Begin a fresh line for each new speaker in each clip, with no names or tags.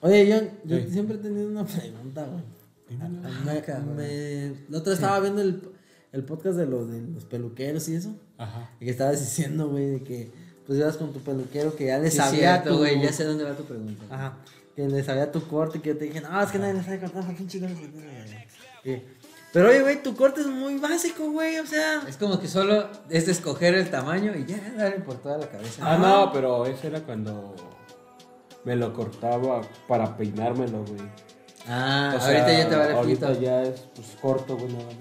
Oye, John, yo
Sí.
siempre he tenido una pregunta, güey. Ah,
Dímela.
Me-
cabrón.
me- La otra estaba viendo el, el podcast de los, de los peluqueros y eso.
Ajá.
Y que estabas diciendo, güey, de que pues ibas con tu peluquero que ya le
Sí,
sabía
cierto,
tu-
güey, ya sé dónde va tu pregunta.
Ajá. Que le sabía tu corte, que yo te dije, no, es que nadie le sabe cortar esa pinche cosa". Sí. Pero oye, güey, tu corte es muy básico, güey, o sea.
Es como que solo es de escoger el tamaño y ya darle por toda la cabeza.
Ah, no, pero ese era cuando me lo cortaba para peinármelo, güey.
Ah,
O
ahorita
sea,
ya te vale
Ahorita
pito.
ya es pues, corto, güey, nada más.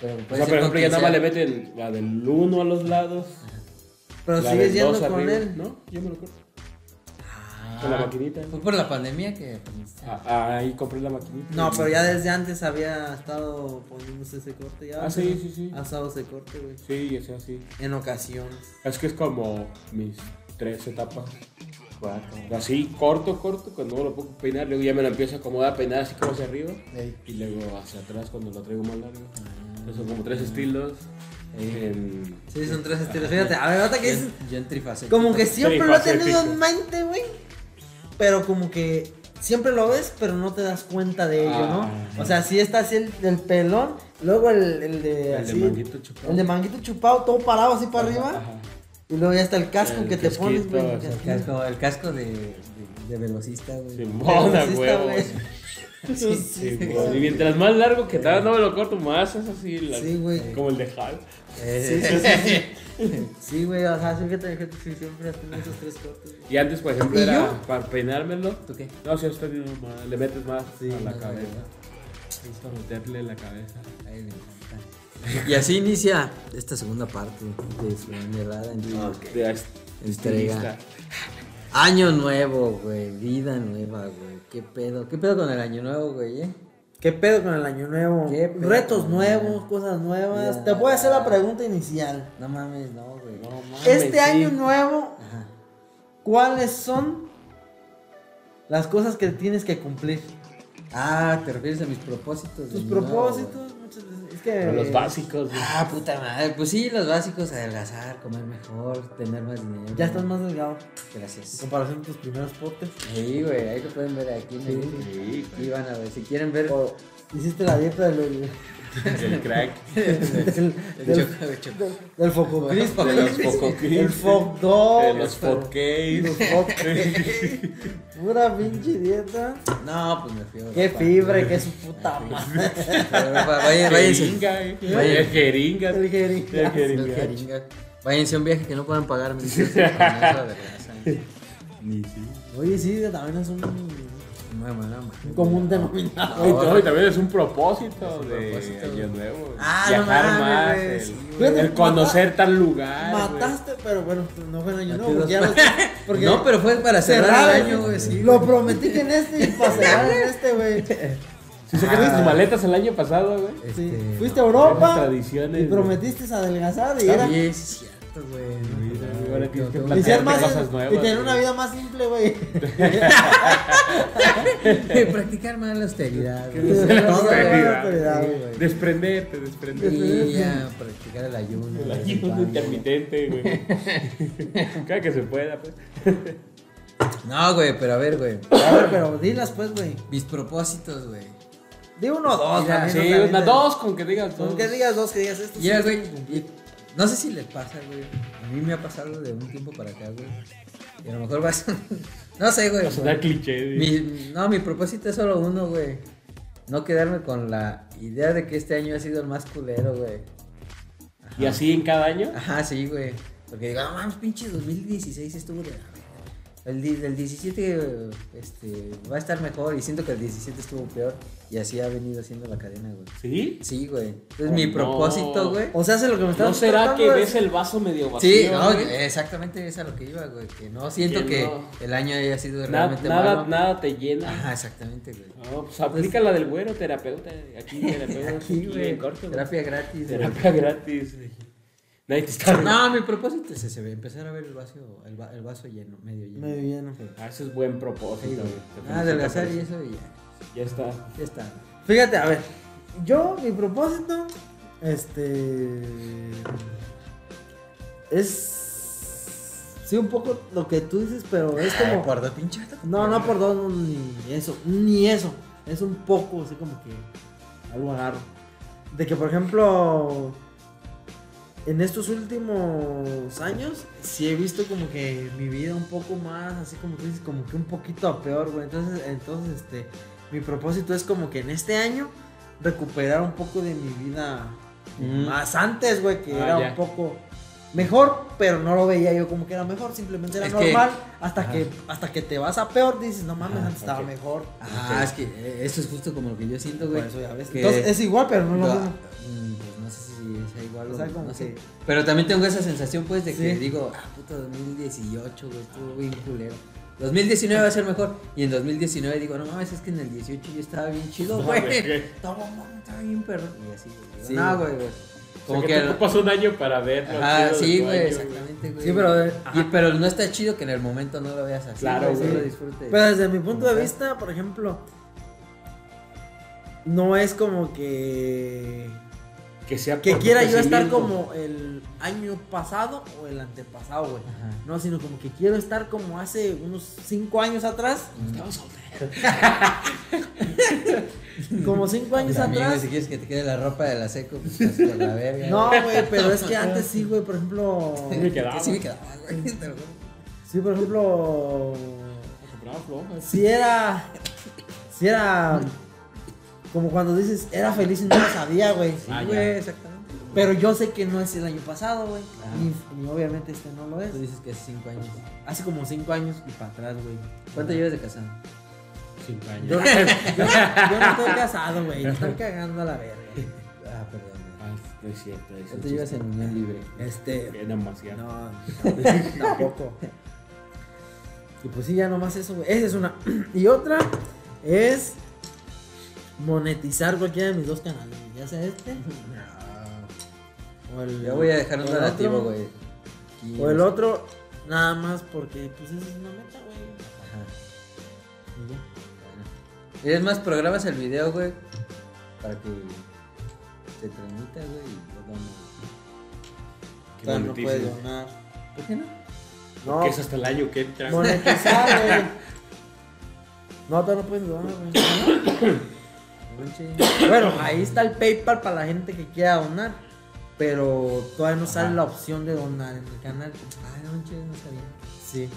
Pero
O sea,
puede ser
por ejemplo,
con
ya
quien
nada más
sea.
le meten la del uno a los lados.
Pero
la
sigues
del
yendo
dos
con
arriba.
él.
No, yo me lo corto.
Ah,
Con la maquinita.
Fue por la pandemia que pues, aprendiste.
Ah, ahí compré la maquinita.
No, pero ya desde antes había estado poniéndose ese corte. Ya
Ah, sí, sí, sí.
Ha estado ese corte, güey.
Sí, es así.
En ocasiones.
Es que es como mis tres etapas. Cuatro. Así, corto, corto, cuando lo pongo a peinar, luego ya me lo empiezo a acomodar, a peinar así como hacia arriba.
Ey.
Y luego hacia atrás cuando lo traigo más largo.
Ah.
Entonces son como tres estilos. En-
Sí, son tres estilos. Fíjate, a ver, ahorita que dices.
Yo en trifacético.
Como que siempre lo he tenido
Trifacético.
en mente, güey. Pero como que siempre lo ves, pero no te das cuenta de ello, ¿no?
Ah.
O sea, sí está así el, el pelón, luego el, el de
El de
Eh, así.
manguito chupado.
El de manguito chupado, todo parado así para arriba.
Ajá.
Y luego ya está el casco
El
que te pones,
casquito,
güey.
o sea,
El casco, el casco de, de, de velocista, güey.
Simón, a
Velocista,
huevo.
güey.
Sí, sí,
Simón. Y mientras más largo que tal, no me lo corto más. Es así, la-
Sí, güey.
como el de Hal.
Sí, sí, sí, sí. Sí, güey, o sea, siempre te fíjate, sí, siempre has tenido esos tres cortes. güey.
Y antes, por ejemplo,
¿Y
era
yo?
para peinármelo.
¿Tú qué?
No, si has tenido más, le metes más a la
más
cabeza.
arriba.
Es para meterle la cabeza.
Ay, me encanta. Y así inicia esta segunda parte de su mirada en tu
De a-
entrega.
estilista.
Año nuevo, güey. Vida nueva, güey. ¿Qué pedo? ¿Qué pedo con el año nuevo, güey? eh?
¿Qué pedo con el año nuevo?
¿Qué pedo
Retos
con-
nuevos, cosas nuevas.
Ya.
Te voy a hacer la pregunta inicial.
No mames, no, güey.
No mames,
Este
sí.
año nuevo,
Ajá.
¿cuáles son las cosas que tienes que cumplir?
Ah, te refieres a mis propósitos. de
Tus
año nuevo, güey.
propósitos, muchas veces- es que
Pero los básicos. güey.
Ah, puta madre. Pues sí, los básicos: adelgazar, comer mejor, tener más dinero.
ya estás más delgado en
Gracias.
comparación con tus primeros potes.
Sí, güey. Ahí lo pueden ver aquí en el.
Sí,
Y van a ver. Si quieren ver.
O hiciste la dieta del,
el crack.
del,
El
del,
choco- el choco.
del- del foco crisp,
De los foco
el foc dog,
De Eh, los
pero- los
focays.
foc- Pura pinche dieta.
No, pues me fui. a
Qué
Europa.
fibra, que su puta madre.
Europa, Vayan, váyanse.
Jeringa, eh.
Vaya.
El jeringa.
El jeringa.
El jeringa.
El jeringa. Váyanse a un viaje que no puedan pagar. mis hijos, con eso adelgazan.
Ni sí.
Oye, sí, también es un,
No, no, no,
un
no.
común denominador.
Ay, no, y también es un propósito
un
de
propósito,
año nuevo.
Ah, no
Viajar
mames,
más.
güey,
el-
sí,
güey.
el, conocer tal lugar. Ah, güey.
Mataste, pero bueno, pues, no fue en año nuevo. porque
Mate
ya
dos-
no sé, porque
No, pero fue para cerrar
cerrar
el año, güey. Sí,
Lo
güey.
prometí que en este y para cerrar en este, güey.
Si sacaste
Ah.
tus maletas el año pasado, güey.
Sí,
Este,
Fuiste a
no, esas
Europa
tradiciones,
y
güey.
prometiste adelgazar y
Está
era.
bien, sí, es cierto, güey. No,
Mira,
pero-
ahora tienes que
pero-
Y, ser
plantearte
más,
cosas
y
nuevas.
tener
güey.
una vida más simple, güey.
Practicar más la austeridad.
¿Qué
güey.
es
Todo,
eso?
güey.
Austeridad,
austeridad,
Sí,
güey.
güey.
Desprenderte, desprenderte.
Y ya, practicar el ayuno.
El
de vez en
ayuno
cuando.
intermitente, güey. Cada que se pueda, pues.
No, güey, pero a ver, güey.
A ver, pero dilas, pues, güey.
Mis propósitos, güey.
Di uno o dos,
Mira,
también,
Sí,
no te
una,
avientes.
dos, con que digas dos.
Con que digas dos, que digas esto.
Ya,
sí,
güey.
esto
y- No sé si les pasa, güey. A mí me ha pasado de un tiempo para acá, güey. Y a lo mejor vas. no sé, güey.
Va a sonar cliché. güey.
Mi- no, mi propósito es solo uno, güey. No quedarme con la idea de que este año ha sido el más culero, güey.
Y así en cada año.
Ajá, sí, güey. Porque digo, no mames, pinche 2016 estuvo de la verga. El, di- el 17 este, va a estar mejor y siento que el 17 estuvo peor. Y así ha venido haciendo la cadena, güey.
¿Sí?
Sí, güey. Entonces,
Oh,
mi
no.
propósito, güey.
O sea, hace lo que me estás
¿No será que
tratando de
ves el vaso medio vacío?
Sí, no, eh,
güey?
exactamente es a lo que iba, güey. Que no siento
Que
que,
no.
el año haya sido
Na-
realmente
nada,
malo. Ah.
nada te llena.
Ajá, exactamente, güey.
No, pues aplica la del güero, terapeuta. Aquí, terapeuta.
Aquí, güey.
en corto, güey.
Terapia gratis. güey.
Terapia gratis. Nadie te está.
No, mi propósito es ese, güey, empezar a ver el vaso, el, va- el vaso lleno, medio lleno.
Medio lleno.
Ah, eso es buen propósito. güey. Te
Ah, adelgazar y eso y ya.
felicito. Ya está.
Ya está.
Fíjate, a ver, yo, mi propósito, este. Es. Sí, un poco lo que tú dices, pero es
Ay,
como.
por dos pinche vato.
No, no, perdón, ni eso, ni eso. Es un poco, así como que algo agarro. De que, por ejemplo, en estos últimos años, sí he visto como que mi vida un poco más, así como tú dices, como que un poquito a peor, güey. Entonces, entonces, este, mi propósito es como que en este año recuperar un poco de mi vida
Mm.
más antes, güey, que
Ah,
era
ya.
un poco mejor, pero no lo veía yo como que era mejor, simplemente era
Es que-
normal hasta
Ajá.
que hasta que te vas a peor dices, no mames,
Ajá,
antes estaba
ok.
mejor.
Ah, es que eh, eso es justo como lo que yo siento,
Por
güey.
eso ya ves.
que-
Entonces es igual, pero no
No,
lo
ah,
mismo.
mm, pues no sé si sea igual
O
o
sea, como
no sé.
que-
Pero también tengo esa sensación, pues, de que
Sí.
digo, ah, puta, 2018, güey, estuvo bien culero. 2019 va a ser mejor. Y en 2019 digo, no mames, es que en el 18 yo estaba bien chido,
No,
güey.
güey, ¿qué?
No, mames, estaba bien perro. Y así, güey. digo,
Sí, güey.
No, güey, güey.
Como
Como
que,
que.
te ocupas un año para verlo.
Ajá,
chido de
sí,
tu
güey,
año,
exactamente, güey.
Sí, pero, eh,
Y-
ajá.
pero no está chido que en el momento no lo veas así.
Claro,
güey,
güey.
solo disfrutes.
Pero desde mi punto de
Ajá.
vista, por ejemplo, no es como que
Que sea
que
por tu
quiera yo estar
crecimiento.
como el año pasado o el antepasado, güey.
Ajá.
No, sino como que quiero estar como hace unos 5 años atrás.
Estaba soltero.
Como 5 años
Amigo,
atrás.
si quieres que te quede la ropa de la seco, pues vas por la verga.
No, güey, pero es que antes sí, güey, por ejemplo.
Sí me quedaba.
Que sí me quedaba, güey. te lo juro.
Sí, por ejemplo.
Compraba flojas.
Si era. Si era. Como cuando dices, era feliz y no lo sabía, güey.
Ah, ya.
güey, exactamente.
Pero yo sé que no es el año pasado, güey.
Ajá.
Ni, ni obviamente este no lo es.
Tú dices que hace 5 años.
Hace como 5 años y para atrás, güey.
¿Cuánto llevas de casado?
Cinco
Yo, yo- yo
años.
no estoy casado, güey. Me están cagando a la verga.
Ah, perdón. güey.
Ah, no es cierto. es un
¿Cuánto llevas en
chiste.
unión libre?
Este.
Es demasiado.
No, no, tampoco. Y pues sí, ya nomás eso, güey. Esa es una. Y otra es monetizar cualquiera de mis dos canales, güey. ya sea este. O el,
Yo voy a dejar
o
un
el
relativo,
otro,
güey. Aquí,
O el
no sé.
otro, nada más porque pues esa es una meta, güey.
Ajá,
Y ya.
bueno. Y es más, programas el video, güey. Para que se transmita, güey. Y lo damos.
Que
Todavía no
monetices.
puedes donar.
¿Por qué no?
No,
Que es hasta el año que entra.
monetizar, güey. No, todavía no puedes donar, güey.
Manche.
Bueno, ahí está el PayPal para la gente que quiera donar. Pero todavía no sale
Ajá.
la opción de donar en el canal.
Ay, no manches, no sabía.
Sí.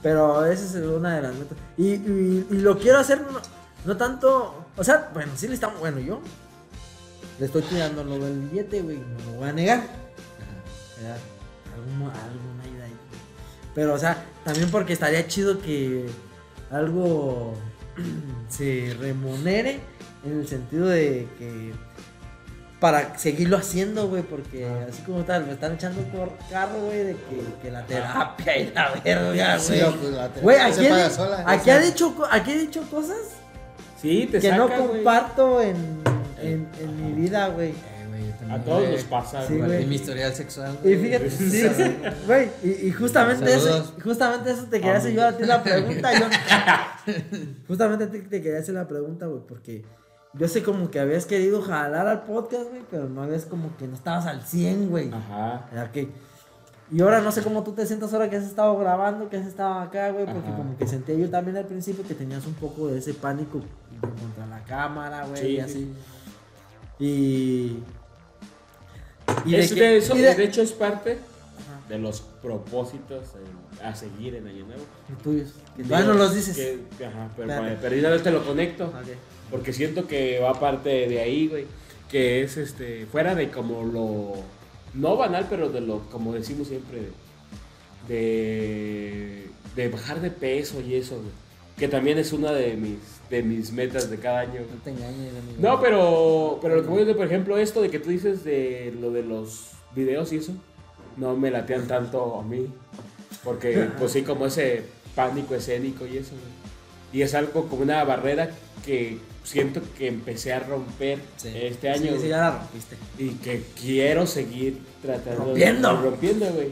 Pero esa es una de las metas. Y, y- y lo quiero hacer no, no tanto. O sea, bueno, sí le estamos. Bueno, yo le estoy tirando lo del billete, güey. No lo voy a negar. ¿verdad? Algún- alguna ayuda ahí. Pero, o sea, también porque estaría chido que algo se remunere en el sentido de que. Para seguirlo haciendo, güey, porque así como tal, me están echando por carro, güey, de que, que la terapia y la verga,
Sí,
güey.
no, pues, la terapia
Güey,
no se
aquí,
paga
han-
sola,
aquí
ya
ha
sabes.
dicho, co- aquí he dicho cosas
Sí, te
que
saca,
no
güey.
comparto en,
Eh,
en, en mi vida, güey.
Eh, güey, yo también,
A todos
güey.
nos pasa,
Sí,
güey.
Compartí
güey.
mi historial sexual.
Y
güey.
fíjate, sí, güey, y, y justamente
Saludos.
eso, justamente eso te quería hacer yo a ti la pregunta, yo, justamente te, te quería hacer la pregunta, güey, porque yo sé como que habías querido jalar al podcast, güey, pero no habías como que no estabas al 100, güey,
Ajá.
Era que- y ahora no sé cómo tú te sientas ahora que has estado grabando, que has estado acá, güey, porque
Ajá.
como que sentía yo también al principio que tenías un poco de ese pánico contra la cámara, güey,
Sí,
y
sí,
así, y...
Y
de
es de,
que-
eso,
y
de...
de-
hecho, es parte
Ajá.
de los propósitos en- a seguir en Año Nuevo.
Y tuyos. Que
Digo,
todavía no los dices.
que- ajá, pero,
Espérate.
para- pero de una vez te lo conecto.
Ok.
Porque siento que va parte de ahí, güey. Que es este. Fuera de como lo. No banal, pero de lo. Como decimos siempre. De. De bajar de peso y eso, güey. Que también es una de mis. De mis metas de cada año, güey.
No te engañes, amigo.
No, pero, pero lo que voy a decir, por ejemplo, esto de que tú dices de lo de los videos y eso, no me latean tanto a mí. Porque, pues sí, como ese pánico escénico y eso. güey. Y es algo como una barrera que siento que empecé a romper
Sí.
este año.
Sí, sí,
güey.
ya la rompiste.
Y que quiero seguir tratando
Rompiendo.
de rompiendo, güey.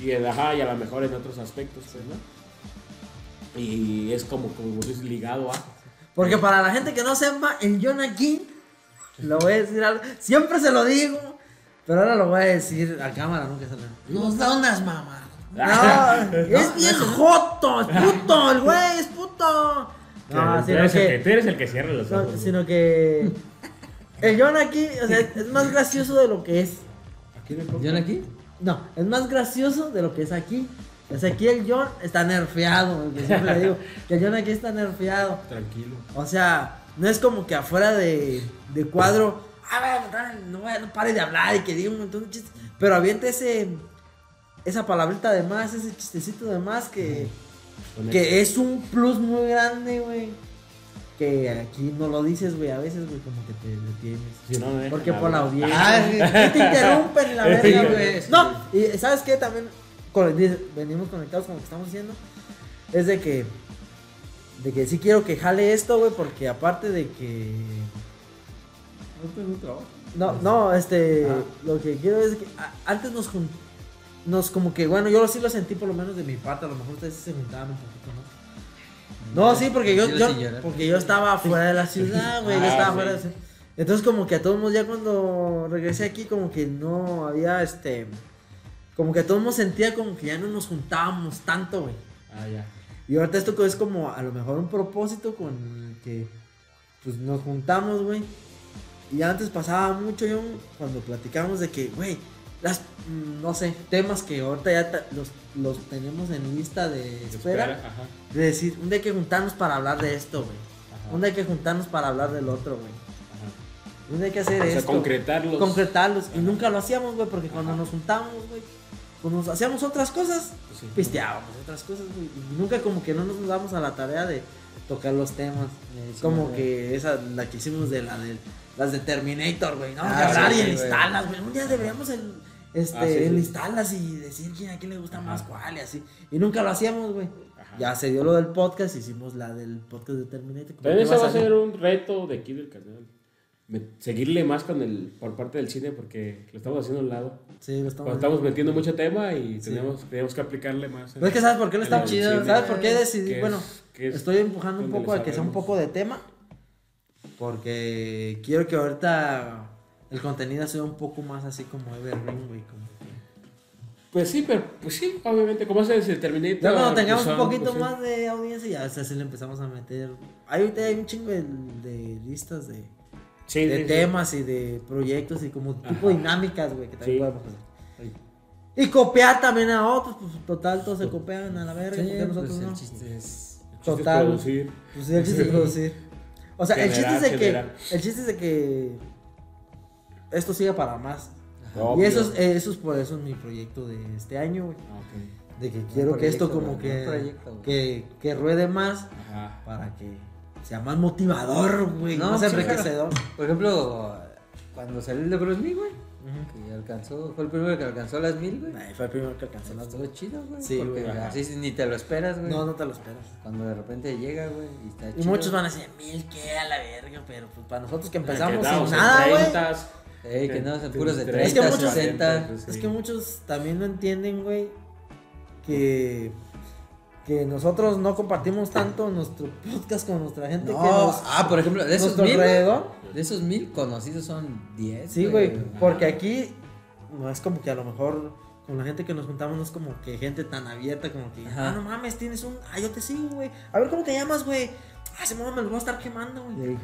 Y el, ajá, y a lo mejor en otros aspectos, pues, ¿no? Y es como, como dices, ligado a.
Porque para la gente que no sepa, el Jonah King, lo voy a decir algo. Siempre se lo digo, pero ahora lo voy a decir a cámara, ¿no? Que sale.
Nos da unas mamás.
No, es bien joto, es puto, el güey, es puto. No,
tú,
sino
eres el que,
que,
tú eres el que cierra los
no,
ojos. güey.
sino que el John aquí, o sea, es más gracioso de lo que es.
Aquí no importa.
¿John aquí?
No, es más gracioso de lo que es aquí. O sea, aquí el John está nerfeado, lo que siempre le digo, que el John aquí está nerfeado.
Tranquilo.
O sea, no es como que afuera de, de cuadro, a ver, no, no, no pare de hablar y que diga un montón de chistes. Pero avienta ese, esa palabrita de más, ese chistecito de más que,
Mm,
que es un plus muy grande, güey. Que aquí no lo dices, güey, a veces, güey, como que te detienes.
Si no, no dejan
Porque por la
hablar.
audiencia.
Ah,
güey. Que te interrumpen la verga,
Sí,
güey.
güey.
No, y ¿sabes qué? También con- dice- venimos conectados con lo que estamos diciendo. Es de que. De que sí quiero que jale esto, güey, porque aparte de que. No, no, este. Lo que quiero es que. a- antes nos jun- Nos como que, bueno, yo sí lo sentí por lo menos de mi parte. A lo mejor ustedes se juntaban un poquito, ¿no? No, sí, porque yo,
Yo
yo-
sí lloré.
porque yo estaba fuera de la ciudad, güey. yo
Ah,
estaba
sí.
fuera de la ciudad. Entonces, como que a todos modos, ya cuando regresé aquí, como que no había este. Como que a todos modos sentía como que ya no nos juntábamos tanto, güey.
Ah, ya.
Y ahorita esto que es como a lo mejor un propósito con el que pues nos juntamos, güey. Y antes pasaba mucho yo cuando platicábamos de que, güey, las mm, no sé, temas que ahorita ya ta- los, los tenemos en lista de espera.
Espera, ajá.
De decir, un día hay que juntarnos para hablar de esto, güey.
Ajá.
Un día hay que juntarnos para hablar del otro, güey.
ajá.
Un día hay que hacer
O sea,
esto.
concretarlos.
Concretarlos. Y
Ajá.
nunca lo hacíamos, güey, porque cuando
Ajá.
nos juntamos, güey, pues nos hacíamos otras cosas.
Pues sí.
Pisteábamos otras cosas, güey. Y nunca como que no nos damos a la tarea de tocar los temas. como que esa, la que hicimos de la de las de Terminator, güey. No,
Ah,
que hablar
sí,
y
sí,
enlistarlas, güey. Un día deberíamos el, este,
Ah, sí, sí.
enlistarlas y decir quién a quién le gusta más cuál y así. Y nunca lo hacíamos, güey.
Ajá.
Ya se dio lo del podcast, hicimos la del podcast de Terminator.
Pero
¿Qué
eso va a
vas hacer?
ser un reto de aquí del canal. Me- Seguirle más con el, por parte del cine porque lo estamos haciendo a un lado.
Sí, lo estamos.
Cuando estamos metiendo mucho tema y
Sí.
tenemos, tenemos que aplicarle más. eh.
Pero es que sabes por qué lo
El
estamos
cine.
chido. ¿Sabes por qué
Que
decidí?
es-
Bueno,
que es
estoy empujando un
donde
poco
le
a que sea un
sabemos.
poco de tema. Porque quiero que ahorita el contenido sea un poco más así como Evergreen, güey. como que-
Pues sí, pero pues sí, obviamente, como haces el Terminator.
Ya cuando tengamos
pues
un
son,
poquito
pues sí.
más de audiencia, ya o sea, sí le empezamos a meter. Ahí ahorita hay un chingo de, de listas de,
Sí,
de
sí, sí.
temas y de proyectos y como tipo
Ajá.
dinámicas, güey, que también
Sí.
podemos hacer.
Ay.
Y copiar también a otros, pues total, todos se copian a la verga. ¿por qué nosotros
pues
no?
el
El
chiste es...
chiste es
Total.
producir.
Pues sí, el chiste es producir. O sea, el
Generar,
chiste es de
generar.
que. El chiste es de que. Esto siga para más.
Obvio.
Y eso es, eh, eso es por eso es mi proyecto de este año, güey.
Ah, ok.
De que quiero que
proyecto,
esto como
güey,
que,
un proyecto, güey.
que. que ruede más
Ajá.
para que sea más motivador, güey.
No,
más
sí,
enriquecedor.
Por ejemplo, cuando salió el de Bruce Lee, güey, que alcanzó, fue el primero que alcanzó las mil, güey.
Ay, fue el primero que alcanzó las
Estuvo
dos.
chido, güey.
Sí,
porque
güey,
ajá.
así ni te lo esperas, güey.
No, no te lo esperas.
Cuando de repente llega, güey, y está
Y muchos van a decir, mil que a la verga, pero pues para nosotros que empezamos
Quedamos
sin
en
nada, güey.
30s.
Ey, que no, son puros de
Es
30,
que muchos-
60.
Pues sí.
Es que muchos también no entienden, güey, que, que nosotros no compartimos tanto nuestro podcast con nuestra gente.
No,
que nos-
ah, por ejemplo, de esos
nuestro
mil,
alrededor.
de esos mil conocidos son 10,
Sí, güey, porque aquí no es como que a lo mejor con la gente que nos juntamos no es como que gente tan abierta como que,
Ajá.
ah, no mames, tienes un, ah, yo te sigo, güey. A ver cómo te llamas, güey. Ah, se me lo voy a estar quemando, güey.
Sí.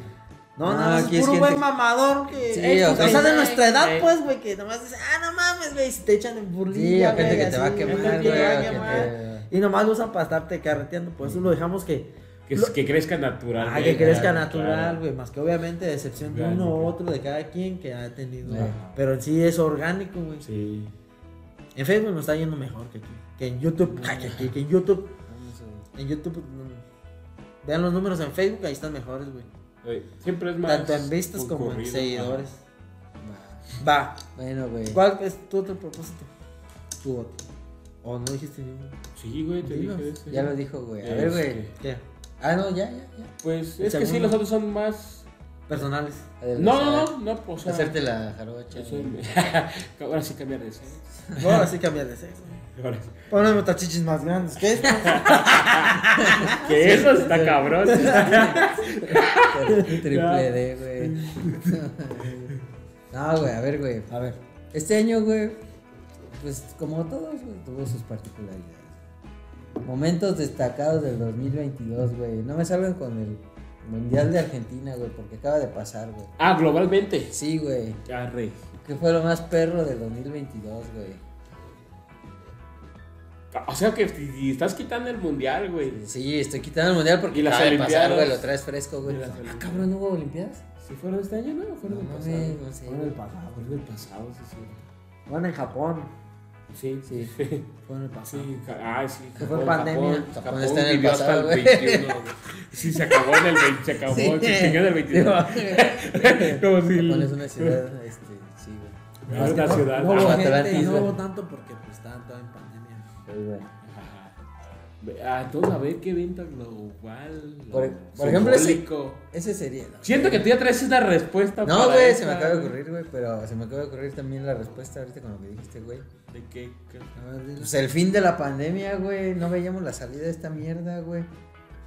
No,
No,
nada más
aquí
Ah, es
es
puro
gente-
buen mamador que.
Sí,
Eh,
o
pues, o
sea,
sea, de
sí,
nuestra edad,
sí.
pues, güey, que nomás dices, ah, no mames, güey, si te echan en
Sí,
burlilla.
a gente
güey,
que te va a
así,
quemar,
gente
güey.
que te va a
o que
quemar.
te-
Y nomás lo usan para estarte carreteando, por eso lo dejamos que,
Que,
Lo-
que crezca natural.
ah, que crezca natural, güey, más que obviamente de excepción de
Claro,
uno u
claro.
otro de cada quien que ha tenido.
Ajá.
Pero en sí es orgánico, güey.
Sí.
En Facebook nos está yendo mejor que aquí, que en YouTube, ay, que aquí, que en YouTube,
Vamos a-
en YouTube. no. Vean los números en Facebook, ahí están mejores, güey.
Oye, Siempre es más.
Tanto en vistas como en
concurrido,
seguidores.
ajá.
Va.
Bueno, güey.
¿Cuál es tu otro propósito? Tu otro. ¿O Oh, no dijiste ninguno?
Sí, güey, te
Dinos,
dije eso.
Ya lo dijo, güey. A ver,
Este,
güey.
¿Qué?
Ah, no, ya, ya, ya.
Pues
El
es que sí,
segundo.
los otros son más.
Personales.
No, no, no, no, pues. o sea,
Hacerte la jarocha.
eso es- Ahora sí cambiar de sexo.
No, ahora sí cambiar de sexo.
Ahora sí.
Ponme unas chichis más grandes. ¿Qué es? Ah,
Que eso está cabrón.
Triple D, güey. No, güey, a ver, güey.
A ver.
Este año, güey, pues como todos, güey, tuvo sus particularidades. Momentos destacados del 2022, güey. No me salgan con el Mundial de Argentina, güey, porque acaba de pasar, güey.
Ah, globalmente.
Sí, güey.
Arre.
¿Qué fue lo más perro del 2022, güey?
O sea que si estás quitando el mundial, güey.
Sí, estoy quitando el Mundial porque
Y las
acaba de pasar,
Olimpiadas.
güey. Lo traes fresco, güey.
Y las
Ah,
Olimpiadas.
cabrón, ¿no hubo Olimpiadas?
¿Sí fueron este año, no? Fueron
No
el
mames,
pasado.
no sé.
Fueron el pasado. Fueron el pasado, sí, sí.
Bueno, en Japón.
Sí,
Sí, fue en el pasado.
Sí, ja- ah, sí.
Que fue pandemia.
Japón,
Japón está en el
vivió hasta
pasado,
el
güey.
21. güey. Sí, se acabó en el 20, se acabó,
Sí.
se chingó en el 22. Como si el-
Japón es una ciudad, este, sí, güey.
Ah, es una
No-
ciudad.
No hubo
Ajá.
gente y
Atlantis,
no
güey.
hubo tanto porque pues estaban toda en pandemia.
Pues, güey.
Ah, entonces a ver qué evento global.
Por e-
lo
por ejemplo, ese-
simbólico.
Ese sería. ¿no?
Siento que tú ya traes una respuesta. para
No, güey,
esa,
se me acaba de ocurrir, güey, pero se me acaba de ocurrir también la respuesta ahorita con lo que dijiste, güey.
¿De qué? qué-
A ver, dilo.
Pues el fin de la pandemia, güey, no veíamos la salida de esta mierda, güey.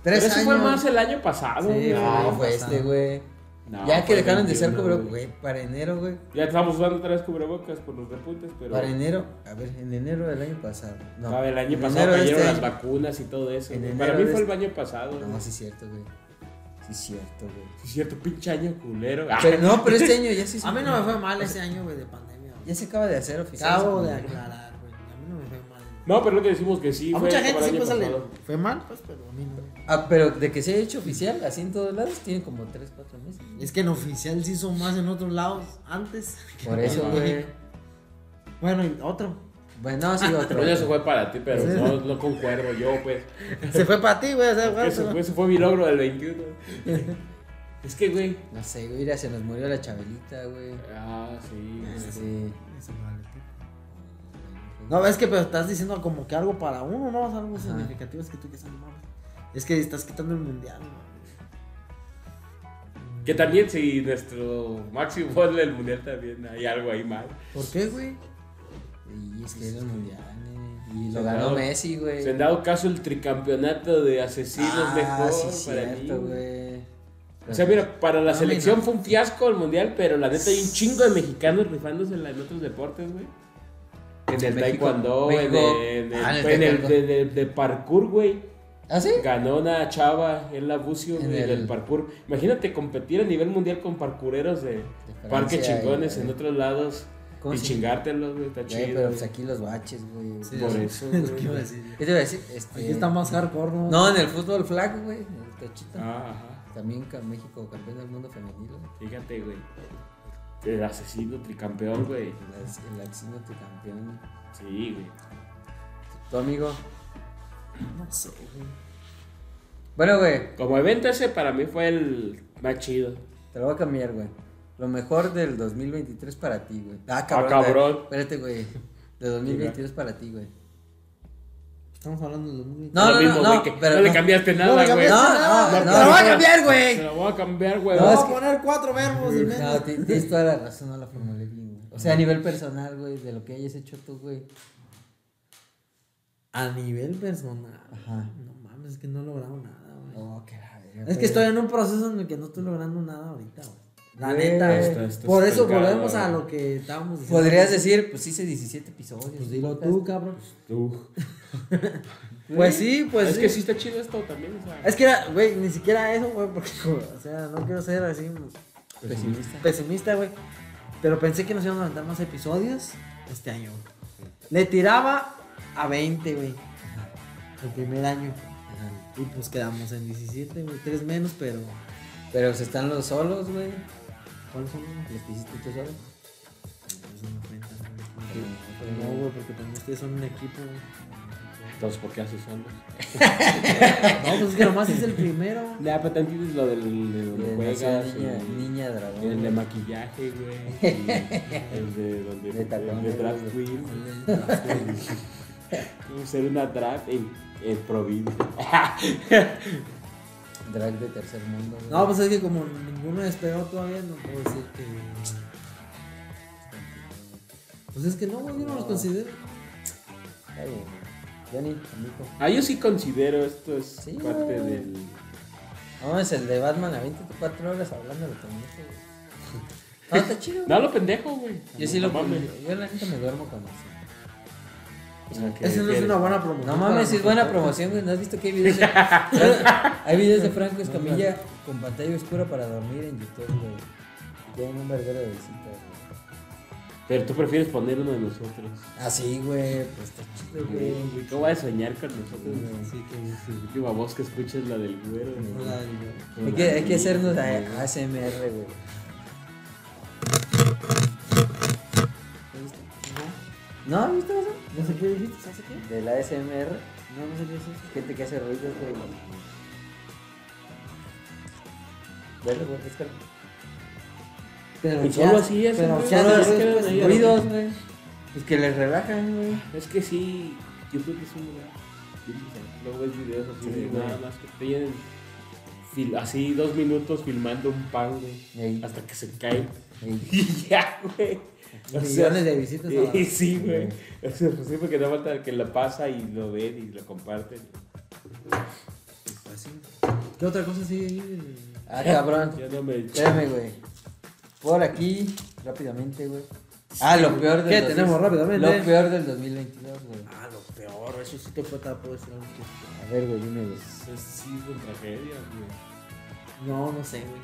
Pero
Tres
eso
años.
fue más el año pasado.
Sí,
güey.
no,
el
fue
pasado.
este, güey.
No,
ya que
fue
dejaron de ser
21,
cubrebocas, güey, para enero, güey.
Ya estamos usando otra vez cubrebocas por los repuntes, pero.
Para enero, a ver, en enero del año pasado. No,
Ah, el año
en
pasado
enero de
cayeron
este
las
año.
vacunas y todo eso.
En
güey.
enero
Para mí
de este
fue el año pasado. güey.
No, sí, es cierto, güey. Sí, es cierto, güey.
Sí, cierto, pinche año culero. Ah,
Pero, no, pero este año ya sí.
A mí no me fue mal ese año, güey, de pandemia. güey.
Ya se acaba de hacer oficial.
Acabo de
güey.
aclarar, güey. A mí no me fue mal.
No, pero lo que decimos que sí.
a
fue
mucha
como
gente
el
sí
año
pues le
pasado.
fue mal, pues, pero a mí no.
Ah, pero de que se ha hecho oficial, así en todos lados, tiene como 3, 4 meses. güey.
Es que en oficial se hizo más en otros lados antes.
Por eso, güey.
Bueno, y otro.
Bueno, sí, otro.
Pero eso fue para ti, pero no, no concuerdo yo, pues.
Se fue para ti, güey. o sea, güey,
Eso
pero-
fue, eso fue mi logro del 21. es que, güey.
No sé, güey, mira, se nos murió la chabelita, güey.
Ah, sí. güey.
Este.
Eso vale, tío. No, es que pero estás diciendo como que algo para uno, ¿no? O sea, algo
Ajá.
significativo es que tú que estás mal. Es que estás quitando el mundial, güey.
Que también, si nuestro máximo gol del mundial también hay algo ahí mal.
¿Por qué, güey?
Y es que era el mundial, eh, Y
Se
lo
han
ganó
dado-
Messi, güey.
Se han dado caso el tricampeonato de asesinos mejor
Ah, sí,
para
cierto,
mí.
güey.
O sea, mira, para
Ah,
la
No,
selección
mira.
fue un fiasco el mundial, pero la neta hay un chingo de mexicanos rifándosela en otros deportes, güey. En el
México-
taekwondo,
México-
en el, en el-
Ah, en el
en el de,
taekwondo.
de- de parkour, güey.
¿Ah, sí?
Ganó una chava, el Bucio,
En
güey,
el-
del parkour. Imagínate competir a nivel mundial con parkoureros de,
Francia
parques chingones
y-
en otros lados
¿Cómo
y
se-
chingártelos, güey, está
Güey,
chido.
pero
güey.
pues aquí los baches, güey.
Sí,
Por
es-
eso,
es lo
güey.
que iba a decir.
¿Qué te iba a decir? Este,
Aquí está más hardcore, ¿no?
No, en el fútbol flag, güey. en el cachito.
Ah, ajá.
También ca- México campeón del mundo femenino.
Fíjate, güey. El asesino tricampeón, güey.
El, as- el axínote campeón.
Sí, güey.
Tu amigo.
No sé, güey.
Bueno, güey,
Como evento ese para mí fue el más chido.
te lo voy a cambiar, güey. Lo mejor del 2023 para ti, güey. Ah,
Ah,
cabrón.
cabrón.
güey. Espérate, güey. De 2023 para ti, güey.
Estamos hablando del 2020.
No,
Es
no,
lo mismo,
no,
güey,
no,
que
pero
no le
no.
cambiaste
No le
nada, güey.
cambiaste
No,
nada,
no,
te
no,
lo voy a
no.
cambiar,
Te
güey.
lo voy a cambiar, güey.
Te voy
es
a
que-
poner cuatro verbos y menos.
No, ti- tienes toda la razón, no la formulé bien, güey. O sea, a nivel personal, güey, de lo que hayas hecho tú, güey.
A nivel personal.
Ajá.
No mames, es que no he logrado nada, güey.
Oh, qué la verga,
Es
güey.
que estoy en un proceso en el que no estoy logrando nada ahorita, güey. La
Güey.
neta, güey.
Está- está
Por eso
estancado,
volvemos a
güey.
lo que estábamos diciendo.
Podrías decir, pues hice 17 episodios.
Pues dilo tú, cabrón.
Tú.
Pues sí, pues
es
sí.
que sí está chido esto también, o sea.
Es que era, güey, ni siquiera eso, güey, porque, o sea, no quiero ser así
Pesimista.
pesimista, güey. Pero pensé que nos iban a levantar más episodios este año. güey. Le tiraba a 20, güey. El primer año.
Ajá.
Y pues quedamos en 17, güey. Tres menos, pero.
Pero se están los solos, güey.
¿Cuáles son? güey?
¿Les hiciste tú solo?
Pues, no me cuentan, güey. Pero No, güey, porque también ustedes son un equipo, güey.
Entonces, ¿por qué haces solos?
No, pues es que nomás es el primero.
Ya, pero también tienes lo del de donde
De
juegas.
nació niña,
y-
niña
y El de
dragón.
maquillaje, güey. y El de donde.
De
el de
tacones,
drag
güey.
queen. Como ser una drag en, en provincia.
Drag de tercer mundo. güey.
No, pues es que como ninguno esperó todavía, no puedo decir que. Pues es que no, güey, yo no los considero.
Está bien, güey. Johnny, amigo.
Ah, yo sí considero esto es
Sí,
parte
güey.
del.
Vamos, el de Batman a 24 horas hablando de tu mujer, güey. No, está chido. güey.
No, lo pendejo, güey.
Yo sí lo
No mames.
Yo la neta me duermo con eso.
O sea, que-
Esa no es
que-
una buena promoción.
No mames,
para
es buena
nosotros.
promoción, güey. ¿No has visto que hay videos de, hay videos de Franco Escamilla con pantalla oscura para dormir en YouTube, güey? Tienen un verdadero de visitas, güey.
Pero tú prefieres poner uno de nosotros.
Ah, sí, güey. Pues está chido, güey.
Güey, ¿Cómo vas a soñar con nosotros?
Sí,
La última voz que escuches es la del güero. güey.
Hola, digo.
Hay que, hay que hacernos a- ASMR, güey. ¿No has visto eso?
No sé qué dijiste, ¿sabes qué?
Del ASMR,
No, no sé qué es eso.
gente que hace ruidos, güey. Bueno, güey, es que-
Pero
Y
ya-
solo así es,
Pero
güey.
ya
Solo
no
es que
es
ahí a lo
ruidos, güey. Pues que les relajan, güey.
Es que sí, YouTube es un lugar. Luego ves videos así
Sí,
de
güey.
nada más que tienen fil- así dos minutos filmando un pan, güey.
Ey.
Hasta que se cae.
Ey.
Y ya, güey. O sea,
Millones de visitas. a
Y
la-
sí, güey. O sea, pues sí, porque no falta que la pasa y lo ven y lo comparten.
¿Qué otra cosa sigue ahí?
Ah, cabrón.
Ya no me.
Espérame, güey. Por aquí, rápidamente, güey. Ah, lo peor del
¿Qué
2000
tenemos rápidamente?
Lo peor del 2022, güey.
Ah, lo peor, eso sí te puedo te puedo decir algo que-
A ver, güey, dime, güey.
Eso sí es una tragedia, güey.
No, no sé, güey.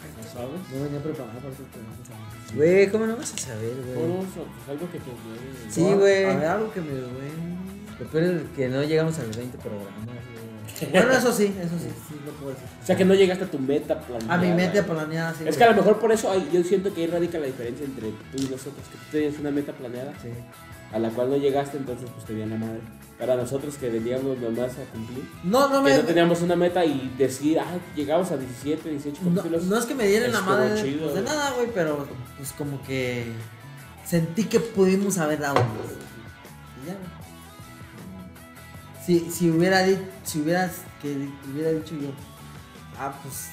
¿No sabes?
No venía preparado para este tema.
Güey, ¿cómo no vas a saber, güey?
Todos, pues algo que te duele.
Sí, güey.
A ver, algo que me duele.
Lo peor es que no llegamos a los 20 programas, güey.
Bueno, eso sí, eso sí, sí lo puedo decir.
O sea, que no llegaste a tu meta planeada.
A mi meta planeada, sí.
Es
güey.
que a lo mejor por eso ay, yo siento que ahí radica la diferencia entre tú y nosotros, que tú tenías una meta planeada
Sí.
a la cual no llegaste, entonces pues te dieron la madre. Para nosotros que veníamos nomás a cumplir,
No, no me.
que no teníamos una meta y decir, ah, llegamos a 17, 18
no,
capítulos.
no es que me dieran la
Estuvo
madre de-
chido,
pues, de
güey.
nada, güey, pero pues como que sentí que pudimos haber dado más. Y ya, güey. Si, si hubiera dicho, si hubieras, que hubiera dicho yo, ah, pues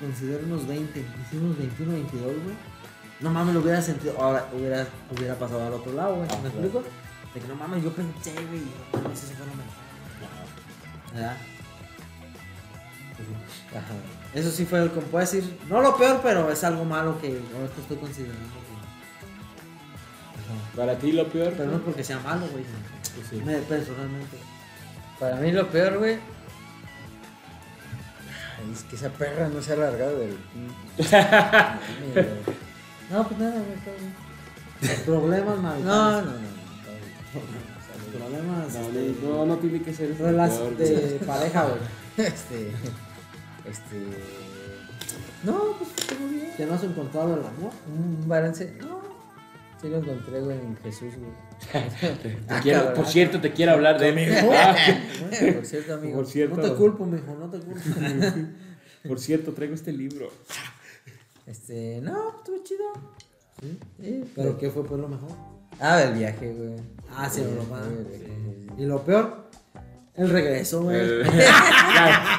considero unos 20, hicimos 21, 22, güey. No mames, lo hubiera sentido, ahora hubiera, hubiera pasado al otro lado, güey.
Ah,
¿Me
claro.
explico? De que no mames, yo pensé, güey, no mames, ese fue lo mejor. ¿Verdad?
Ajá.
Eso sí fue lo que puedo decir. No lo peor, pero es algo malo que ahorita estoy considerando. güey.
Para ti lo peor.
Pero no porque sea malo, güey.
Pues, sí.
Me- Personalmente.
Para mí lo peor, güey. Ay, Es que esa perra no se ha alargado del. Mami, güey.
No, pues nada, güey. todo bien. Problemas, mal.
No, no, no. no.
Problemas.
No,
este,
no, no, no tiene que ser eso.
Relaciones de pareja, güey.
Este. Este. No, pues estuvo bien.
Que no has encontrado el amor.
Un balance. No. Sí lo encontré, güey, en Jesús, güey.
Te quiero-
Ah,
cabrón.
por cierto, te quiero hablar de Ah, mí.
Bueno, por cierto, amigo.
por cierto,
No te culpo, mijo, no te culpo.
por cierto, traigo este libro.
Este. No, estuvo chido. Sí.
Pero ¿qué fue pues lo mejor?
Ah, del viaje, güey.
Ah, sí,
Del
lo
viaje,
malo.
güey, del viaje.
Y lo peor, el regreso, güey.
El,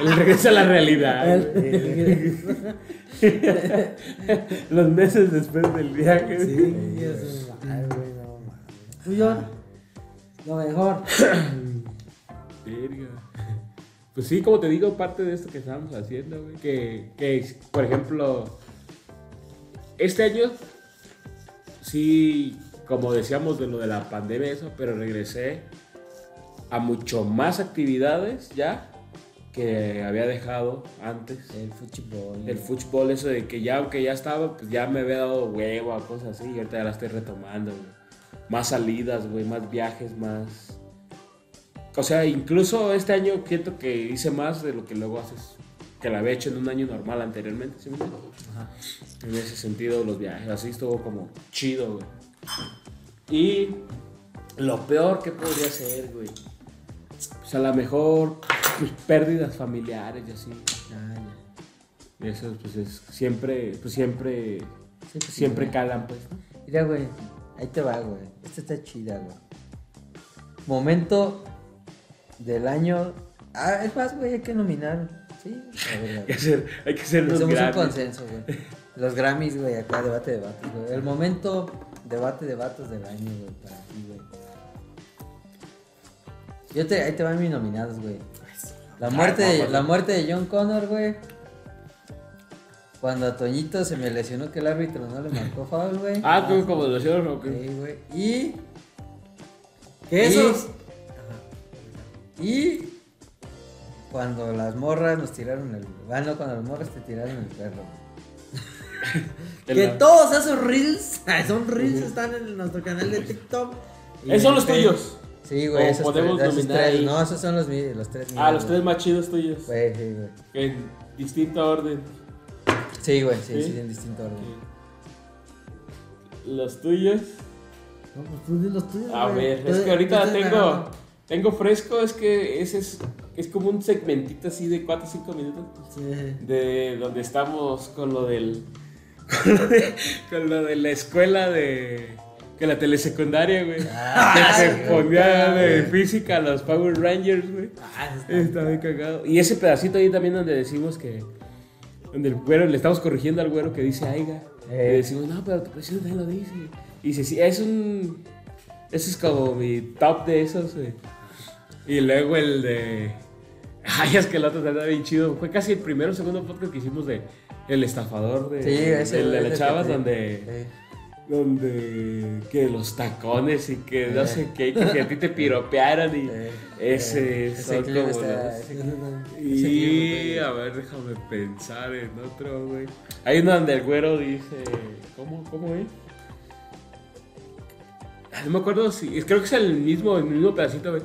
el regreso a la realidad.
El- el regreso.
Los meses después del viaje.
Sí, Pues es un- ay, güey, no mames. Tuyo, lo mejor.
Verga. Pues sí, como te digo, parte de esto que estábamos haciendo, güey. Que, que, por ejemplo, este año, sí, como decíamos de lo de la pandemia, y eso, pero regresé a mucho más actividades ya que había dejado antes.
El fútbol.
El fútbol, eso de que ya, aunque ya estaba, pues ya me había dado hueva, cosas así, y ahorita ya la estoy retomando, güey. Más salidas, güey, más viajes, más. O sea, incluso este año siento que hice más de lo que luego haces, que la había hecho en un año normal anteriormente, ¿sí me entiendes? En ese sentido, los viajes, así estuvo como chido, güey. Y lo peor que podría ser, güey. Pues a lo mejor pues, pérdidas familiares y así.
Ah, ya.
Y Eso pues es siempre, pues siempre,
Sí, pues,
siempre
sí,
calan pues. ¿no?
Mira, güey, ahí te va, güey. Esta está chida, güey. Momento del año. Ah, es más, güey, hay que nominar. Sí, la verdad.
Hay que ser, hay que ser los
Hacemos un
grandes.
consenso, güey. Los Grammys, güey, acá debate de vatos, güey. El momento debate de vatos del año, güey, para ti, güey. Yo te, ahí te van mis nominados, güey. La muerte,
Ay,
de,
vamos.
la muerte de John Connor, güey. Cuando a Toñito se me lesionó que el árbitro no le marcó foul, güey.
Ah, tú como lo hicieron, ok.
Sí, güey. Y
Que
Y-
esos.
Y cuando las morras nos tiraron el. Ah, no, cuando las morras te tiraron el perro. güey.
El-
Que todos esos reels, ah, son reels,
Ujú.
están en nuestro canal de TikTok. Y
Esos son los
este,
tuyos.
Sí,
O
güey, esos,
podemos
tres, esos
nominar
tres.
ahí.
No, esos son los, mí- los tres.
Ah,
míos,
los
güey.
tres más chidos tuyos.
Güey, sí, güey.
En distinto orden.
Sí, güey, sí,
¿Sí?
sí, en distinto orden.
Los tuyos.
No, pues tú di los tuyos.
A
güey.
ver,
Tú-
es que
tú
ahorita
estás
tengo.
grabando.
Tengo fresco, es que ese es. Es como un segmentito así de 4 o 5 minutos.
Sí.
De donde estamos con lo del. Con lo de, con lo de la escuela de. Que la telesecundaria, güey.
Ah,
que se
sí, güey.
ponía de
güey.
física a los Power Rangers, güey.
Ah, está-
Está bien cagado. Y ese pedacito ahí también donde decimos que. Donde el güero, le estamos corrigiendo al güero que dice Aiga.
Eh.
Y decimos, no, pero tu presidente también lo dice. Y dice, sí, es un. Ese es como mi top de esos, güey. Y luego el de. Ay, es que el otro está bien chido. Fue casi el primero o segundo podcast que hicimos de. El estafador de.
Sí, ese.
el de
güey,
las
es
chavas,
que te-
donde.
Sí.
Donde que los tacones y que no
Eh.
sé qué, y que a ti te piropearon y
Eh,
ese,
eh,
son
clip
como
está-
los-
ese clip, güey. Ese clip,
Y
güey.
a ver, déjame pensar en otro, güey. Hay uno donde el güero dice, ¿cómo, cómo es? Ah, No me acuerdo si, creo que es el mismo, el mismo pedacito, güey.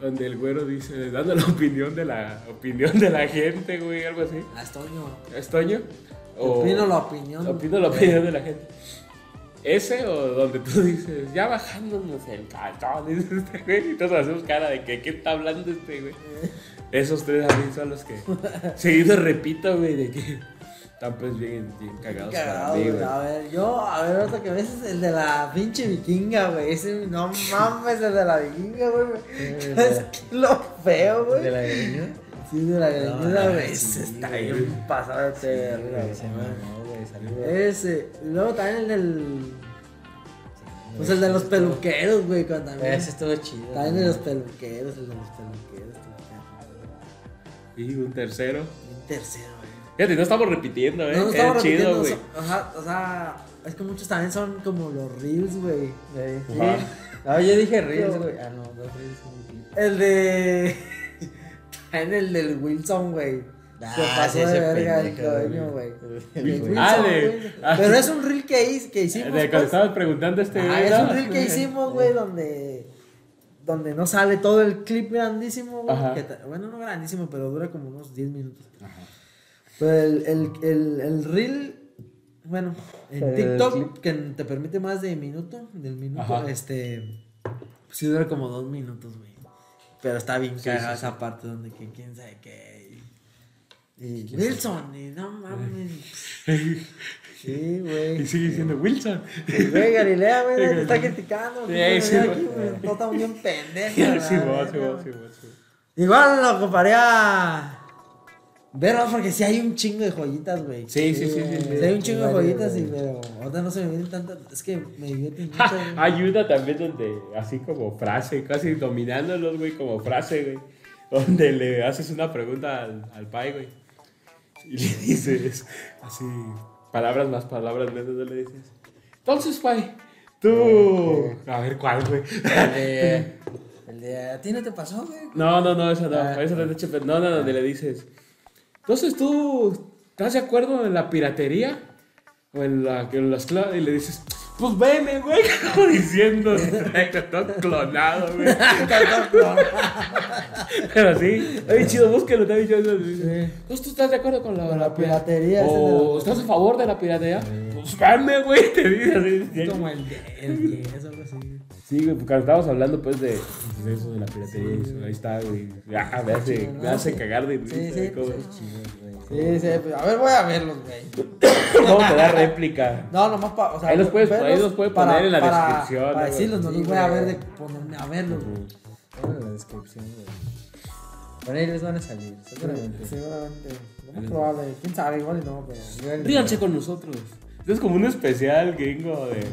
Donde el güero dice, dando la opinión de la opinión de la gente, güey, algo así.
Ah, Toño.
¿Es Toño? O-
Opino la opinión.
Opino la opinión de la gente. Ese o donde tú dices, ya bajándonos el calzón, dice este güey, y todos hacemos cara de que, ¿qué está hablando este güey? Esos tres a mí son los que seguido repito, güey, de que están pues bien, bien cagados para
Cagado,
mí,
güey.
güey.
a ver, yo, a ver, ahorita que ves es el de la pinche vikinga, güey. Ese, no mames, el de la vikinga, güey. Es lo feo, güey.
¿De la greña?
Sí, de la
No,
greñuda,
no,
güey.
sí,
Ese está
güey.
bien pasado de verga,
Güey,
güey.
se mamó, güey, saludos.
Eh,
Ese. Y Luego también el del. Pues el de los peluqueros, güey. cuando
Güey,
También,
Ese estuvo chido.
también de
güey.
los peluqueros, el de los peluqueros.
Y un tercero.
Un tercero, güey.
Fíjate, no estamos repitiendo, eh.
No, no
es
estamos
chido,
repitiendo.
güey.
so- ajá, o sea, es que muchos también son como los reels, güey.
Güey, sí.
Ajá.
No, yo dije Reels, güey. Ah, no, no Reels. güey.
El de. También el del Wilson, güey. Se pasó de verga el coño, güey. El Wilson,
Ah, de-
güey.
ah.
Pero es un reel que, hice- que hicimos.
De cuando
pues.
estabas preguntando este
Ah,
güey,
es
¿no?
un reel que hicimos, güey, donde. Donde no sale todo el clip grandísimo, güey.
Ajá.
que ta- Bueno, no grandísimo, pero dura como unos 10 minutos. Pero el, el, el, el reel, bueno, en
El
TikTok,
clip.
que te permite más de minuto, del minuto,
Ajá.
este. Pues sí dura como dos minutos, güey. Pero está bien
Sí,
cagada
sí,
esa parte donde que quién sabe qué. Y Wilson, y no mames. sí, güey.
Y sigue diciendo Wilson.
Güey, Galilea, güey, te está criticando.
Sí,
que
sí,
aquí,
güey.
güey, No estamos bien pendejos.
Sí,
la
sí, vos,
verga,
sí, vos,
güey.
sí, vos, sí, vos.
Igual lo comparé a. Verlo, porque sí hay un chingo de joyitas, güey.
Sí, sí, sí, sí, sí.
Sí hay un chingo de
Vale,
joyitas, y,
güey.
pero ahorita no se me vienen tantas. Es que me divierten mucho.
Ja,
güey.
Hay una también donde, así como frase, casi dominándolos, güey, como frase, güey. Donde le haces una pregunta al, al pai, güey. Y le dices, así, palabras más, palabras menos, no le dices. Entonces, pai, tú. A ver cuál, güey.
El de. El de. ¿A ti no te pasó, güey?
No, no, no, esa no.
Ah.
Esa no, es de no, no, donde le dices. Entonces tú, ¿estás de acuerdo en la piratería? O en, la, en las cla- Y le dices, pues veme, güey. Como diciendo, todo clonado, güey. Pero sí, oye, chido, búsquelo, te dicho. Entonces tú estás de acuerdo con la, oh.
Con la piratería, esa es de
O
la-
estás a favor de la piratería. Pues veme, güey. Te dice así.
Como el de. El de eso, algo así.
Sí, güey, porque estábamos hablando pues de, de eso, de la piratería. y eso. Ahí está, güey. Ah, me hace, me hace cagar de risa.
Sí, sí,
¿cómo?
pues,
güey.
Sí, sí, pues, a ver, voy a verlos, güey.
¿Cómo te da réplica?
No, nomás para. O sea,
Ahí los puedes- ahí
verlos
los puede
para-
poner en la
para-
descripción,
Para
¿no?
decirlos, no
Sí,
los voy a ver
güey.
de ponerme a verlos, güey.
Ponlo en la descripción, güey. Bueno, ahí les van a salir, seguramente.
Seguramente. Lo más probable. Quién sabe, igual y no, pero.
Ríanse con nosotros. Esto es como un especial gringo de.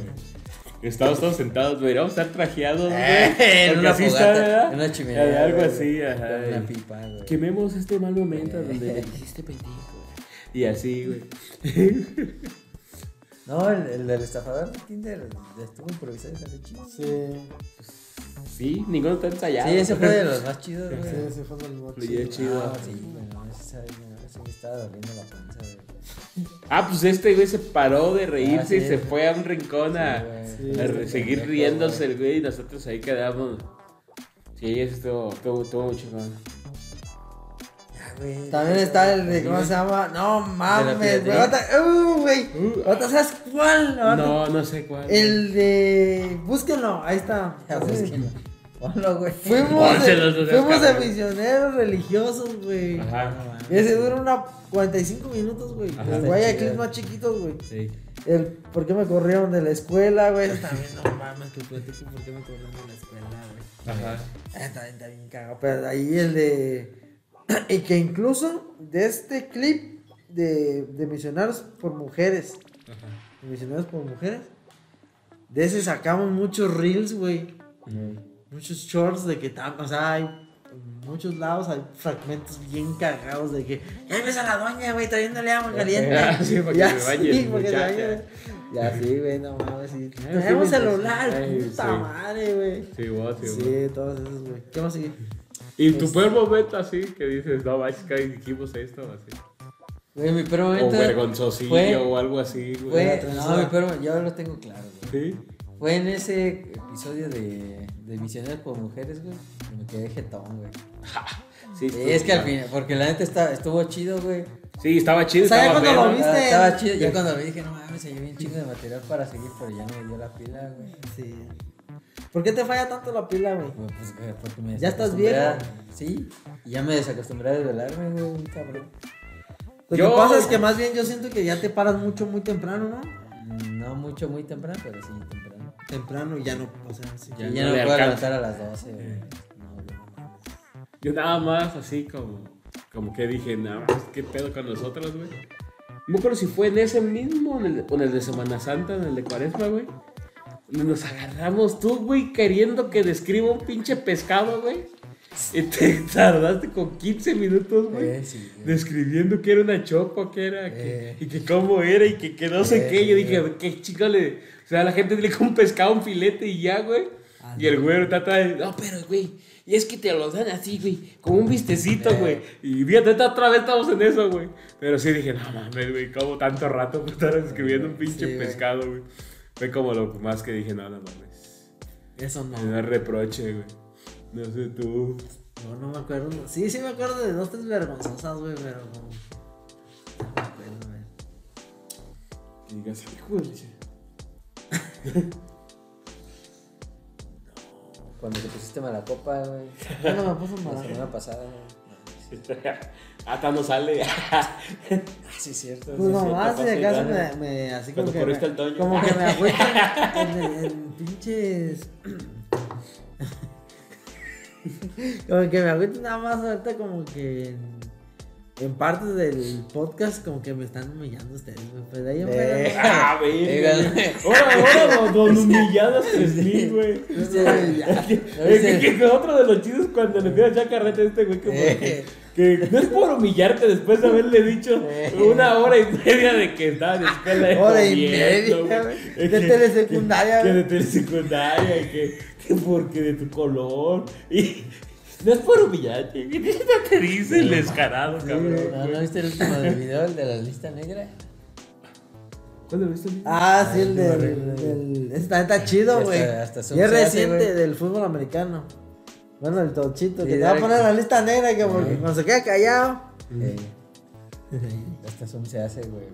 Estamos todos sentados, güey. Vamos a estar trajeados, güey.
Eh, en
porque
una
así está,
fogata,
¿verdad?
en una chimenea,
Algo
güey.
así,
Con
ajá.
Una Eh. pipa, güey.
Quememos este mal momento donde le dijiste pendejo. Y así, güey.
No, el, el del estafador de Tinder estuvo improvisado y salió chido.
Sí.
Sí, ninguno está ensayado.
Sí, ese fue de los más chidos, güey.
Sí, ese fue el más
Fluye
chido.
chido.
Ah, sí, güey, no, ese, ese me estaba doliendo la panza, güey.
Ah, pues este güey se paró de reírse
Ah, sí,
y se
güey.
fue a un rincón
Sí,
a,
güey. este
Sí,
a
güey.
seguir
Pendejo,
riéndose
güey.
el güey y nosotros ahí quedamos. Sí, eso estuvo, estuvo, estuvo muy chingón.
Ya, güey.
También está el de, ¿cómo se llama? No mames, güey.
piratería.
¿eh?
Otra- Uh, güey. Otra, ¿sabes cuál? Ahorita-
No, no sé cuál.
El de. Búsquenlo, ahí está.
Ya,
Así.
pues, que no. Ponlo, güey.
Fuimos
Pónselos, no
de,
seas
fuimos de
cabrón.
misioneros religiosos, güey.
Ajá.
Ese dura una 45 minutos, güey.
Ajá.
Los Guayaquil
Chido.
más chiquitos, güey.
Sí.
El por qué me corrieron de la escuela, güey. Eso También no mames, que platico por qué me corrieron de la escuela, güey.
Ajá.
Ah, También está bien cagado. Pero ahí el de. Y que incluso de este clip de, de Misioneros por Mujeres. de Misioneros por Mujeres. De ese sacamos muchos reels, güey. Muchos shorts de que tam- O sea, hay en muchos lados hay fragmentos bien cagados de que. Ya ves a la doña, güey, trayéndole agua caliente.
Ah, sí, para que
Ya
me
sí,
bañes,
para que te
muchacha.
bañes.
Ya, sí, güey, no mames. sí.
Tenemos
sí,
celular,
sí,
puta
sí.
madre, güey.
Sí, vos, sí, vos.
Sí, todos esos, güey. ¿Qué más sigue?
Y
pues
tu peor momento así que dices, no, manches, que dijimos esto, o así.
Güey, mi peor
O
momento.
vergonzosillo
fue-
o algo así, güey.
Fue, no, mi peor momento, yo lo tengo claro, güey.
Sí.
Fue en ese episodio de, de Misioneros por Mujeres, güey. que Me quedé jetón, güey.
Sí,
Sí,
estuvo
es que al
padre.
final, porque la neta está, estuvo chido, güey.
Sí, estaba chido.
¿Sabes
estaba
cuando
bueno.
lo viste?
Estaba chido. Ya cuando vi dije, no mames, se llevé un chingo de material para seguir, pero ya no me dio la pila, güey.
Sí. ¿Por qué te falla tanto la pila, güey?
Güey, Pues, güey, porque me
Ya estás
desacostumbré a- Sí, y ya me desacostumbré a desvelarme, güey, un cabrón.
Lo
Yo-
que pasa es que más bien yo siento que ya te paras mucho muy temprano, ¿no?
No mucho, muy temprano, pero sí, temprano.
Temprano y ya no, o sea, sí.
Ya
Ya, ya
no
no,
le
puedo
alcanza.
levantar a las 12, güey. No, güey, no mames.
Yo nada más así como, como que dije, nada más, ¿qué pedo con nosotros, güey? No me acuerdo si fue en ese mismo, en el, o en el de Semana Santa, en el de Cuaresma, güey. Donde Nos agarramos tú, güey, queriendo que describa un pinche pescado, güey. Y te tardaste con 15 minutos, güey.
Eh, sí, güey.
Describiendo que era una chopa, que era, que-
Eh.
y que cómo era, y que, que no sé
Eh,
qué. Yo
sí,
dije, qué chico le. O sea, la gente tiene como un pescado, un filete y ya, güey.
Ah,
y el güero trata de. No, pero, güey. Y es que te lo dan así, güey. Como un vistecito,
Eh.
güey. Y fíjate, ta- otra vez estamos en eso, güey. Pero sí dije, no mames, güey. ¿Cómo tanto rato por estar escribiendo un pinche
Eh, Sí, güey.
pescado, güey? Fue como lo más que dije, no, no mames.
Eso no.
No es reproche, güey. No sé tú.
Yo no me acuerdo. Sí, sí me acuerdo de dos, tres vergonzosas, güey, pero no. No me acuerdo, güey.
Y digas, hijo de ch-
Cuando te pusiste mala copa, güey.
Ya no me puso
La
mal.
semana pasada, güey. No,
Hasta no sale.
Ah, Sí, es cierto.
Pues eh,
sí, es
nomás,
capaz
si
de
acaso
ganar.
me, me- así
Cuando
como que
corriste
me,
al Toño.
como que me apuesto en, en- en pinches como que me agüito nada más ahorita como que en, en partes del podcast como que me están humillando ustedes, güey. Pues de ahí en
Eh.
fuera,
Ah, verga.
Eh,
Ahora, ahora, don- don humilladas que sí, güey.
cierto. Viste, güey, ya. ¿No
Es que,
viste?
que- que otro de los chidos cuando le empieza a echar carrete a este güey, como que,
Eh.
que no es por humillarte después de haberle dicho
Eh.
una hora y media de que estaba en escuela de
Hora y
gobierno,
media,
güey.
güey.
Es
De
que-
telesecundaria,
que, que
güey.
de telesecundaria, y que, que porque de tu color. Y no es por humillarte, güey, no te dice el descarado, cabrón.
güey.
¿No, ¿No viste el último del video, el de la lista negra?
¿Cuándo lo viste? amigo?
Ah, sí, el
Ay,
del,
horrible,
del- ese también está chido,
Hasta-
güey.
hasta Zoom
Y es
se hace,
reciente
güey.
del fútbol americano. Bueno, el tochito,
Sí,
que te va a
dale.
poner la lista negra, que porque
Eh.
cuando se queda callado.
Eh, hasta Zoom se hace, güey.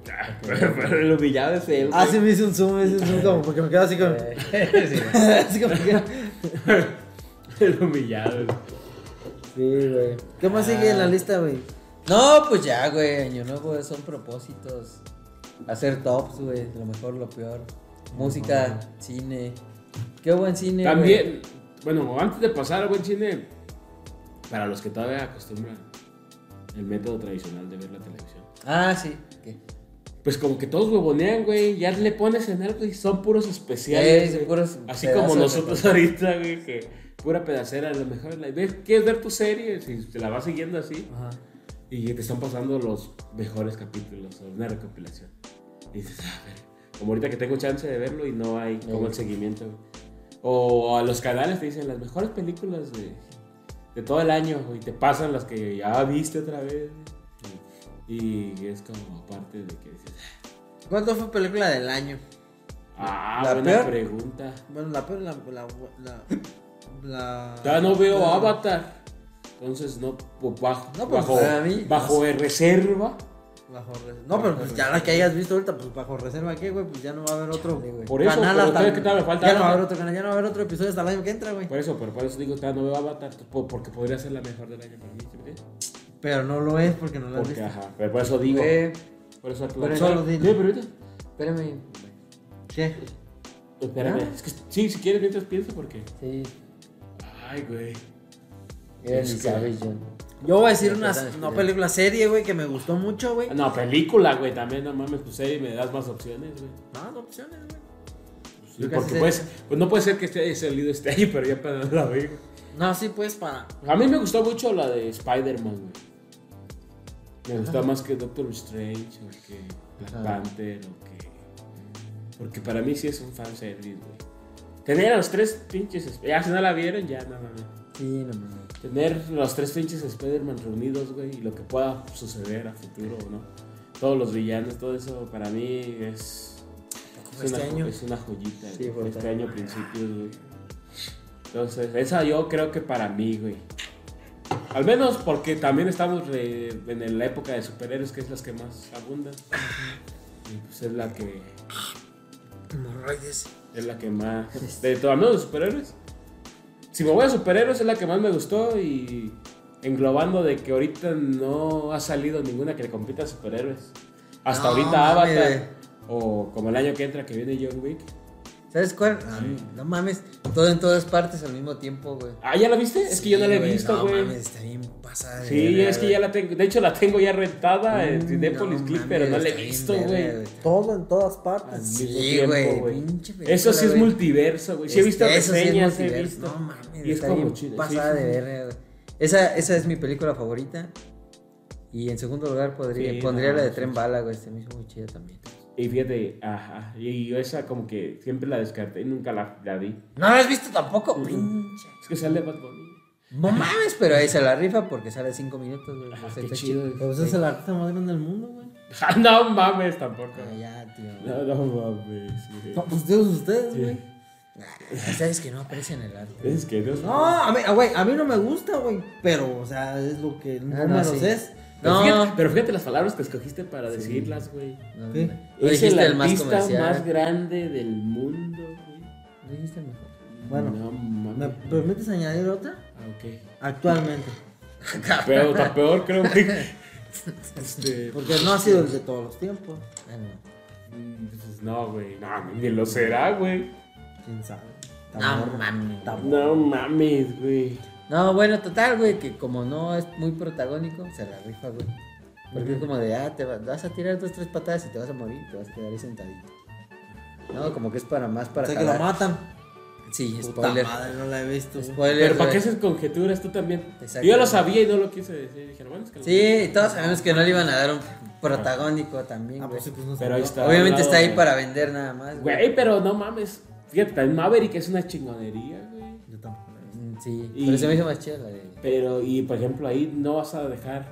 Pero, pero el humillado es él.
Ah,
güey.
sí, me hice un zoom, me hice un zoom, como porque me quedo así como.
Eh, sí.
así como que.
El humillado.
Sí, güey. ¿Qué más sigue en la lista, güey?
No, pues ya, güey, año nuevo son propósitos. Hacer tops, güey, lo mejor, lo peor. Música, cine. Qué buen cine. güey.
También, bueno, antes de pasar al buen cine, para los que todavía acostumbran el método tradicional de ver la televisión,
Ah, sí. ¿Qué?
pues como que todos huevonean, güey, ya le pones en algo y son puros
Sí,
especiales.
son
güey.
puros
Así
pedazos
como
de
nosotros
cosas.
ahorita, güey, que pura pedacera, a lo mejor la ves, quieres ver tu serie, si te la vas siguiendo así,
Ajá.
y te están pasando los mejores capítulos, o una "Ah, recopilación. Y dices, a ver, como ahorita que tengo chance de verlo y no hay como el seguimiento, güey. O a los canales te dicen las mejores películas de, de todo el año y te pasan las que ya viste otra vez. Y, y es como parte de que dices,
¿Cuánto fue película del año?
ah,
¿La
buena
peor?
pregunta.
Bueno, la peor, la. la, la, la-
Ya no veo
la-
Avatar. Entonces no, pues, bajo,
No, pues,
bajo,
para mí,
bajo de reserva.
Bajo reserva. No, pero pues ya la que hayas visto ahorita, pues bajo reserva, ¿qué, güey? Pues ya no va a haber otro
Chale, güey.
Por eso,
canal
pero
hasta.
todavía que todavía me falta
ya no va a haber otro
Avatar.
canal, ya no va a haber otro episodio hasta el año que entra, güey.
Por eso, pero por eso digo, ya no veo Avatar. po- Porque podría ser la mejor del año para mí. ¿sí me entiendes?
Pero no lo es porque no lo has
Porque,
visto.
ajá, pero por eso digo.
Eh,
Por eso
Pero
solo dilo.
Sí, pero ahorita-
espérame.
¿Qué?
Espérame.
¿Ah?
Es que, sí, si quieres, mientras pienso, porque.
Sí.
Ay, güey.
Era
Es
ni
que-
sabes, yo.
Yo voy a decir
Me
una,
tratan de
una
espiar.
película serie, güey, que me gustó mucho, güey.
No, película, güey, también, no mames, pues ahí me das más opciones, güey.
Más opciones, güey.
Sí,
Yo casi
porque
sé-
pues, pues no puede ser que esté haya salido este año, pero ya para la vi. güey.
No, sí, pues para.
A mí me gustó mucho la de Spider-Man, güey. Me gustó más que Doctor Strange o que Black
Ajá.
Panther o que. Porque para mí sí es un fanservice, güey. Tener a los tres pinches. Sp- Ya si no la vieron, ya, no mames.
Sí, no mames.
Tener los tres pinches Spider-Man reunidos, güey, y lo que pueda suceder a futuro, ¿no? Todos los villanos, todo eso, para mí es. Es
Este
una,
año.
es una joyita,
Sí,
güey.
fue
este
tal.
año principios, güey. Entonces, esa yo creo que para mí, güey. Al menos porque también estamos re- en la época de superhéroes, que es las que más abundan. Y pues es la que.
Hemorroides.
Es la que más. De todos los superhéroes. Si me voy a superhéroes, es la que más me gustó. Y englobando de que ahorita no ha salido ninguna que le compita a superhéroes. Hasta
No,
ahorita
mami,
Avatar. O como el año que entra, que viene John Wick.
¿Sabes cuál? Ah, No mames. Todo en todas partes al mismo tiempo, güey.
Ah, ¿ya la viste? Es que yo no la he
Sí, güey,
visto,
No
güey.
mames, está bien pasada. de
sí,
verga,
es que
güey.
ya la tengo. De hecho, la tengo ya rentada en
Mm,
Cinépolis
no
Click,
mames,
pero no la he
está bien
visto,
verga,
güey.
Todo en todas
Al
partes.
mismo
Sí,
tiempo,
güey,
güey.
pinche película,
Eso sí es
güey.
multiverso, güey. Sí he visto
Este, eso sí es
reseñas, he
multiverso.
visto.
No mames,
y es
está
como
bien
chida. sí,
pasada
sí, sí.
de verga, güey. Esa, esa es mi película favorita. Y en segundo lugar podría,
Sí,
pondría
no,
la de
sí,
Tren
sí.
Bala, güey. Se me hizo muy chida también.
Y fíjate, ajá. Y yo esa como que siempre la descarté y nunca la, la vi.
¿No la has visto tampoco? Pinche.
Es que sale Bad Bunny.
No mames, pero ahí se la rifa porque sale 5 minutos, güey.
Ah,
O sea,
qué
está
chido.
chido.
Pues es el artista más grande del mundo, güey.
Ah, no mames tampoco.
Ah, Ya, tío.
No, no mames. güey.
No, pues Dios, ustedes,
Sí.
güey.
Ah, Sabes que no aparece en el arte.
Es que Dios
No, a mí, ah, güey, a mí no me gusta, güey. Pero, o sea, es lo que
no,
números
sí.
es.
Pero,
No.
fíjate, pero fíjate las palabras que escogiste para decirlas, güey.
No,
¿Qué?
no. Lo
Es el
dijiste el más
artista más,
comercial.
grande del mundo, güey.
Lo dijiste el mejor.
Bueno,
no
¿me
mames.
permites añadir otra?
Ah, ok.
Actualmente.
Pero está peor, creo que. Este.
Porque no ha sido el de todos los tiempos.
Ah, no.
mm, pues, no, güey. No, ni lo será, güey.
Quién sabe.
No
Tamor-
mames.
tamor-
No mames, güey.
No, bueno, total, güey, que como no es muy protagónico, se la rifa, güey. Porque es como de, ah, te va- vas a tirar dos, tres patadas y te vas a morir, te vas a quedar ahí sentadito. No, como que es para más
O
para
sea que lo
jalar.
matan.
Sí,
Puta
spoiler.
madre, no la he visto. güey.
Spoiler.
Pero ¿para
güey.
qué haces conjeturas tú también?
Exacto.
Yo lo sabía y no lo quise decir. Dijeron, bueno, es que lo-
Sí, todos sabemos que no le iban a dar un protagónico también,
Ah,
güey.
pues sí, pues no se
Pero ahí
murió.
está.
Obviamente está ahí
güey.
para vender nada más,
Güey, pero no mames. Fíjate, también Maverick es una chingonería, güey.
Yo tampoco. la he visto.
Mm, Sí,
Y-
pero se me hizo más chida la de...
Pero, y por ejemplo, ahí no vas a dejar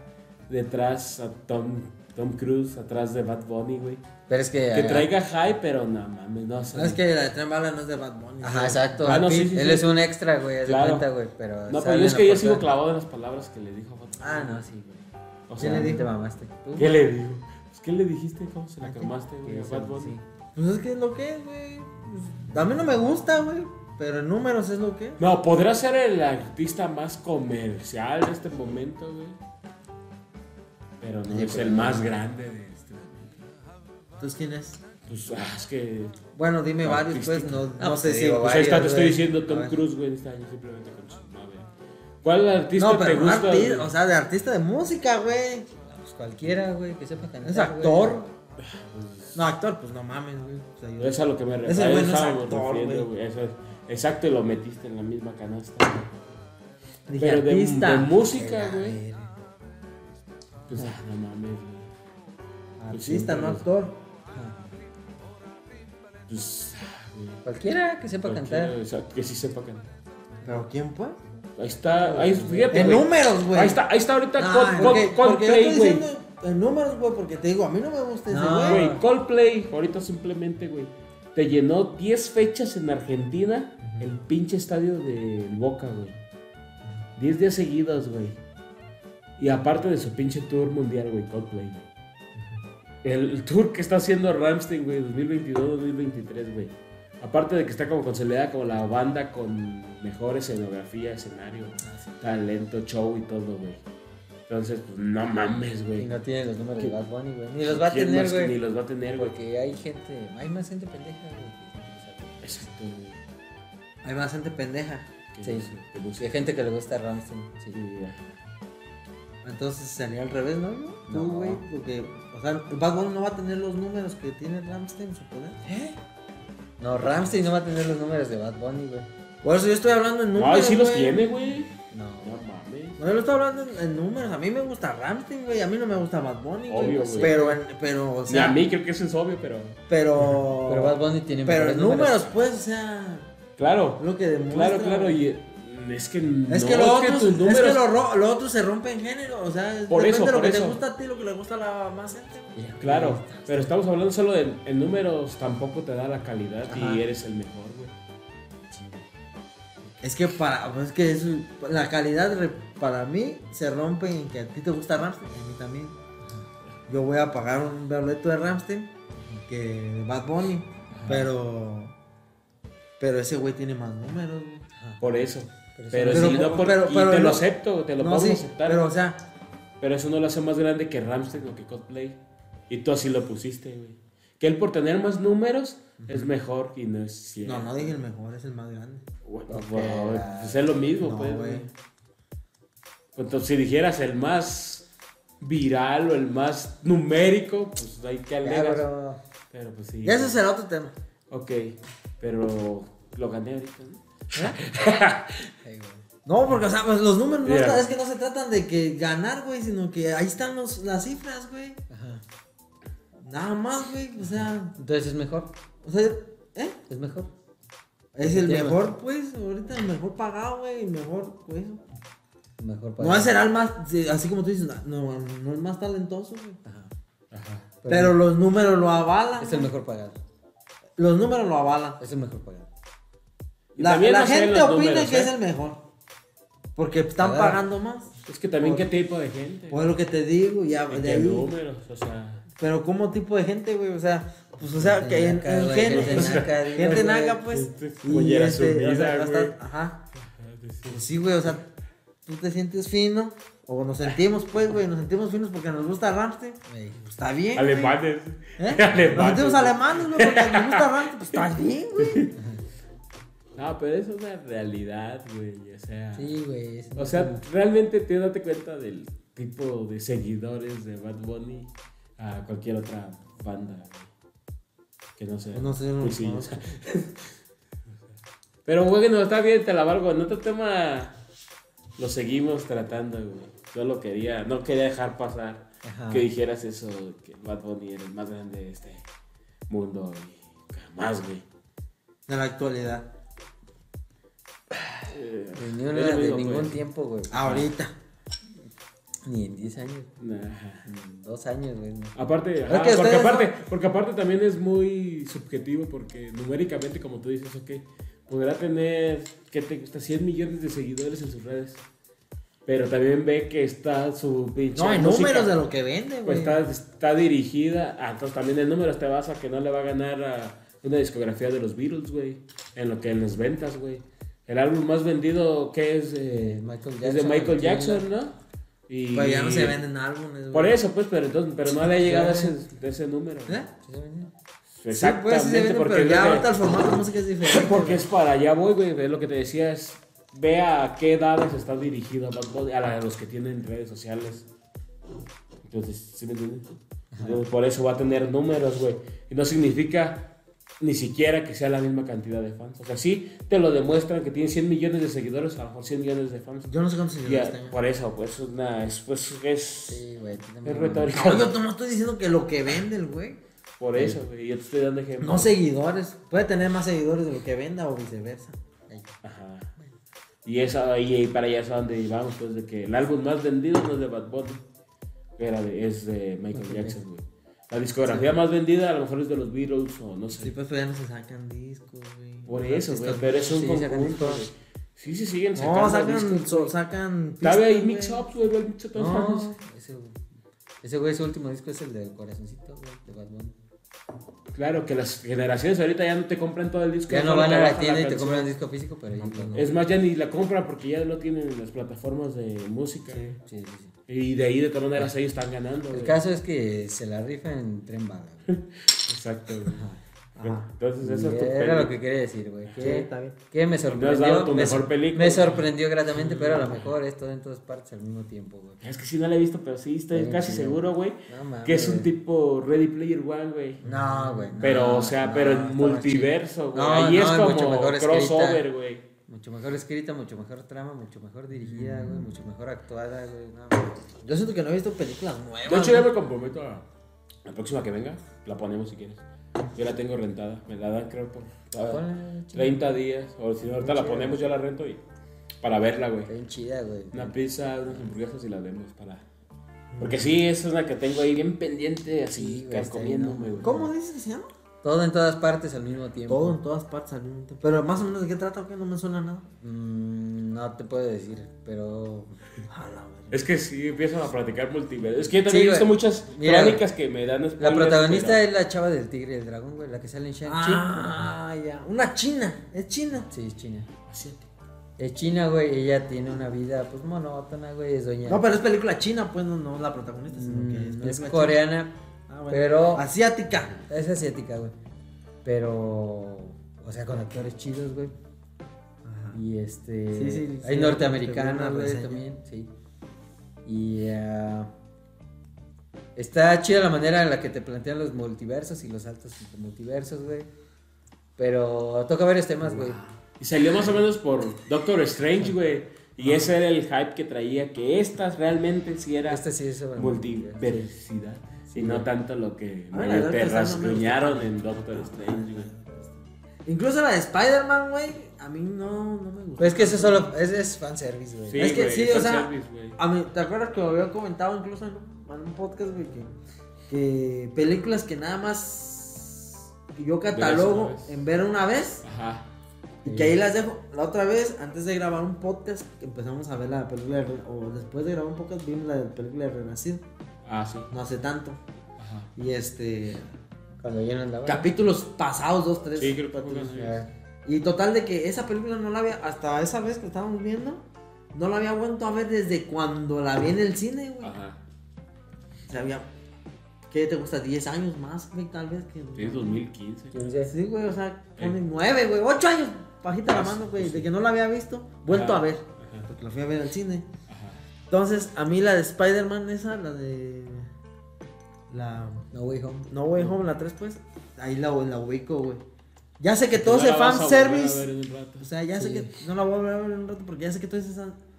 detrás a Tom, Tom Cruise, atrás de Bad Bunny, güey.
Pero es que...
Que traiga hype, pero no mames, no sé.
No, es que la de Tren Bala no es de Bad Bunny.
Ajá,
güey.
exacto.
Ah, no, sí, sí,
Él
sí.
es un extra, güey, haz de
Claro.
cuenta, güey, pero...
No, pero
sale
yo es
en
que yo
la
sigo
portada.
clavado en las palabras que le dijo Bad Bunny.
Ah, no, sí, güey.
O
¿Qué
sea,
le dije? Te mamaste. ¿Tú?
¿Qué le digo? Pues, ¿Qué le dijiste? ¿Cómo se la
¿A qué?
calmaste, güey?
Que
A
se-
Bad Bunny.
sí.
Pues es que es lo que es, güey. Pues, a mí no me gusta, güey. Pero en números es lo que es.
No, podrá ser el artista más comercial de este momento, güey. Pero no es el más grande de este momento.
Entonces, ¿quién es?
Pues, ah, es que.
Bueno, dime varios, pues.
Artístico.
No,
Ah,
no
pues,
sé
te
si.
digo,
Pues ahí está, te
Varios,
estoy
güey.
diciendo
A
Tom
ver.
Cruise, güey, este año simplemente con su madre. ¿Cuál artista
no,
te
pero no
gusta?
arti-
güey?
o sea, de artista de música, güey.
Pues cualquiera, güey, que sepa cantar.
Es
güey.
actor. No, actor, pues no mames, güey. O sea, yo-
es a lo que me refiero.
Ese
a
güey
eso
no es
me
actor,
refiero, güey, eso es. Exacto, y lo metiste en la misma canasta. güey.
Dije
Pero de,
artista.
de música,
Era,
güey.
era.
Pues, ah, no mames, güey.
Artista,
Pues,
no
sí,
actor.
Pues, ah,
Cualquiera que sepa cantar.
Que sí sepa cantar.
¿Pero quién fue?
Ahí está, ahí, fíjate.
En
güey.
números, güey.
Ahí está, ahí está ahorita
No,
Col-
Ah, porque,
Col-
porque yo
Coldplay,
estoy
güey.
diciendo en números, güey, porque te digo, a mí no me gusta ese
No,
güey.
Güey, Coldplay, ahorita simplemente, güey. Te llenó 10 fechas en Argentina el pinche estadio de Boca, güey. 10 días seguidos, güey. Y aparte de su pinche tour mundial, güey, Coldplay. güey. El tour que está haciendo Ramstein, güey, 2022-2023, güey. Aparte de que está como consolidada como la banda con mejor escenografía, escenario,
Ah,
talento, show y todo, güey. Entonces, pues no mames,
Y
güey.
no tiene los números de
¿Quién-
Bad Bunny, güey. Ni los va a
¿Quién
tener,
más que Ni
güey.
los va a tener, güey.
Porque hay gente, hay más gente pendeja, güey.
Exacto, güey.
Hay más gente pendeja.
Que
Sí.
no sé, que no
Y hay
sé.
gente que le gusta Ramstein. Sí.
Y ya.
Entonces sería al revés, ¿no? yo? Tú,
No.
güey, porque, o sea, Bad Bunny no va a tener los números que tiene Ramstein, supongo.
No, Ramstein no va a tener los números de Bad Bunny, güey.
Por eso yo estoy hablando en números.
No, y sí los
güey.
tiene, güey.
No.
No mames.
No, yo lo estoy hablando en, en números. A mí me gusta Ramstein, güey. A mí no me gusta Bad Bunny, güey.
Obvio, güey.
Pero, en- pero, o
Ni
sea.
a mí creo que eso es obvio, pero.
Pero.
Pero Bad Bunny tiene
Pero
mejores
en números, pues, o sea.
Claro,
Lo que demuestra.
claro, claro.
güey.
Y eh, es que
Es
no,
que, lo, otro,
es tus números.
es que lo, ro- lo otro se rompe en género. O sea, es-
Por
depende
eso,
de lo
por
que te
eso.
gusta a ti, lo que le gusta a la más gente, güey.
Claro, pero estamos hablando solo de en números, tampoco te da la calidad
Ajá.
y eres el mejor, güey.
Es que para, pues, es que eso, la calidad re- para mí se rompe en que a ti te gusta Ramstein, a mí también. Yo voy a pagar un boleto de Ramstein que de Bad Bunny, pero pero ese güey tiene más números. güey.
Por eso.
Pero
Pero,
sí. Pero-
si no por-
pero-
y
pero
te
no-
lo acepto, te lo
No,
puedo
sí,
aceptar.
pero
Pero,
o sea,
eso no lo hace más grande que Ramstein o que Coldplay. Y tú así lo pusiste, güey. Que él por tener más números es mejor y no es cierto.
no, no dije el mejor, es el más grande.
Bueno,
Ok.
wow, pues es lo mismo,
No,
pues.
güey.
güey. Entonces, si dijeras el más viral o el más numérico, pues hay que
Ya,
alegar. Pero...
pero...
pues sí.
Y ese será otro tema.
Ok, pero lo gané ahorita, ¿no?
Ay, güey.
No, porque o sea, pues, los números no
Mira.
está- es que no se tratan de que ganar, güey, sino que ahí están los, las cifras, güey.
Ajá.
Nada más, güey, o sea,
Entonces es mejor.
o sea, ¿eh?
Es mejor.
Es el
Tiene
mejor, pues, ahorita el mejor pagado, güey, el mejor, pues.
Mejor
Pues
para.
No será el más, sí, así como tú dices, no, no el más talentoso, güey.
Pues
Ajá.
Ajá.
Pero
Pero los números lo avalan.
Es el mejor pagado.
Los números lo avalan.
Es el mejor pagado.
Y
La,
también
la
no sé
gente
los
opina
números,
que
¿eh? Ah.
es el mejor. Porque están
Claro.
pagando más.
Es que también qué tipo de gente.
Pues lo que te digo, ya,
Y
de
qué
ahí.
números, o sea.
Pero ¿cómo tipo de gente, güey? O sea, pues, o sea,
Gente
que en,
naca,
en
güey,
gente,
gente naca, digo,
gente
güey.
naca, pues.
Gente pollera sumida,
o sea,
güey.
estás- ajá. Pues sí, güey, o sea, tú te sientes fino, o nos sentimos, pues, güey, nos sentimos finos porque nos gusta Ramstein,
Ey.
pues está bien. güey.
Alemanes.
¿Eh? Nos
Alemanes.
sentimos alemanes, güey, porque nos gusta Ramstein, pues está bien, güey.
No, pero es una realidad, güey. O sea.
Sí, güey. es-
O sea, realmente te date cuenta del tipo de seguidores de Bad Bunny a cualquier otra banda güey. que no sea.
No sé, no
Pues sí,
conozco.
o sea. Pero güey, no está bien, te la valgo. En otro tema lo seguimos tratando, güey. Yo lo quería, no quería dejar pasar
Ajá.
que dijeras eso, que Bad Bunny era el más grande de este mundo y jamás, güey.
De la actualidad,
Eh,
De, ni una-
es lo
de
mismo,
ningún
pues.
tiempo, güey.
ahorita.
Ni en 10 años.
Nah.
ni en Dos años, güey. no.
Aparte,
Creo
ajá,
Ah, que
porque,
ustedes no-
aparte porque aparte también es muy subjetivo porque numéricamente, como tú dices, ok, podrá tener, ¿qué te gusta? 100 millones de seguidores en sus redes. Pero también ve que está su pinche
No, en
música,
números de lo que vende, güey.
pues, está, está dirigida, ah, entonces también en números te vas a que no le va a ganar a una discografía de los Beatles, güey, en lo que en las ventas, güey. El álbum más vendido, que es? Eh,
Eh, Michael
es de
Jackson,
Michael
tiene-
Jackson, ¿no? Y,
Pues ya no se venden álbumes, güey.
por eso, pues, pero, entonces, pero no le ha llegado a ese, de ese número. güey.
¿Eh?
Sí, güey.
Sí, pues, sí se
Exactamente,
venden,
porque,
pero
es lo
ya
que-
ahorita el formato de música es diferente.
porque es para allá voy, güey. Es lo que te decía, es ve a qué edades está dirigido Bad Bunny, a, la- a los que tienen redes sociales. Entonces, ¿sí me entiendes? Entonces, por eso va a tener números, güey. Y no significa ni siquiera que sea la misma cantidad de fans. O sea, sí te lo demuestran que tiene 100 millones de seguidores, a lo mejor 100 millones de fans.
Yo no sé cuántos
Y,
seguidores
ah,
tengo.
por eso, pues, una, es, pues, es,
Sí, güey. tú también,
es
güey.
retórica.
No, yo no estoy diciendo que lo que vende el güey.
Por eso, güey. Yo te estoy dando ejemplo.
No seguidores. Puede tener más seguidores de lo que venda o viceversa. Ahí.
Ajá. Y eso, y, y para allá es a donde íbamos, pues, de que el álbum más vendido no es de Bad Bunny, era de- es de Michael Jackson, güey. La discografía más vendida a lo mejor es de los Beatles o no sé.
Sí, pues pues, ya no se sacan discos, güey.
Por eso, güey,
Artistas-
pero es un
sí, sacan
conjunto.
discos.
güey. Sí, sí, siguen sacando
No, sacan,
discos.
so- sacan.
Todavía hay
pistas, güey.
mix-ups, güey, ve el mix-up de los fans.
No, ese, ese güey, su último disco es el del corazoncito, güey, de Bad Bunny.
Claro, que las generaciones ahorita ya no te compran todo el disco.
Ya no
solo
van
te
a la
bajan
tienda y te
canción.
compran el disco físico, pero ellos no.
Es más, ya ni la compran porque ya lo tienen en las plataformas de música.
Sí, sí, sí.
Y de ahí, de todas maneras, ellos están ganando.
El
güey.
caso es que se la rifa en tren vaga. güey.
Exacto, güey.
Ajá.
Entonces, eso Pues es tu
Era
peli.
lo que quería decir, güey.
Sí,
Que,
está bien.
que me sorprendió.
dado tu
me,
mejor
sor-
película.
me sorprendió gratamente, pero a lo mejor es todo en todas partes al mismo tiempo, güey.
Es que sí, no la he visto, pero sí estoy
Bien
casi
chido.
seguro, güey.
No mames,
que es un
güey.
tipo Ready Player One, güey.
No, güey. no,
pero, o sea,
no,
pero
está
en
más
multiverso,
chido.
güey.
No,
Ahí
no,
es
mucho
como
mejor escrita,
crossover, güey.
Mucho mejor escrita, mucho mejor trama, mucho mejor dirigida,
Mm.
güey, mucho mejor actuada, güey. No, mames.
Yo siento que no he visto películas nuevas.
De hecho, ya
güey.
me comprometo a la próxima que venga. La ponemos si quieres. Yo la tengo rentada. Me la dan, creo, por ah,
Ponla, chido.
30 días. O si no, ahorita la ponemos, yo la rento y. Para verla, güey.
Está bien chida, güey.
Una pizza, unas hamburguesas y las vemos para. Porque sí, esa es la que tengo ahí bien pendiente, así,
Sí, güey, está ahí, no
carcomiéndome, güey.
¿Cómo dices que se llama?
Todo en todas partes al mismo tiempo.
Todo en todas partes al mismo tiempo. Pero más o menos de qué trata o qué no me suena nada.
Mm, no te puedo decir, pero.
A la verga.
Es que sí empiezan a platicar multiverso. Es que yo también he visto
güey.
muchas
Mira,
crónicas que me dan
La
spoilers,
protagonista
pero-
es la chava del tigre y el dragón, güey, la que sale en Shang-Chi.
Ah, ya. Una china. Es china.
Sí, es china.
Asiática.
Es china, güey, y ella tiene una vida, pues, monótona, güey, es doña.
No, pero es película china, pues no, no la protagonista, sino que es
Mm,
película
es
china.
coreana,
Ah, bueno.
pero.
Asiática.
Es asiática, güey. Pero. O sea, con actores chidos, güey. Y este.
Sí, sí,
hay
sí, te vi
norteamericanos,
una
güey,
reseña.
también, sí. Y. ah, está chida la manera en la que te plantean los multiversos y los saltos entre multiversos, güey. Pero toca varios temas, güey.
Y salió más o menos por Doctor Strange, güey. Y ese era el hype que traía, que estas realmente sí era
Este sí es sobre multiversos.
multiversidad. Y no tanto lo que
Ah,
medio
la verdad
te
que esa no me gusta.
rasguñaron en Doctor Strange, güey.
Incluso la de Spider-Man, güey, a mí no, no me gusta.
Pues es que eso solo. Es, es fanservice, güey.
Sí,
es que
güey,
sí, o sea,
fanservice, güey.
A mí, ¿te acuerdas que lo había comentado incluso en un, en un podcast, güey, que, que películas que nada más yo catalogo
Verlas una vez.
en ver una vez
Ajá.
y que ahí las dejo. La otra vez, antes de grabar un podcast, que empezamos a ver la película, de Re- o después de grabar un podcast, vimos la película de Renacido,
Ah, sí.
no hace tanto.
Ajá.
Y este,
Cuando llenan la barra.
capítulos pasados, dos, tres.
Sí, creo que
capítulos.
fue
Ah,
Y total de que esa película no la había, hasta esa vez que estábamos viendo, no la había vuelto a ver desde cuando la vi en el cine, güey.
Ajá.
O sea, había, ¿qué te gusta? 10 años más, güey, tal vez que...
Sí, es 2015. creo.
15.
Sí, güey, o sea,
Eh.
pone 9, güey, 8 años, bajita la
Ah,
mano,
sí,
güey,
sí.
de que no la había visto, vuelto
Ajá.
a ver,
Ajá.
porque la fui a ver al cine.
Ajá.
Entonces, a mí la de Spider-Man esa, la de... La...
No Way Home.
No Way Home, la 3, pues, ahí la, la ubico, güey. Ya sé que todo
No
ese
la vas a volver
fanservice...
a ver en un rato.
O sea, ya sé
Sí.
que no la voy a volver a ver en un rato porque ya sé que todo eso.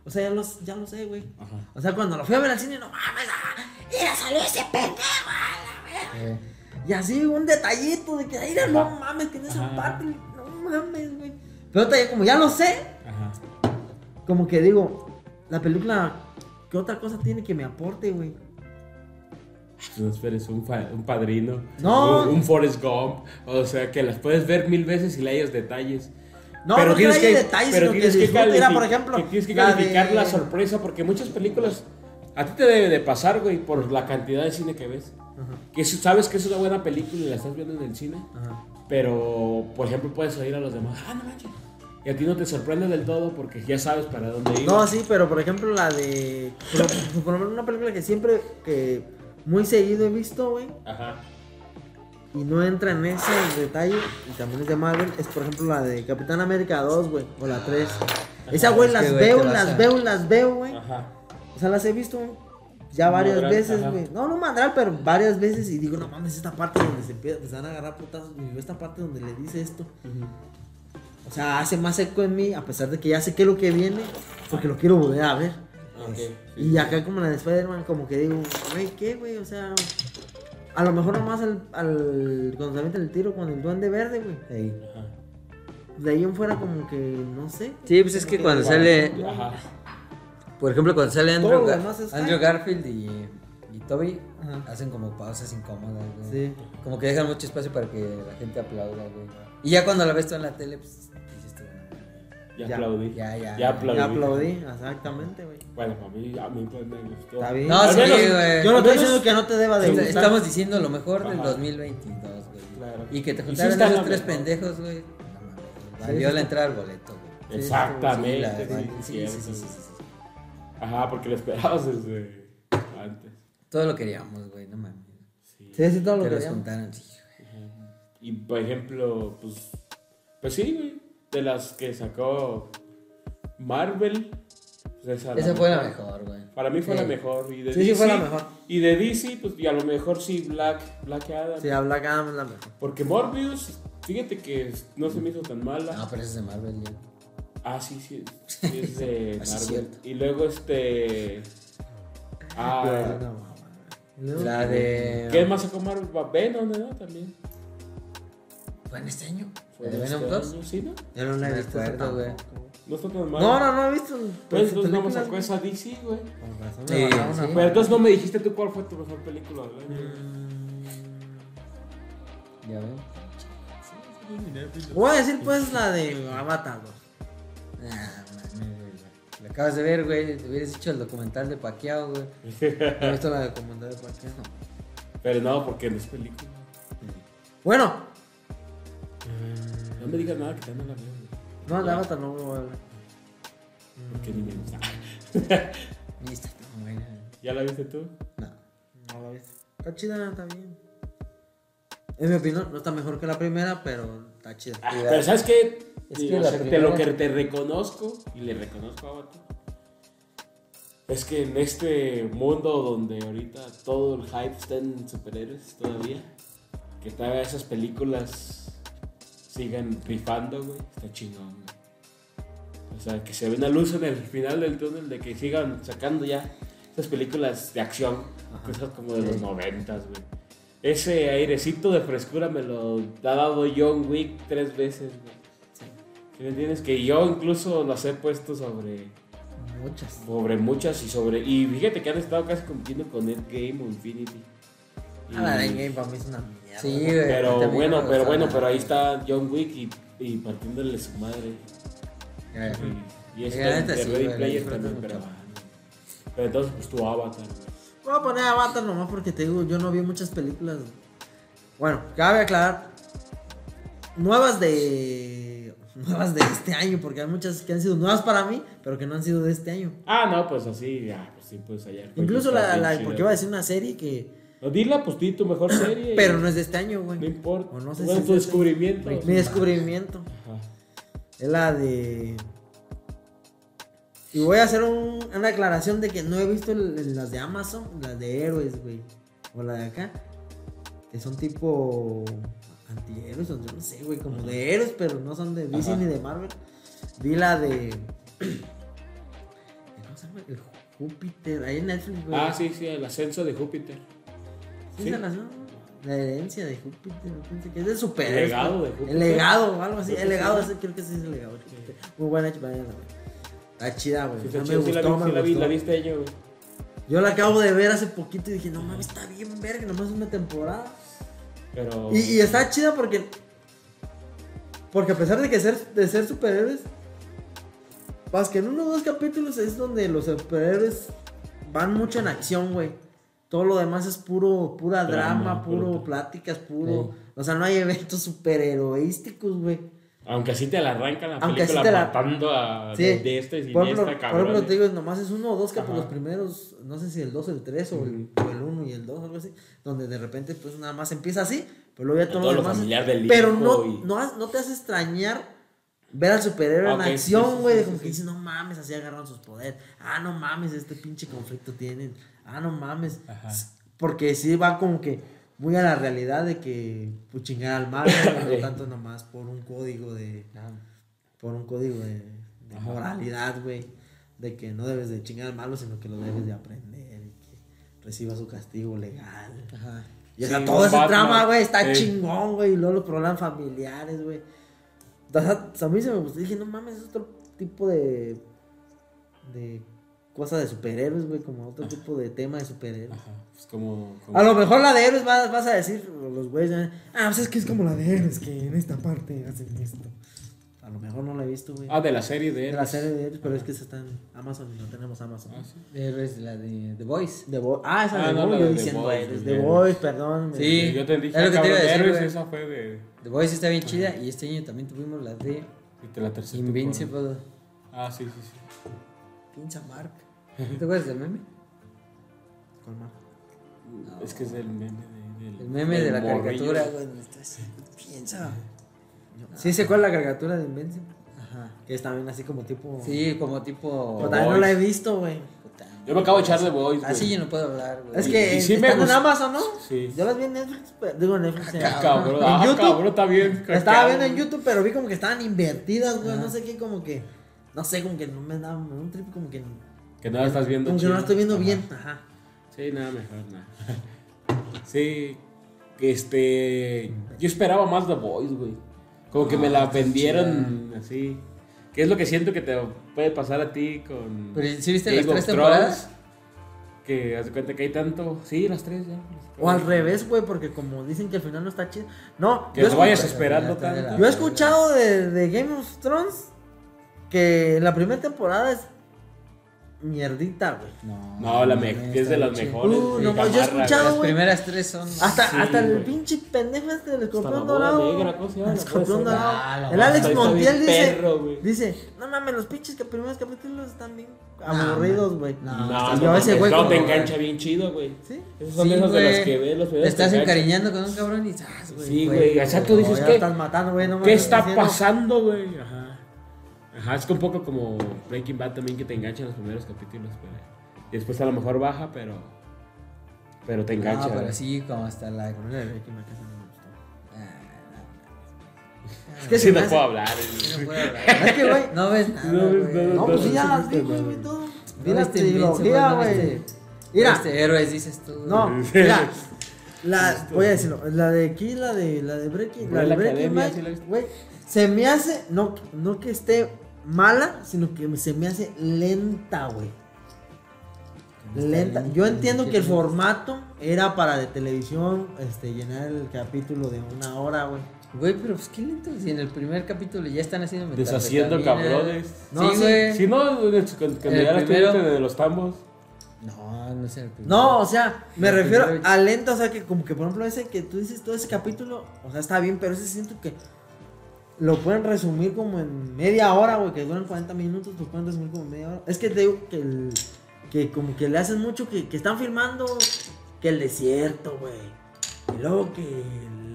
O sea, ya, los, ya lo sé, güey.
Ajá.
O sea, cuando la fui a ver al cine, no mames, ah, mira, salió ese pendejo. ah, la verga.
Eh,
Y así un detallito de que, mira, no mames, que en esa
Ajá.
parte, no mames, güey. Pero ahorita ya como ya lo sé,
Ajá.
como que digo, la película, ¿qué otra cosa tiene que me aporte, güey?
No esperes un, fa- un padrino,
No.
un, un Forrest Gump, o sea que las puedes ver mil veces y le hayas detalles.
No, no que
tienes
haya detalles, sino
pero
que
tienes
disfrute. Mira,
califi-
por ejemplo,
que tienes que
la
calificar
de-
la sorpresa porque muchas películas a ti te debe de pasar, güey, por la cantidad de cine que ves. Que si sabes que es una buena película y la estás viendo en el cine,
Ajá.
pero por ejemplo puedes oír a los demás, ah, no manches. Y a ti no te sorprende del todo porque ya sabes para dónde ir.
No, sí, pero por ejemplo la de... Por, por lo menos una película que siempre, que muy seguido he visto, güey.
Ajá.
y no entra en ese detalle, y también es de Marvel, es por ejemplo la de Capitán América 2, güey, o la 3. Esa, güey,
Es
las
que, güey,
veo,
te vas
las
a-
veo, las veo, güey.
Ajá.
O sea, las he visto ya varias
Madral,
veces,
ajá.
güey. No, no mandral, pero varias veces. Y digo, no mames, esta parte donde se empie- empiezan a agarrar putazos, y digo, esta parte donde le dice esto. O sea, hace más eco en mí, a pesar de que ya sé qué es lo que viene, porque lo quiero volver a ver.
Ok, sí.
Y acá como la de Spider-Man, como que digo, güey, ¿qué, güey? O sea, A lo mejor nomás al, al, cuando se avienta el tiro con el duende verde, güey.
Ey.
De ahí en fuera como que, no sé.
Sí, pues es
Como
que cuando sale,
Ajá.
por ejemplo, cuando sale Andrew,
Todo lo
Gar-
demás está-
Andrew Garfield y, y Toby,
Ajá.
hacen como pausas incómodas, güey.
Sí.
Como que dejan mucho espacio para que la gente aplauda, güey. Y ya cuando la ves tú en la tele, pues dices tú,
Ya,
Ya,
aplaudí.
ya, ya.
Ya aplaudí.
Ya aplaudí, exactamente, güey.
Bueno, para mí, a mí pues me gustó.
Está bien.
No,
Al
sí,
menos-
güey.
Yo no
al
estoy
menos-
diciendo que no te deba de
Est-
gustar.
Estamos diciendo lo mejor del
Ajá.
2022, güey.
Claro.
Y que te
Y sí
juntaran
está
esos
la
tres
mejor.
pendejos, güey. No mames, güey. Valió
sí
la
está-
entrada al boleto, güey. Sí, la-
Exactamente.
vale-
sí,
sí, sí,
cierto.
sí, sí, sí, sí.
Ajá, porque lo esperabas desde antes.
Todo lo queríamos, güey, no mames.
Sí.
Sí, sí, todo lo
Que los
que
juntaran, sí, güey.
Ajá. Y por ejemplo, pues. Pues sí, güey. De las que sacó Marvel. pues esa,
Esa fue la mejor, güey.
Para mí fue
Sí.
la mejor. Y de
Sí, sí,
DC,
fue la mejor.
Y de DC, pues, y a lo mejor sí, Black, Black Adam.
Sí, a Black Adam es la mejor.
Porque Morbius, fíjate que no se me hizo tan mala.
No, pero esa es de Marvel, ya.
Ah, sí, sí. sí, es de
Ah, sí,
Marvel.
cierto.
Y luego este. Ah,
No, mamá, güey. No.
La de.
¿Qué más sacó Marvel? Venom, ¿no? También.
¿Fue en este año?
Fue
¿La de Venom
este
2?
año, Sí, ¿no?
Yo no la he
Me
visto. esa
acuerdo, güey.
tampoco, güey.
No está tan mal.
No, no, no he visto.
Pues
sus
entonces no me
películas,
sacó esa DC, güey.
güey. Con razón,
Sí,
me mandaron
sí.
una-
Pero entonces no me dijiste tú cuál fue tu mejor película del
Mm.
año.
Ya ven.
Voy a decir pues la de Avatar, güey.
Ah, mames, güey. Lo acabas de ver, güey. Te hubieras hecho el documental de Paquiao, güey.
No he visto la de Comandante de Paqueo.
Pero no, porque no es película.
Bueno,
No me digas nada que te no la veo, güey.
no, de Avatar no voy a hablar.
Porque ni me gusta.
Mm.
Y está tan buena.
¿Ya la viste tú?
No.
Mm, No la he visto. Está chida, está bien. En mi opinión, no está mejor que la primera, pero está chida.
Ah,
Sí,
pero
la-
¿sabes qué?
Es
Sí,
que
o
la
sea, te
primera-
lo que te reconozco y le reconozco a Avatar es que en este mundo donde ahorita todo el hype está en superhéroes todavía, que todavía esas películas sigan rifando, güey, está chingón, güey. O sea, que se ve una luz en el final del túnel de que sigan sacando ya esas películas de acción, cosas como de los
Sí.
noventas, güey. Ese airecito de frescura me lo ha dado John Wick tres veces, güey. ¿Sí me entiendes? Que yo incluso las he puesto sobre,
Muchas.
sobre muchas y sobre... Y fíjate que han estado casi compitiendo con Ed Game o Infinity. Y-
Ah, la de Game para mí es una mierda.
Sí, güey. a mí
pero
también
bueno,
me
pero
gustó
bueno,
nada,
pero ahí
güey.
está John Wick y, y partiéndole su madre.
Ya, ya.
Y, y eso
La
está en
neta
The
sí,
Ready
güey,
Player
disfrutas
también,
mucho.
pero... ah, Pero entonces pues tu avatar, güey.
Voy a poner Avatar nomás porque te digo, yo no vi muchas películas. Bueno, cabe aclarar. Nuevas de. Nuevas de este año, porque hay muchas que han sido nuevas para mí, pero que no han sido de este año.
Ah, no, pues así, ah, pues sí, pues allá.
Incluso
Está
la,
bien
la
chido.
porque iba a decir una serie que.
No, dila, pues di tu mejor serie.
Pero
y-
no es de este año, güey.
No importa.
O no sé
bueno,
si
tu
es-
descubrimiento.
Mi descubrimiento.
Ajá.
Es la de. Y voy a hacer un- una aclaración de que no he visto el- el- las de Amazon, las de héroes, güey. O la de acá. Que son tipo. Antihéroes, o yo no sé, güey. Como de héroes, pero no son de DC
Ajá.
ni de Marvel. Vi la de. ¿Cómo se llama? El Júpiter. Ahí en Netflix, güey.
Ah, sí, sí, el ascenso de Júpiter.
Sí,
sí.
se las- ¿no? La herencia de Júpiter, no pienso que es de superhéroes.
El legado
¿no?
de Júpiter.
El legado, algo así. El legado,
Sí.
ese creo que sí es el legado. de Júpiter. Muy buena, ch- vayan a ver. Está chida, güey.
Sí,
O sea,
está chido, sí, la
gustó,
vi,
Ah, me
sí, la vi,
gustó.
la viste yo, güey.
Yo la acabo de ver hace poquito y dije, no mames, está bien verga, nomás una temporada.
Pero.
Y, y está chida porque. Porque a pesar de que ser, de ser superhéroes. Más que en uno o dos capítulos es donde los superhéroes van mucho en acción, güey. Todo lo demás es puro, pura drama,
Drama,
puro
puro-
pláticas, puro. O sea, no hay eventos superheroísticos, güey.
Aunque así te la arrancan la
Aunque así
película
te la-
matando a
Sí.
de, de este y
Por
de
ejemplo, por
esta, cabrón. eh,
ejemplo, te digo, nomás es uno o dos capítulos, los
Ajá.
primeros, no sé si el 2 o el 3 o el- o el 1 y el 2, algo así, donde de repente pues nada más empieza así, pero luego ya todo
todo
lo
lo
demás.
familiar del
pero
hijo
no,
y-
no, has- no te hace extrañar ver al superhéroe
Ok,
en
sí,
acción,
sí,
güey,
sí,
como
sí,
que dices, no mames, así agarraron sus poderes, ah, no mames, este pinche conflicto tienen, ah, no mames,
Ajá.
porque sí va como que muy a la realidad de que pues chingar al mal, güey, no
Sí. Ah.
tanto nomás por un código de por un código de, de
Ajá.
moralidad, güey. De que no debes de chingar al malo, sino que lo debes de aprender y que reciba su castigo legal.
Ajá.
Y o
Sí,
sea, todo ese
Batman.
trama, güey, está
Eh.
chingón, güey. Y luego los problemas familiares, güey. O sea, a mí se me gustó. Dije, no mames, es otro tipo de. de. cosa de superhéroes, güey. Como otro tipo de tema de superhéroes.
Ajá, pues como. como-
A lo mejor la de héroes vas, vas a decir, los güeyes, eh, ah, pues es que es como la de héroes, que en esta parte hacen esto. A lo mejor no la he visto, güey.
Ah, de la serie de.
de la serie de héroes, pero es que esa está en Amazon y no tenemos Amazon.
Ah, sí.
Héroes, la de The Voice.
The Boy- Ah, esa
Ah,
de
no,
Boy,
la
yo
de The
diciendo
Boy,
héroes.
de
The
héroes.
Boy, perdón. me-
Sí.
Yo te dije,
Es lo que te iba a
cabrón,
decir,
héroes,
güey.
esa fue de.
The Voice está bien chida y este año también tuvimos la de
y te la tercera temporada.
Invincible.
Ah, sí, sí, sí.
Pincha Mark.
¿Te acuerdas del meme?
Con Mark.
No.
Es que es del meme de. del-
El meme
del
de la
morrillo.
caricatura, güey.
Bueno, entonces, piensa. Sí, sé cuál es la caricatura de Invincible. Ajá. Que es también así como tipo.
Sí, como tipo.
Pero también no
Boys.
la he visto, güey.
Yo me acabo de echar de Boys,
Ah,
güey.
Así yo no puedo hablar, güey.
Es
Y-
que
y sí me
están en
gustó.
Amazon, ¿no?
Sí.
Yo las vi en Netflix, pero- digo en Netflix. en-
Ah, Cabrón,
en
ah,
YouTube.
cabrón, está bien.
Las estaba viendo en
cabrón.
YouTube, pero vi como que estaban invertidas, güey. No sé qué, como que. No sé, como que no me da un trip, como que.
Que no la estás viendo.
Como que no
chido.
la estoy viendo
Ajá.
bien. Ajá.
Sí, nada mejor, nada. Sí, este. Yo esperaba más The Voice, güey. Como
Ah,
que me la vendieron así. Que es lo que siento que te puede pasar a ti con.
Pero, ¿sí viste
Game
las
of
tres
Thrones?
temporadas?
Que haz de cuenta que hay tanto. Sí, las tres ya.
O al revés, güey, porque como dicen que al final no está chido. No,
Que
yo
no
escuché-
vayas esperando
Yo
tanto.
Yo he escuchado de, de Game of Thrones que la primera temporada es mierdita, güey.
No,
No, la me-
mames,
que es de
está
las
bien chida.
mejores.
Uh,
güey,
no, pues, yo he
Gamarra,
escuchado,
güey.
Las
güey.
primeras tres son.
Hasta,
Sí,
hasta el
güey.
pinche pendejo este del
Hasta la
escorpión
boda
dorado.
negra, ¿cómo se llama?
El
La
escorpión
cosa esa.
dorado.
Ah, la
el
boda.
Alex
Está- está bien
Montiel dice,
perro, güey.
dice, no mames, los pinches que primeros capítulos están bien aburridos, güey.
No,
No,
Y
no,
a ese
mames,
güey
no,
como-
te engancha bien chido, güey.
¿Sí?
Esas son
Sí,
esas de
güey.
las que ves los
Te
videos.
estás
engancha.
encariñando con un cabrón y zas, güey.
Sí, güey. Exacto, dices
No, ya
que.
están matando, güey. No
¿Qué
mames,
está
diciendo,
pasando, güey? Ajá. Ajá, es que un poco como Breaking Bad también que te engancha en los primeros capítulos, pero. Y después a lo mejor baja, pero. Pero te engancha.
No, pero
güey.
sí, como hasta la.
"Cabrón, la de que me casan no me gustó". Es que
Ah, Sí,
se me
no
hace-
puedo hablar. güey.
Sí, no puedo hablar.
Es que, güey,
No ves nada,
No ves
güey.
nada.
No, pues
no,
sí, ya
no
las vi,
viste,
güey,
güey.
vi todo. Vi la
este
viste Invincible,
trilogía,
no viste-
güey.
Mira.
Mira,
Este héroes dices tú.
no,
güey.
mira. La, voy a decirlo, la de aquí, la de, la de Breaking, la
Güey,
de
la
Breaking
academia,
Bad,
¿sí la viste?
güey, se me hace, no, no que esté mala, sino que se me hace lenta, güey, lenta. Yo entiendo que el formato era para de televisión, este, llenar el capítulo de una hora, güey.
Güey, pero pues qué lento. Si en el primer capítulo ya están haciendo
Deshaciendo
metanfetaminas.
cabrones.
eh. No,
sí,
sí.
güey.
Si no, en el- cuando cuando
El
ya las
primero.
tuviste de los tambos.
No, no es el primero.
No, o sea, me
El
refiero
primero-
a lenta, o sea, que como que por ejemplo ese que tú dices todo ese capítulo, o sea, está bien, pero ese siento que lo pueden resumir como en media hora, güey, que duran 40 minutos, lo pueden resumir como en media hora. Es que te digo que, el- que como que le hacen mucho, que, que están filmando que el desierto, güey, y luego que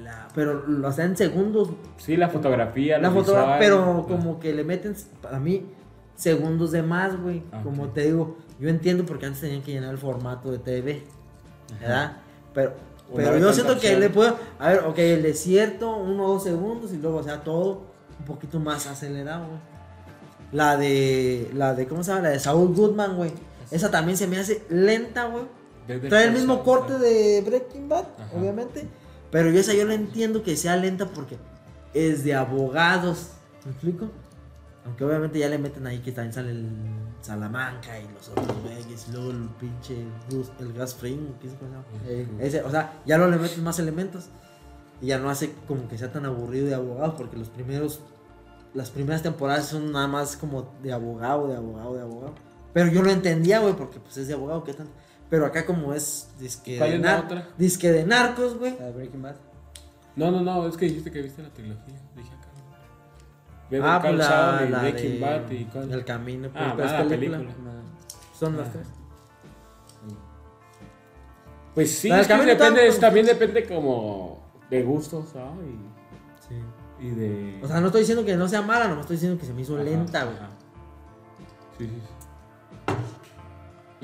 la... Pero lo hacen en segundos,
Sí, la fotografía.
la
lo
fotografía,
visual.
pero como que le meten, para mí, segundos de más, güey.
Ah,
Como
ok.
te digo, yo entiendo porque antes tenían que llenar el formato de TV, ¿verdad? Pero,
Una
pero
vez
yo
tanta
siento que
acción.
le puedo, a ver, ok, el desierto, uno o dos segundos y luego, o sea, todo un poquito más acelerado, güey. La de, la de, ¿cómo se llama? La de Saul Goodman, güey. Esa también se me hace lenta, güey.
Desde
Trae el
casa,
mismo corte de Breaking Bad,
Ajá.
obviamente. Pero yo esa yo la entiendo que sea lenta porque es de abogados. ¿Me explico? Aunque obviamente ya le meten ahí que también sale el Salamanca y los otros güeyes. y Luego el pinche Gus- el Gas Fring. ¿qué se llama?
Eh,
Ese, o sea, ya no le meten más elementos. Y ya no hace como que sea tan aburrido de abogados. Porque los primeros. Las primeras temporadas son nada más como de abogado, de abogado, de abogado. Pero yo lo entendía, güey, porque pues es de abogado, ¿qué tanto? Pero acá como es disque
¿Cuál
de,
es la
nar-
otra? Ah,
disque de narcos, güey.
la de Breaking Bad.
No, no, no, es que dijiste que viste la trilogía. Dije acá. Better
Ah,
Call
pues la,
Saul y
la
Breaking
de
Bad y cuál.
El Camino. pues,
Ah,
pero es
va, la
película.
película.
Son las
Ah.
tres.
Pues sí,
La del
es que
camino
depende,
tanto.
también depende como de gustos, ¿sabes?
Sí.
Y, y de...
O sea, no estoy diciendo que no sea mala, nomás estoy diciendo que se me hizo
Ajá,
lenta, güey.
ajá. Sí, sí, sí.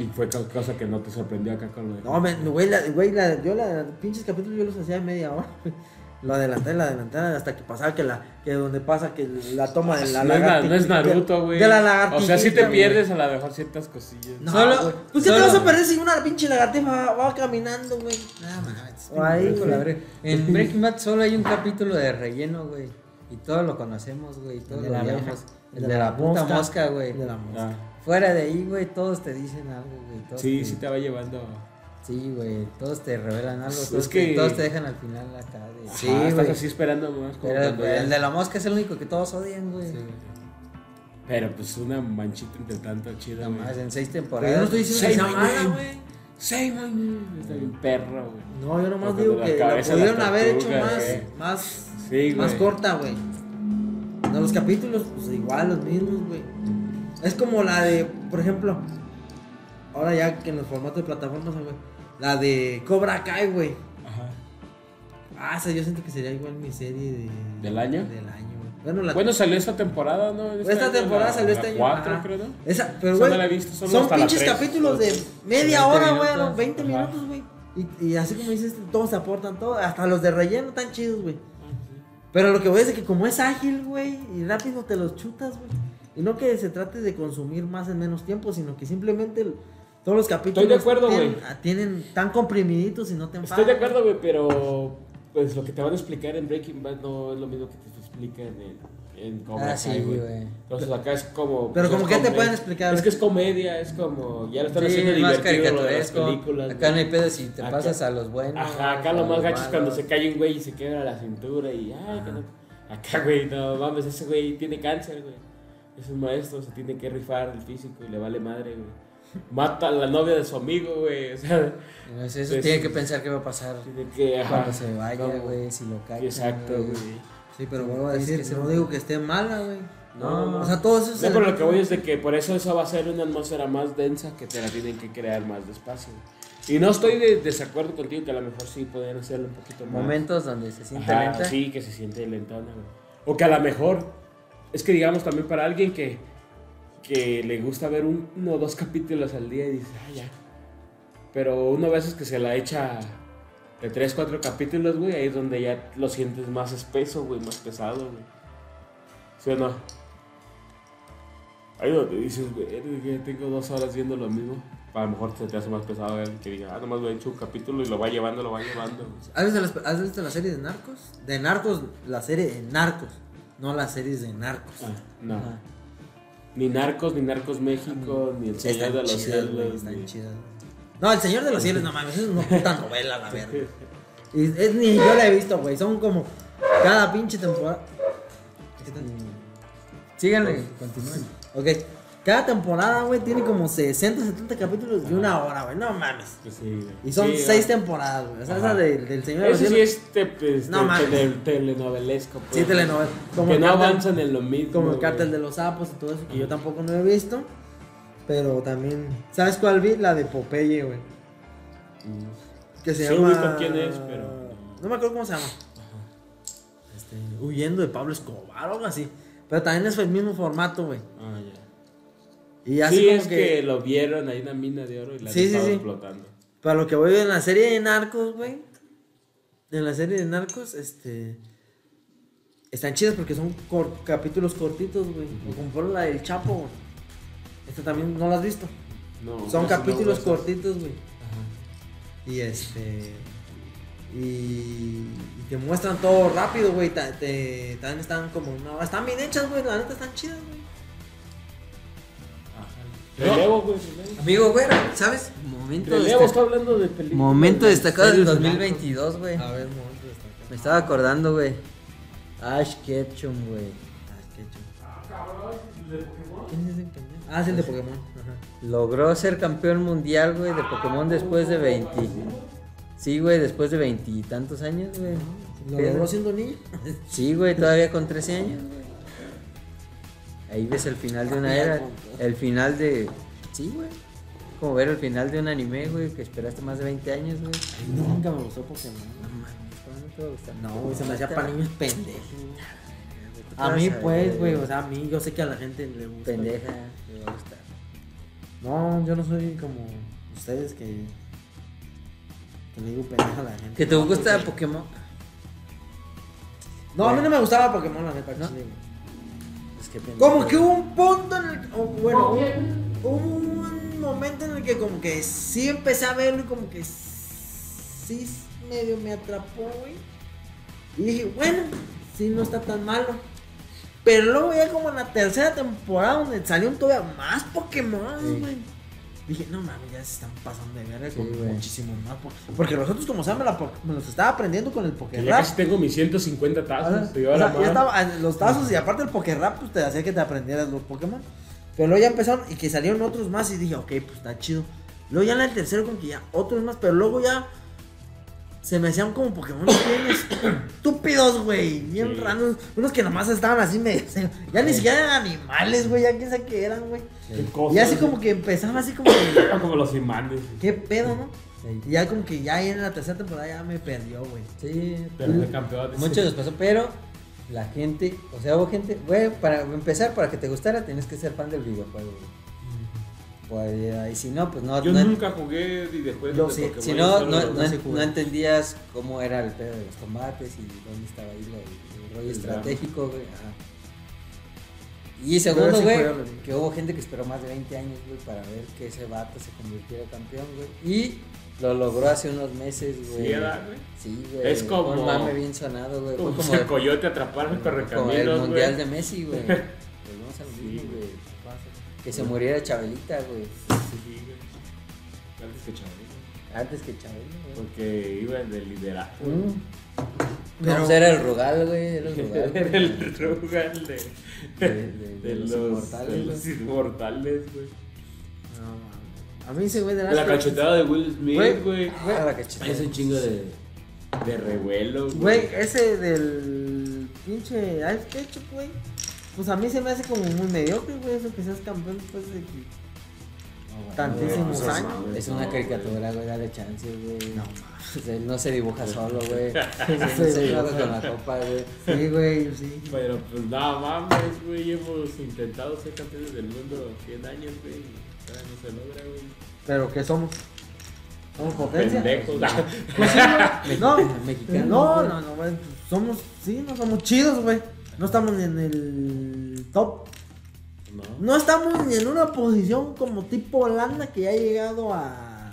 Y fue ca- cosa que no te sorprendió acá con lo de...
No, me- güey, la- güey, la- yo la, pinches capítulos yo los hacía de media hora. güey. Lo adelanté, lo adelanté, hasta que pasaba que la, que donde pasa que la toma de la
no, es, na-
lagartija-
no es Naruto, güey.
De la
O sea, si
lagartijita,
te
güey.
pierdes a lo mejor ciertas cosillas.
No,
Solo-
güey. Pues qué te
solo-
vas a perder si una pinche lagartija va, va caminando, güey.
No mames.
Ay,
Ahí,
güey.
En Breaking Bad solo hay un capítulo de relleno, güey. Y todos lo conocemos, güey. y Todos
de
lo
la abeja.
odiamos. El de la puta mosca, güey.
De la mosca.
Ah,
Fuera de ahí, güey, todos te dicen algo, güey. todos
sí,
te-
sí te va llevando.
Sí, güey. Todos te revelan algo.
Es
Todos, te,
que-
todos te dejan al final acá. De...
Sí,
Ah, estás
güey. pues,
así esperando más. como
Pero
cuando
güey,
ya-
el de la mosca es el único que todos odian, güey.
Pero pues una manchita entre tanto chida,
No
güey.
más, en seis
Pero yo no
temporadas.
estoy diciendo que sea
Sí,
mala,
güey.
güey.
Simon, güey, está bien perro, güey.
No, yo nomás
Porque
digo
la
que la
cabeza de las
pudieron haber hecho
tortugas,
más,
güey.
más,
Sí,
más
güey.
corta, güey. No, los capítulos, pues igual, los mismos, güey. Es como la de, por ejemplo, ahora ya que en los formatos de plataformas, güey, la de Cobra Kai, güey.
Ajá.
Ah, esa yo siento que sería igual mi serie de...
¿Del año?
Del año, güey. Bueno, la...
Bueno, salió esta temporada, ¿no?
Esta temporada salió este año.
4,
ajá.
creo, ¿no?
Esa, pero
Esa
güey,
no la he visto, solo
son
hasta la
pinches
tres.
capítulos de media
20
hora, güey,
minutos.
los 20
Ajá.
minutos, güey. Y, y así como dices, todos se aportan todo, hasta los de relleno están chidos, güey.
Ah,
Pero lo que voy es de que como es ágil, güey, y rápido te los chutas, güey. Y no que se trate de consumir más en menos tiempo, sino que simplemente el- todos los capítulos
Estoy de acuerdo,
tienen,
güey.
ah, tienen tan comprimiditos y no te enfadas.
Estoy de acuerdo, güey, pero pues lo que te van a explicar en Breaking Bad no es lo mismo que te explican en, en Cobra
Ah, sí,
Kai,
güey.
Entonces acá es como...
Pero
pues,
como
es
que te
comedia.
pueden explicar,
Es
güey.
que es comedia, es como... Ya lo están
Sí,
haciendo
es más
divertido lo de las
caricaturesco.
películas.
Acá no
güey.
hay pedo si te
Acá-
pasas a los buenos.
Ajá, acá
a
lo
los
más gacho es cuando
malos.
se cae un güey y se quebra la cintura y... Ay, que no... Acá, güey, no mames, ese güey tiene cáncer, güey. Es un maestro, se tiene que rifar el físico y le vale madre, güey. Mata a la novia de su amigo, güey. O sea,
Entonces,
Pues-
eso tiene que pensar qué va a pasar
tiene que... ajá,
cuando se vaya,
como-
güey, si lo cachan.
Exacto, güey.
Sí, pero vuelvo a
Tienes
decir,
que ser
no
muy-
digo que esté mala, güey.
No, no, no.
O sea, todo eso
No,
es...
pero lo que voy es de que por eso eso va a ser una atmósfera más densa que te la tienen que crear más despacio. Y no estoy de desacuerdo contigo que a lo mejor sí podrían hacerlo un poquito más.
Momentos donde se siente
Ajá,
lenta.
Sí, que se siente lentona, güey. O que a lo mejor, es que digamos también para alguien que, que le gusta ver un- uno o dos capítulos al día y dice, ah, ya. Pero uno a veces que se la echa de tres, cuatro capítulos, güey, ahí es donde ya lo sientes más espeso, güey, más pesado, güey. ¿Sí o no? Ahí donde dices, güey, ya tengo dos horas viendo lo mismo. A lo mejor se te hace más pesado güey, que diga, ah, nomás voy a echar un capítulo y lo va llevando, lo va llevando. güey.
¿Has visto, las- has visto la serie de Narcos? De Narcos, la serie de Narcos, no las series de Narcos.
Ah, no.
Ajá.
Ni Narcos, ni Narcos México, ni El Señor de los
chidas, güey,
Cielos.
están
ni-
chidas. No, El Señor de los Cielos, no mames, es una puta novela, la verga. Y Es, ni yo la he visto, güey, son como cada pinche temporada. ¿Qué tal?
Mm. Pues,
Síganle, continúen.
Ok, cada temporada, güey, tiene como 60, 70 capítulos de una hora, güey, no mames.
Pues sí, güey.
Y son
Sí,
seis
ah.
temporadas, güey, o sea,
Ajá.
esa del, del Señor de los
Eso sí
Cielos.
es te- pues,
No
te-
mames.
tele- telenovelesco. pues.
Sí, telenovela. Como
que
el
no
cártel-
avanzan en lo mismo.
Como el
güey.
cártel de los sapos y todo eso, que yo tampoco no he visto. Pero también. ¿Sabes cuál vi? La de Popeye, güey. Que se
Mm. Sí,
llama.
ubico quién es, pero-
No me acuerdo cómo se llama. Este, huyendo de Pablo Escobar o algo así. Pero también es el mismo formato, güey.
Ah, ya.
Y así
Sí,
como
es que...
que.
lo vieron ahí en una mina de oro y la
Sí, sí,
estaba
sí.
explotando.
Para lo que voy en la serie de narcos, güey. En la serie de narcos, este. Están chidas porque son cor- capítulos cortitos, güey. O Como por la del Chapo, güey. Esta también no la has visto.
No,
Son
no,
capítulos
no, no, no.
cortitos, güey.
Ajá.
Y este. Y, y te muestran todo rápido, güey. ta- te- También están como. No, están bien hechas, güey. La neta están chidas, güey.
Ajá. Relevo, güey. relevo.
Amigo, güey, ¿sabes? Momento,
Relevo, está
destaca-
hablando de películas.
momento
de
destacado del
series, de
2022, güey.
ver, momento destacado.
Me estaba acordando, güey. Ash Ketchum, güey.
Ah, qué chulo. ¿Quién es el pendejo? Ah, es el de Pokémon. Ajá.
Logró ser campeón mundial, güey, de Pokémon después de 20. Sí, güey, después de veintitantos años, güey.
¿Lo
Fíjate.
logró siendo niño?
Sí, güey, todavía con 13 años, güey. Ahí ves el final de una era. El final de. Sí, güey. Como ver el final de un anime, güey, que esperaste más de 20 años, güey.
Nunca me gustó Pokémon.
No mames, ¿cómo no te va a gustar?
No, güey, se me hacía para niños pendejos.
¿Tú te
A
vas
mí,
ver,
pues, güey. O sea, a mí, yo sé que a la gente le gusta.
Pendeja, te va a gustar.
No, yo no soy como ustedes que. que le digo pendeja a la gente.
Que te
No,
gusta
porque-
Pokémon.
No, a mí no me gustaba Pokémon, la neta,
¿No?
chile, güey.
Es que
Como
pendejo.
que hubo un punto en el que. o, bueno, hubo un momento en el que, como que sí empecé a verlo y, como que sí medio me atrapó, güey. Y dije, bueno, sí, no está tan malo. Pero luego ya como en la tercera temporada donde salieron todavía más Pokémon,
Sí.
güey. Dije, no mames, ya se están pasando de verga
Sí,
con
güey.
muchísimo más. po- Porque los otros, como saben, me, la po- me los estaba aprendiendo con el
Que ya
Pokérap.
casi tengo mis 150 tazos. te llevo
O
la
sea,
mano.
ya estaba en los tazos y aparte el Pokérap, pues te hacía que te aprendieras los Pokémon. Pero luego ya empezaron y que salieron otros más y dije, ok, pues está chido. Luego ya en el tercero como que ya otros más, pero luego ya se me hacían como Pokémon bien estúpidos, güey. Bien
Sí.
raros. Unos que nomás estaban así medio... Ya ni siquiera eran animales, güey. Ya quién sabe qué eran, güey.
Qué
Y
cosas,
así como que empezaba así como... que,
Como los imanes.
¿Qué pedo, no?
Sí.
Y ya como que ya ahí en la tercera temporada ya me perdió, güey.
Sí,
Pero de campeones.
Mucho nos pasó, pero la gente, o sea, hubo gente, güey, para empezar, para que te gustara, tienes que ser fan del videojuego, güey. Pues, y si no, pues no,
Yo
no,
nunca jugué videojuegos
Yo
de
sí,
Pokémon.
si no,
solo
no,
los-
no,
sí jugué.
no entendías cómo era el pedo de los combates y dónde estaba ahí lo- el rollo
El drama.
estratégico, güey. ajá. Y
Pero
segundo,
sí
güey,
juega, güey.
que hubo gente que esperó más de 20 años, güey, para ver que ese vato se convirtiera en campeón, güey. Y lo logró hace unos meses, güey.
Sí, ¿verdad, güey?
Sí, güey.
Es como-
Un mame bien sonado, güey. Fue
Como
como
si el coyote atrapara el
como el
correcaminos,
mundial
güey.
de Messi, güey. Volvemos a lo
Sí,
mismo,
güey.
güey. Que se muriera Chabelita, güey.
Sí, güey. Antes que Chabelo.
Antes que Chabelita, güey.
Porque iba en el liderazgo.
No, pues era el Rugal, güey. Era el Rugal. güey.
el Rugal de,
De- de- de los inmortales,
de
¿no?
los inmortales, güey.
No, mames. A mí ese güey de
La cachetada de Will
Güey.
Smith, güey.
Ah, la cachetada.
Es un chingo de.
De revuelo,
Güey, ese del pinche Ice Ketchup, güey. Pues a mí se me hace como muy mediocre, güey, eso que seas campeón después de que...
No, güey,
Tantísimo.
güey.
Muchos años.
Es una caricatura, güey, dale chance, güey.
No,
O sea, no se dibuja solo, güey. No se dibuja con la copa, güey.
Sí, güey, sí.
Pero pues nada mames, güey. Hemos intentado ser campeones del mundo 100 años, güey. y Todavía no se logra, güey.
Pero ¿qué somos? ¿Somos potencia?
Pendejos.
Pues sí, güey. No,
Mexicano,
no,
güey.
no, no, güey. pues Somos, sí, no somos chidos, güey. No estamos ni en el top.
No.
No estamos ni en una posición como tipo Holanda que ya ha llegado a,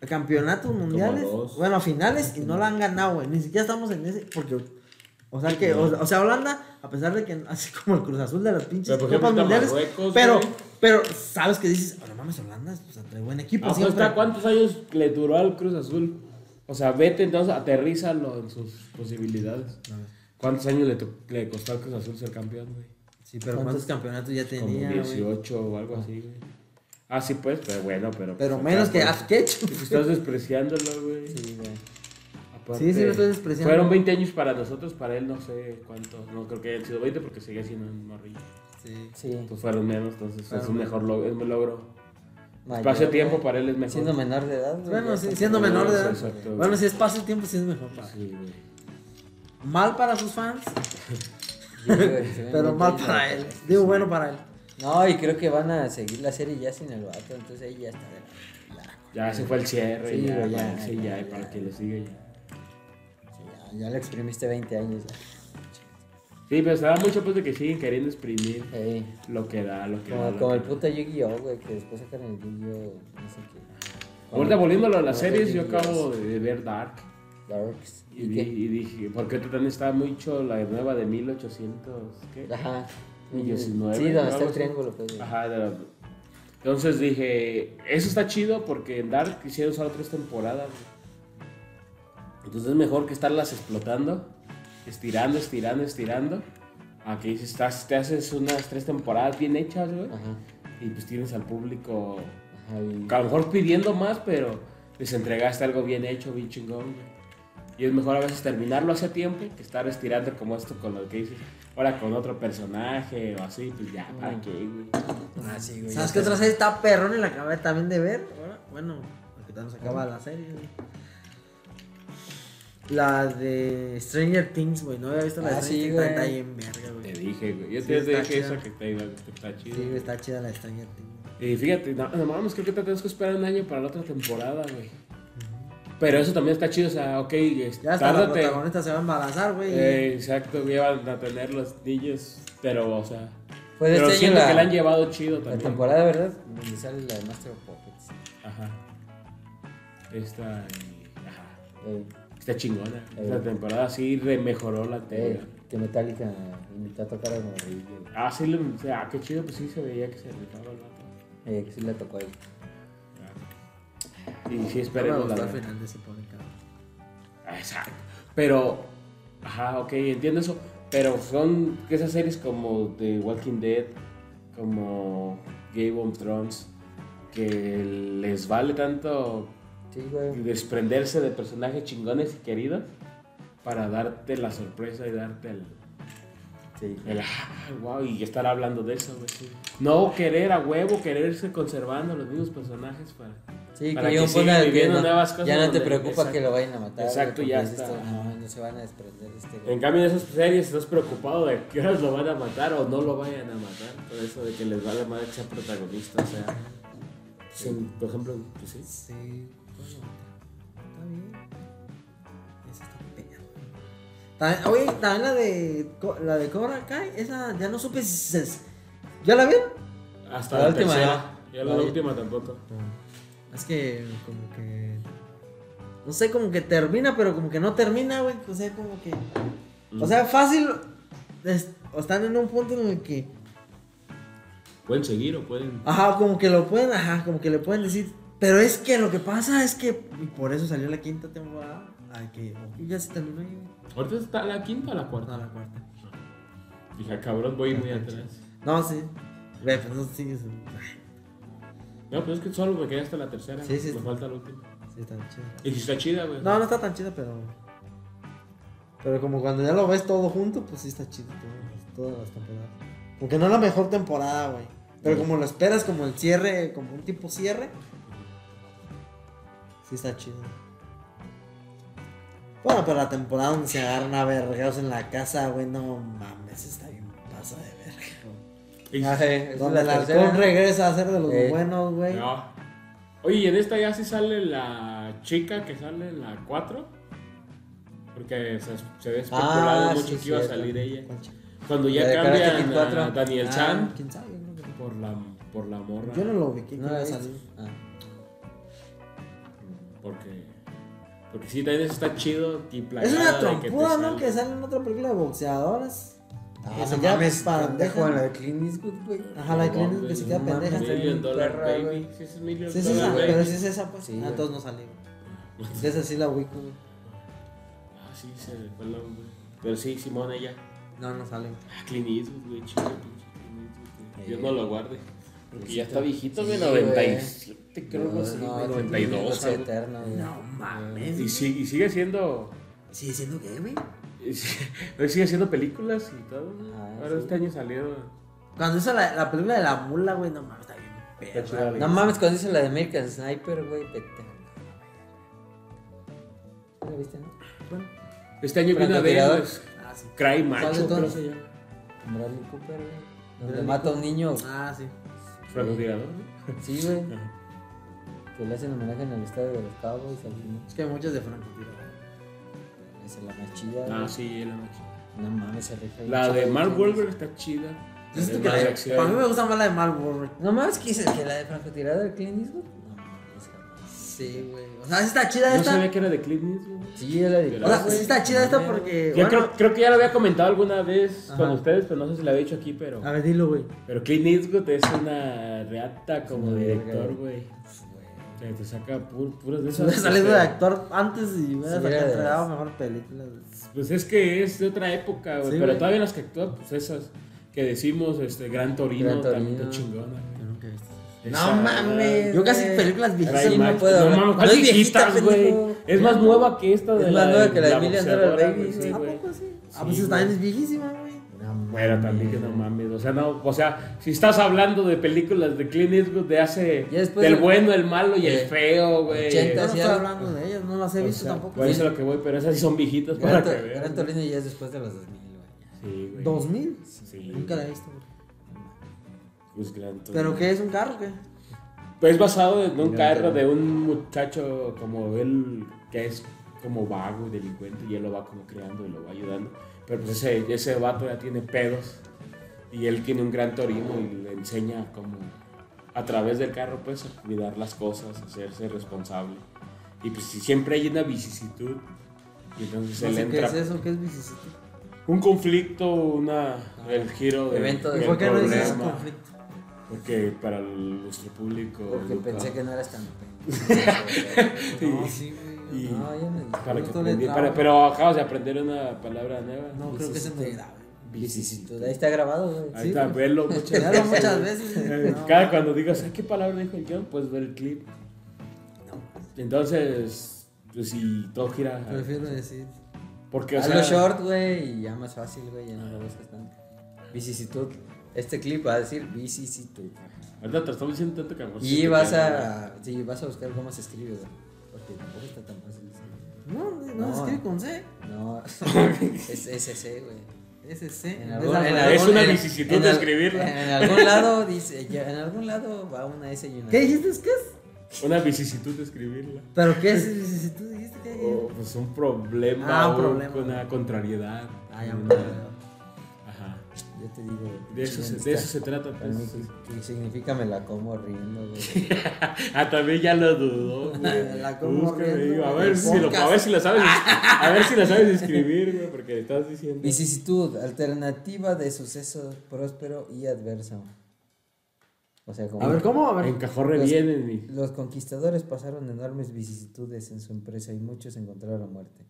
a campeonatos mundiales.
dos.
Bueno, a finales y no la han ganado, güey. Ni siquiera estamos en ese. Porque. O sea que. O, o sea, Holanda, a pesar de que así como el Cruz Azul de las pinches
Pero, por ejemplo,
copas
está
mundiales.
Marruecos,
pero,
güey.
pero, sabes que dices, ahora mames, Holanda, o sea, trae buen equipo.
Ah, pues,
siempre".
¿hasta ¿Cuántos años le duró al Cruz Azul? O sea, vete entonces, aterrízalo en sus posibilidades. ¿Cuántos años le, to- le costó al Cruz Azul ser campeón, güey?
Sí, pero ¿cuántos campeonatos ya
Como
tenía? güey?
18 o algo así, güey. Ah, sí, pues, pero bueno, pero.
Pero
pues,
menos
acá,
que
pues,
Ash Ketchum.
Estás despreciándolo, güey.
Sí, güey.
Aparte,
Sí, sí, lo estoy despreciando.
Fueron 20 años para nosotros, para él no sé cuánto. No creo que hayan sido 20 porque seguía siendo un morrillo.
Sí.
Sí.
Pues fueron menos, entonces es
Ah,
Fueron
un mejor logro. Es un logro.
Mayor,
Espacio-tiempo
güey.
para él es mejor.
Ah, Siendo menor de edad, güey.
Bueno,
ya
sí,
está
siendo
cabrón.
menor de edad.
Exacto.
Bueno, si es paso el tiempo, sí es mejor para.
Sí, güey.
Mal para sus fans,
Sí, güey, se ve
pero
muy
mal
bien,
para
güey.
él. Digo, bueno para él.
No, y creo que van a seguir la serie ya sin el vato, entonces ahí ya está de la- la-
Ya se fue el cierre,
Sí,
ya,
güey, ya,
ya, sí,
ya,
ya,
ya.
para que le siga ya.
sí, ya, ya le exprimiste 20 años. ya.
Sí, pero se da mucho pues de que siguen queriendo exprimir
Ey,
lo que da, lo que da.
como,
lo
como el
que da.
puto Yu-Gi-Oh, güey, que después sacan el Yu-Gi-Oh, no sé qué.
Ahorita volviéndolo a las
Como
series, yo
Yu-Gi-Oh,
acabo de ver Dark.
Darks.
Y,
¿Y
di-
qué?
y dije, porque ahorita también está mucho la nueva de 1800, ¿qué?
Ajá.
Y 19,
Sí,
¿no?
donde está
Algo
el
así.
triángulo, pues. güey.
Ajá, de la- entonces dije, eso está chido porque en Dark quisieron usar tres temporadas. güey. Entonces es mejor que estarlas explotando, estirando, estirando, estirando. A que si estás, te haces unas tres temporadas bien hechas, güey.
Ajá.
Y pues tienes al público,
Ajá. y-
a lo mejor pidiendo más, pero les entregaste algo bien hecho, bien chingón, güey. Y es mejor a veces terminarlo hace tiempo que estar estirando como esto con lo que dices. Ahora con otro personaje o así, pues ya, ¿para qué, güey?
Ah, sí, güey.
¿Sabes
ya
qué
está.
otra serie está perrón y la acabé también de ver? Ahora, Bueno, porque ya nos acaba la serie, güey. La de Stranger Things, güey. No había visto la de
Ah,
Stranger
sí,
Things.
güey.
Está ahí en verga,
Te
güey.
dije, güey. Yo
Sí,
te
está
dije
chida.
eso que te iba, que está
Sí,
chido.
güey, está chida la de Stranger Things.
Y fíjate, no, no mames, creo que te tenemos que esperar un año para la otra temporada, güey. Pero eso también está chido, o sea, ok, es-
Ya hasta la
tárdate.
protagonista se va a embarazar, güey.
Eh, exacto, llevan a tener los niños, pero, o sea.
Fue de
pero
este año
siento
la-
que la han llevado chido
La
también.
temporada, ¿verdad? Donde sale la de Master of Puppets.
Ajá. Esta. y- Ajá.
Eh,
Está chingona.
Eh.
Esta temporada sí remejoró la
eh,
tela.
que Metallica invitó a tocar a Morrillo. güey.
Ah, sí, le, o sea, ah, qué chido, pues sí se veía que se rifaba el vato.
Eh, que sí la tocó ahí.
Y sí,
No me
esperemos
gustó
la
el
verdad.
final de ese pobre cabrón.
Ah, Exacto. Pero, ajá, ok, entiendo eso. Pero son esas series como The Walking Dead, como Game of Thrones, que les vale tanto
Sí, güey.
desprenderse de personajes chingones y queridos para darte la sorpresa y darte el,
Sí.
el ah, wow, y estar hablando de eso. güey, sí. No querer a huevo, quererse conservando los mismos personajes para...
Sí,
Para
que yo
que sigan
ponga que
viviendo
no,
nuevas cosas
ya no te
donde-
preocupa
exacto.
que lo vayan a matar.
Exacto,
güey,
ya
porque dices
está.
tú, no, no se van a desprender de este güey.
En cambio, en esas series estás preocupado de que horas lo van a matar o no lo vayan a matar. Por eso de que les vale madre que sea protagonista, o sea. sin- por ejemplo, pues sí.
Sí, pues, está bien. Esa está pegada. También- Oye, también la de, Co- la de Cobra Kai, esa ya no supe si se... ¿Ya la vieron?
Hasta
La
la,
última,
tercera. Ya la,
La-
última tampoco.
Es que como que... No sé, como que termina, pero como que no termina, güey. O sea, como que... O sea, fácil... es- o están en un punto en el que...
Pueden seguir o pueden.
Ajá, como que lo pueden, ajá, como que le pueden decir. Pero es que lo que pasa es que... Y por eso salió la quinta temporada. Ay, que... y ya se terminó. y-
Ahorita está la quinta o la cuarta. Ah,
No,
Ah,
la cuarta.
Dije, cabrón, voy muy atrás.
No, sí. Ve, pues no sigues. Ay,
No,
pues
pero es que solo me quedé hasta la tercera.
Sí, sí,
Me
sí.
falta la última.
Sí, está chida.
Y si está chida, güey.
No, no está tan chida, pero. Pero como cuando ya lo ves todo junto, pues sí está chido todo, todas las temporadas. Aunque no es la mejor temporada, güey. Pero como lo esperas, como el cierre, como un tipo cierre. Sí está chido. Bueno, pero la temporada donde se agarran a vergados en la casa, güey, no mames, está bien pasa de verga.
Y-
Ah, eh, es
Donde el
la
alcohol
tercera.
regresa a ser de los
Eh.
buenos, güey.
No. Oye, ¿y en esta ya sí sale la chica que sale en la 4? Porque se, se había especulado
Ah,
mucho
sí,
que iba a
cierto.
salir ella.
¿Cuál chica?
Cuando
La
ya
de Karate
cambian
Kid
a
4.
Daniel
Ah,
Chan
¿Quién sabe? Yo no creo.
por la, por la morra.
Yo no lo ubiqué.
No
que
la
iba a
viste.
salir.
Ah.
Porque, porque sí, también eso está chido. y
Es una
plagada de que te
trompuda, ¿no?
salga.
Que sale en otra película de boxeadoras.
Ah,
Que se
no
queda
mames, pendejo,
pendeja.
la de Clint Eastwood, güey.
Ajá, la de
No
Clint Eastwood
mames,
que se queda
no
pendeja.
mames.
Sí,
Million Dollar
perra,
Baby.
güey.
Sí, es Million
es
Dollar
esa,
Baby.
pero sí es esa, pues.
Sí,
Ah,
güey.
entonces no salió. De esa sí la ubico, güey.
Ah, sí, se me fue el nombre. Pero sí, Simón, ella.
No, no sale.
Ah, Clint Eastwood, güey, chido, pinche Clint Eastwood, güey. Dios
Eh. pues
no lo guarde. Porque ya está viejito,
Sí,
güey,
güey.
97, creo que sí, güey,
no,
92.
Es
algo.
eterno, güey.
mames.
Y, si- y sigue siendo.
¿Sigue siendo gay, güey?
y si- hoy sigue haciendo películas y todo. ¿no?
Ah,
Ahora
sí.
este año salieron.
Cuando hizo la, la película de la mula, güey, no mames, está bien. perra.
Está chida, güey.
No mames, cuando hizo la de American Sniper, güey, vete. ¿La viste, no?
Bueno,
Este año viene a
Francotirador.
ver. pues,
ah, sí.
Cry
¿Cuál
Macho,
de
creo que
todos?
se llama.
Con Bradley Cooper, güey. Donde
Bradley
mata a un niño.
Ah, sí.
Francotirador, ¿no?
Sí, güey. Que le hacen homenaje en el estadio de los Cowboys al niño.
Es que hay muchas de Franco, tío.
Esa es la más chida.
Ah,
güey.
sí, era macho.
No mames, se rifa. bien
La de
chido,
Mark
güey.
Wahlberg está chida.
Yo siento
Es
que
más de
la-
acción.
Para mí me gusta más la de Marvel, güey.
No mames, que, que la de francotirador de Clint Eastwood. No mames, jamás.
Sí, güey. O sea, sí está chida
No
esta.
sabía que era de Clint Eastwood. güey.
Sí, yo la de.
O
O sea,
güey.
sí está chida esta porque.
Ya
bueno,
creo, creo que ya lo había comentado alguna vez
Ajá.
con ustedes, pero no sé si lo había dicho aquí, pero...
A ver, dilo, güey.
Pero Clint Eastwood es una reata como
una
director,
verga.
güey.
Güey.
O sea, te saca pu- puras de
Si
esas...
hubiera salido de
este,
actor antes y
Sí,
hubiera
era de-
entregado mejor película. güey.
Pues es que es de otra época, güey.
Sí,
pero
güey.
todavía las que actúan, pues esas que decimos, este, Gran Torino,
Gran
también
Torino.
está chingona. güey.
Yo nunca he visto.
Esa-
Yo casi películas
Era
viejitas.
Sí, no
Max,
puedo
No
hablar.
mames,
No
¿cuál
es
viejitas,
viejita,
güey?
pendejo.
Es más nueva que esta de
Es más nueva que la de Million
boxeadora,
Dollar
güey,
Baby,
sí,
güey.
¿A
güey.
poco sí?
Sí,
Ah, pues esta
güey.
también es viejísima, güey.
No
Bueno, también que no
mames.
mames. O sea, no, o sea, si estás hablando de películas de Clint Eastwood de hace
Ya después
del
de-
bueno, el malo y el
Eh,
feo, güey.
80,
Yo no
sí,
estoy
algo.
hablando de ellas, no las he
O
visto
sea,
tampoco.
por eso es lo que voy, pero esas sí son viejitas para
Gran,
que
Tor-
vean.
Gran Torino ya es después de los 2000, güey.
Sí, güey.
¿2000?
Sí.
Nunca la he visto, güey.
Pues Gran Torino.
¿Pero qué es un carro, o qué?
Pero es basado en un
No,
carro
no.
de un muchacho como él, que es como vago y delincuente, y él lo va como creando y lo va ayudando. Pero pues ese, ese vato ya tiene pedos, y él tiene un gran torino y le enseña como a través del carro pues a cuidar las cosas, a serse responsable. Y pues si siempre hay una vicisitud, y entonces
No
él
sé qué
entra
es eso, qué es vicisitud.
un conflicto, una, el giro de,
Evento de-
¿Y
del
por qué no dices
problema.
conflicto?
Porque para el- nuestro público.
Porque
Luca,
pensé que no eras tan pendejo. No, sí, güey.
Y-
No, yo no.
Para que
no le
aprendí-
trabo.
para- pero acabas de aprender una palabra nueva.
No, creo que se
este.
me grave.
Vicisitud. Ahí está grabado, güey.
Ahí
Sí,
está, verlo muchas
pues. Ya
veces.
lo muchas veces.
Eh,
no.
Cada cuando digas, "Ah, ¿qué palabra dijo el John? Pues ver el clip. Entonces, pues si todo gira.
Prefiero decir.
Porque, o
Hazlo
sea,
short, güey, y ya más fácil, güey, ya no lo buscas tanto. Vicisitud. Este clip va a decir vicisitud.
Ahorita te estamos diciendo tanto que a lo mejor se
Y
te
vas
queda.
a, sí, vas a buscar cómo se escribe, güey. Porque tampoco está tan fácil. escribir.
No, no,
No.
se escribe con C.
No, es SC, güey.
Ese C.
En
no
algún-
es
en
alfabeto.
Es
algún-
una
en-
vicisitud
en
de
al-
escribirla.
En algún lado dice, ya, en algún lado va una S y una
¿Qué
R.
dijiste? ¿Qué es?
Una vicisitud de escribirla.
¿Pero qué es? Si tú dijiste que
O, pues un problema.
Ah, un
o
problema.
Una contrariedad.
Ah, ya
Una-
me acuerdo.
Ajá.
Yo te digo, güey,
De eso, se,
chingón,
de
está-
eso se trata.
Para mí,
Pues.
¿qué significa me la como riendo, güey?
Ah, también ya lo dudó, güey.
La como
Búscame,
riendo,
digo, a,
güey,
ver
el
si lo, a
podcast.
ver si lo sabes. A ver si lo sabes escribir, güey, porque le estás diciendo.
Vicisitud, alternativa de suceso próspero y adverso. O sea, como
A ver, ¿cómo? A ver.
Encajó re
pues,
bien en mi.
los conquistadores pasaron enormes vicisitudes en su empresa y muchos encontraron la muerte.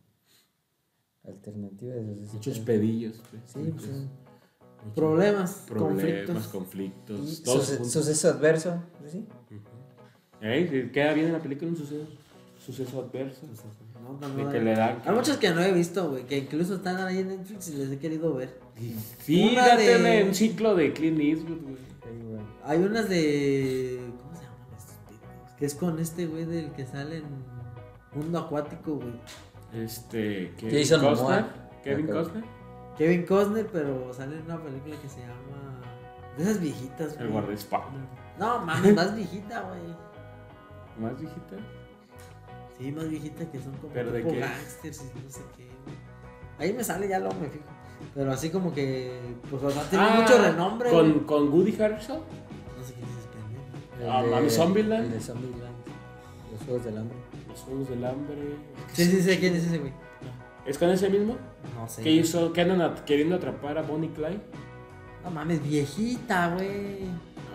Alternativa de suceso.
Muchos
próspero.
pedillos, pues.
Sí, pues, sí.
Muchos
Problemas,
Problemas,
conflictos.
conflictos.
Y
todos
suce-
juntos.
suceso adverso, pues sí.
¿Eh? Queda bien en la película un suceso, suceso adverso.
No, no,
De
no,
que
no.
le dan.
Hay muchas que no he visto, güey, que incluso están ahí en Netflix y les he querido ver.
Fíjate,
Una de-
un ciclo de Clint Eastwood, güey.
Hay unas de. ¿Cómo se llaman estos pendejos? Que es con este güey del que sale en Mundo Acuático, güey.
Este. Kevin
Jason Momoa.
Costner. Kevin
Ok.
Costner.
Kevin Costner, pero sale en una película que se llama. De esas viejitas, güey.
El guardaespaldas.
No, mames, más viejita, güey.
Más viejita.
Sí, más viejita que son como
¿Pero de
tipo
qué?
gangsters y no sé qué, güey. Ahí me sale, ya luego me fijo. Pero así como que. Pues o sea, tiene
Ah,
mucho renombre.
Con,
güey.
con Woody Harrelson.
No sé qué dices, pendejo.
El
Ah,
de-
mames, Zombieland.
el de Zombieland. Los Juegos del Hambre.
Los Juegos del Hambre.
Sí, sí, sé quién es ese, güey.
¿Es con ese mismo?
No sé.
Que hizo, que andan at- queriendo atrapar a Bonnie Clyde.
No mames, viejita, güey.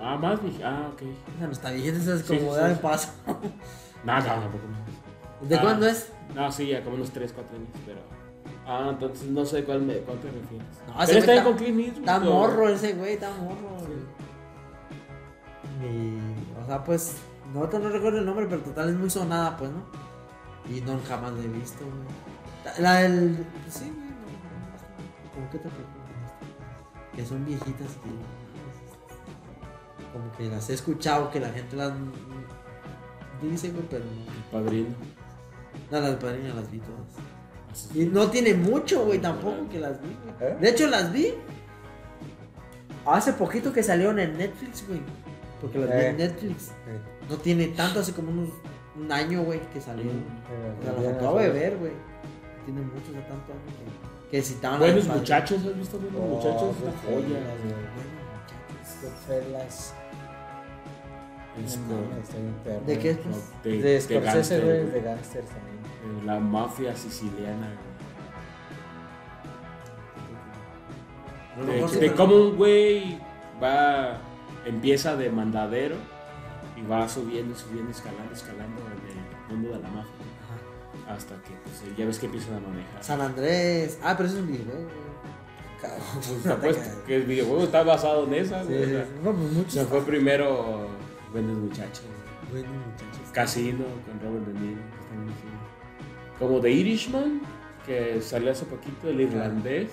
Ah, más dije, ah, ok.
Esa no está viejita, esa es
Sí,
como
sí, sí.
dame paso.
No, no, tampoco. no.
¿De
Ah.
cuándo es?
No, sí, ya como unos 3, 4 años, pero. Ah, entonces no sé cuál, me, cuál te refieres.
No,
pero
ese
está
güey
bien con Clint Eastwood.
Está
¿o?
morro ese güey, está morro. güey. Y, o sea, pues, no, no recuerdo el nombre, pero total es muy sonada, pues, ¿no? Y no, jamás la he visto, güey. La del... pues, Sí, güey. no, no, ¿Con qué te preocupas? Que son viejitas que... Como que las he escuchado, que la gente las dice, güey, pero no.
El padrino.
No, las padrinas las vi todas.
Así.
Y no tiene mucho, güey, tampoco que las vi, güey.
¿Eh?
De hecho, las vi hace poquito que salieron en Netflix, güey. Porque las vi
Eh.
en Netflix. No tiene tanto, hace como unos, un año, güey, que salieron.
Mm.
O sea, las Ah, acabo de ver, güey. Tiene muchos, o sea, tanto año que, que citaban. a
Buenos
los padres.
muchachos, ¿has visto buenos
Oh,
muchachos? Una joya.
Goodfellas.
Es
No
con-
mames, está bien perro.
¿De qué es?
No,
pues?
Este, de- de
De Scorsese,
gangster,
güey,
güey.
de gangsters también.
Eh, La mafia siciliana, güey.
A lo
De,
mejor sí,
de
pero-
cómo un güey va, empieza de mandadero y va subiendo, subiendo, escalando, escalando en el mundo de la mafia. Hasta que pues, ya ves que empiezan a manejar.
San Andrés. Ah, pero eso es un video, güey.
Pues, te apuesto que el videojuego está basado en esa, güey.
Sí,
o sea,
sí, sí. No, pues muchos.
se fue primero Buenos Muchachos, güey.
Buenos muchachos.
Casino con Robert De Niro. que está bien chido. Como The Irishman, que salió hace poquito, el irlandés.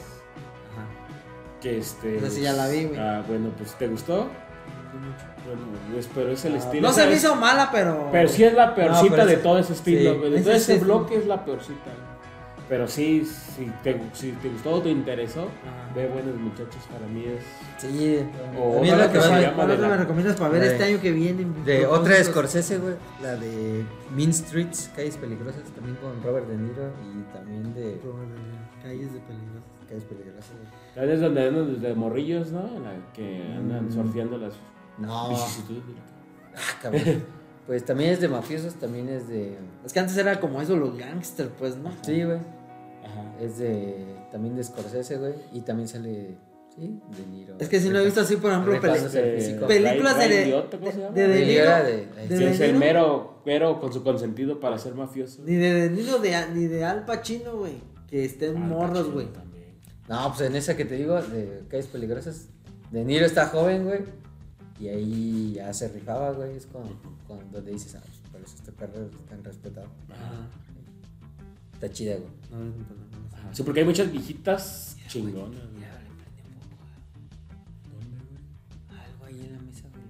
Ajá.
Que este.
Esa Pues sí ya la vi, güey.
Ah, bueno, pues ¿te gustó? Bueno, pues, pero es el
Ah,
estilo.
No se me
¿sabes?
hizo mala, pero.
Pero sí es la peorcita
pero
de
es-
todo ese estilo,
sí,
güey.
ese
De todo
es
ese
el-
bloque es la peorcita. güey. Pero sí, si te, si te gustó o te interesó,
Ajá.
ve buenos muchachos. Para mí es.
Sí,
O
también
otra
lo que
que se
va-
llama
¿cuál
de
otra
la-
me recomiendas para ver
de-
este año que viene?
De otra de
Propósitos.
Scorsese, güey. La de Mean Streets, Calles Peligrosas, también con Robert De Niro y también de
Calles de peligro.
Calles Peligrosas. güey.
También es donde andan los de morrillos, ¿no? En la que
Mm.
andan sorteando las
No,
vicisitudes.
ah, cabrón. Pues también es de mafiosos, también es de.
Es que antes era como eso, los gangsters, pues, ¿no?
Sí, güey.
Ajá.
Es de. También de Scorsese, güey. Y también sale. Sí, De Niro.
Es que si no he visto así, por ejemplo,
Repas-
peli-
Es el físico.
películas
Este, Ray- Ray
de-
Liotta, ¿cómo se
de-
llama?
de-
De Niro era de.
de-
Sí, es el
Niro.
mero, pero con su consentido para ser mafioso.
ni de De Niro de- ni de Al Pacino, güey. Que estén
Al
morros,
Pacino
güey.
Ah, también.
No, pues en esa que te digo, de Calles Peligrosas, De Niro está joven, güey. Y ahí ya se rifaba, güey. Es con, con donde dices, ah, pues, por eso este perro es tan respetado.
Ajá.
Está chida, güey.
No, no, no, no.
Ajá. Sí, porque hay muchas viejitas chingonas. güey.
Algo ahí en la mesa, güey.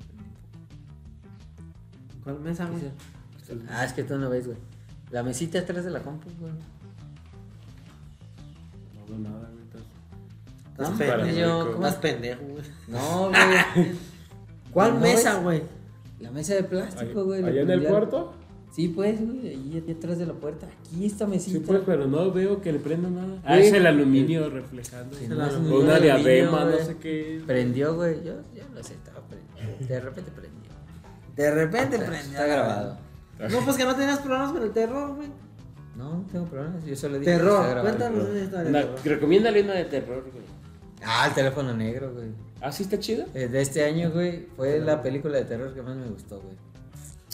¿Cuál mesa, güey?
Ah, es que tú no ves, güey. La mesita atrás de la compu, güey.
No veo nada, güey. entonces.
Estás
No,
pendejo,
pero-
¿cómo estás pendejo, güey?
No, güey.
¿Cuál
¿No
mesa,
ves?
güey?
La mesa de
Este
Ahí-
plástico, güey.
¿Allá en
le
el
prendí algo.
cuarto?
Sí, pues, güey. Ahí, ahí atrás de la puerta. Aquí esta mesita.
Sí, pues, pero no veo que le prenda nada.
Ah, es el
aluminio reflejando.
Se la-
O una
aluminio,
diadema,
güey.
no sé qué.
Prendió, güey. Yo, yo no sé, estaba prendido. De repente prendió.
De repente
Está-
prendió.
Está grabado.
No, pues que no tenías problemas con el terror, güey.
No, no tengo problemas. Yo solo dije. que está
Terror,
grabado.
cuéntanos una historia.
Una-
de terror.
recomiéndale una de terror, güey.
Ah, el teléfono negro, güey.
¿Ah, sí está chida?
Eh, de este año, güey, fue la película de terror que más me gustó, güey.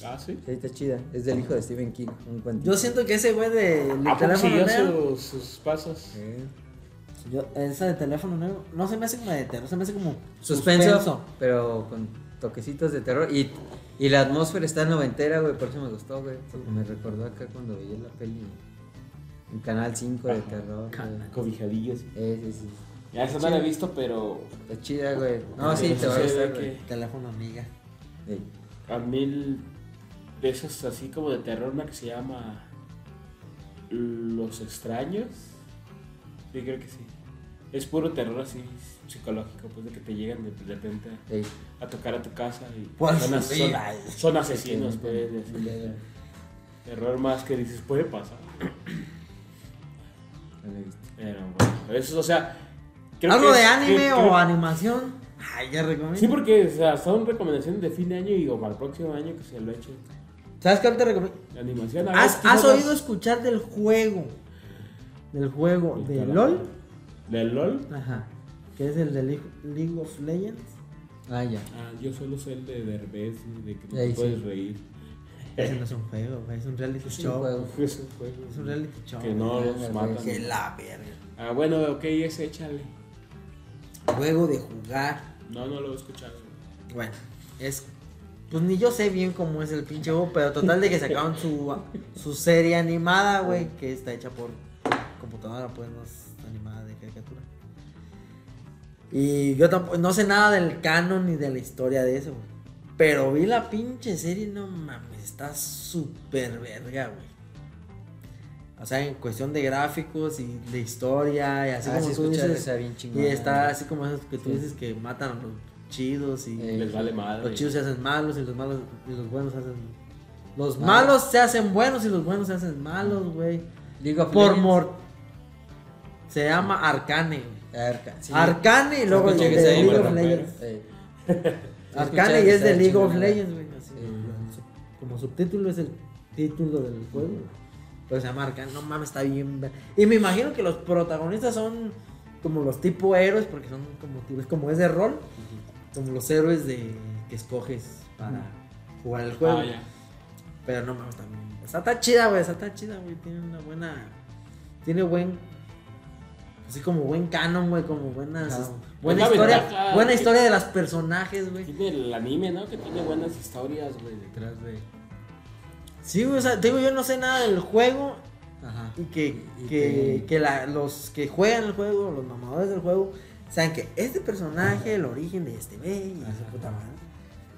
Ah, sí.
Sí, está chida. Es del hijo de Stephen King, un cuentito.
Yo siento que ese güey de el
Ah, pues
teléfono
siguió
negro.
su- sus pasos.
Eh,
Yo, esa de teléfono negro. No se me hace como de terror, se me hace como.
Suspenso, pero con toquecitos de terror. Y, y la atmósfera está noventera, güey, por eso me gustó, güey. Porque me recordó acá cuando veía la peli en Canal 5 de
Ajá.
terror. güey.
Cobijadillas.
Eh, sí, sí.
Ya, esa no la he visto, pero.
Está chida, güey. No, sí, te va a
Sucede
gustar,
que-
güey.
Teléfono amiga.
Sí.
A mil de esas así como de terror, una que se llama Los extraños. Yo creo que sí. Es puro terror así psicológico, pues de que te llegan de repente
Ey,
a tocar a tu casa y
Pues,
son, as-
sí.
son- son asesinos,
Sí.
pues. y así, o sea, terror más que dices, puede pasar.
no la he visto.
Pero bueno, eso, o sea. creo
¿Algo
que
de
es-
anime
creo-
o
creo-
animación? Ay, ya recomiendo.
Sí, porque o sea, son recomendaciones de fin de año y o para el próximo año que se lo eche.
¿Sabes qué te recomiendo?
La animación. a ver,
¿Has,
¿tú
has
sabes?
oído escuchar del juego? Del juego de LOL.
¿De LOL?
Ajá. Que es el de League, League of Legends.
Ah, ya.
Ah, yo solo sé el de Derbez, güey, de que no
Ahí
te
sí.
puedes reír.
Ese no es un juego, güey, es un reality
Es un
show.
juego.
Es un juego,
Es un
güey.
reality show.
Que no
Ah,
los
güey,
matan.
Que la verga.
Ah, bueno, ok, ese échale.
Juego de jugar.
No, no lo he escuchado.
Bueno, es. Pues ni yo sé bien cómo es el pinche juego, pero total de que sacaron su, su serie animada, güey, que está hecha por computadora, pues no es animada de caricatura. Y yo tampoco, no sé nada del canon ni de la historia de eso, güey. Pero vi la pinche serie, no mames, está súper verga, güey. O sea, en cuestión de gráficos y de historia y así
Ah,
como
sí,
tú
escuché
dices.
esa bien chingona.
Y está así como esos que tú
Sí.
dices que matan a los chidos y
Eh,
Les vale madre.
los chidos se hacen malos y los malos y los buenos se hacen los
Ah.
malos se hacen buenos y los buenos se hacen malos, güey.
League of
Por
Legends.
mor se llama Arcane. güey.
Arca. sí.
Arcane y luego el
escuché
de
que se
League
llama
of
Rampero.
Legends.
Eh, sí,
Arcane
escuché
y
que
es de
Ah, está
League of
chingona.
Legends, güey. así,
Eh.
el sub- Como subtítulo es el título del juego. Pero se llama Arcane, no mames, está bien. ver- Y me imagino que los protagonistas son como los tipo héroes, porque son como tipo- es como es de rol, como los héroes de que escoges para jugar el juego.
Ah, ya.
Pero no mames, también. Está tan chida, güey. Está tan chida, güey. Tiene una buena. Tiene buen. Así como buen canon, güey. Como buenas.
Ajá.
Buena
Es la
historia.
ventaja
buena
que-
historia de los personajes, güey.
Tiene el anime, ¿no? Que tiene buenas historias, güey, detrás de.
Sí, güey. O sea, te digo, yo no sé nada del juego.
Ajá.
Y que,
Y
que,
que-
que la- los que juegan el juego, los mamadores del juego, saben que este personaje, el origen de este, güey. y su puta madre.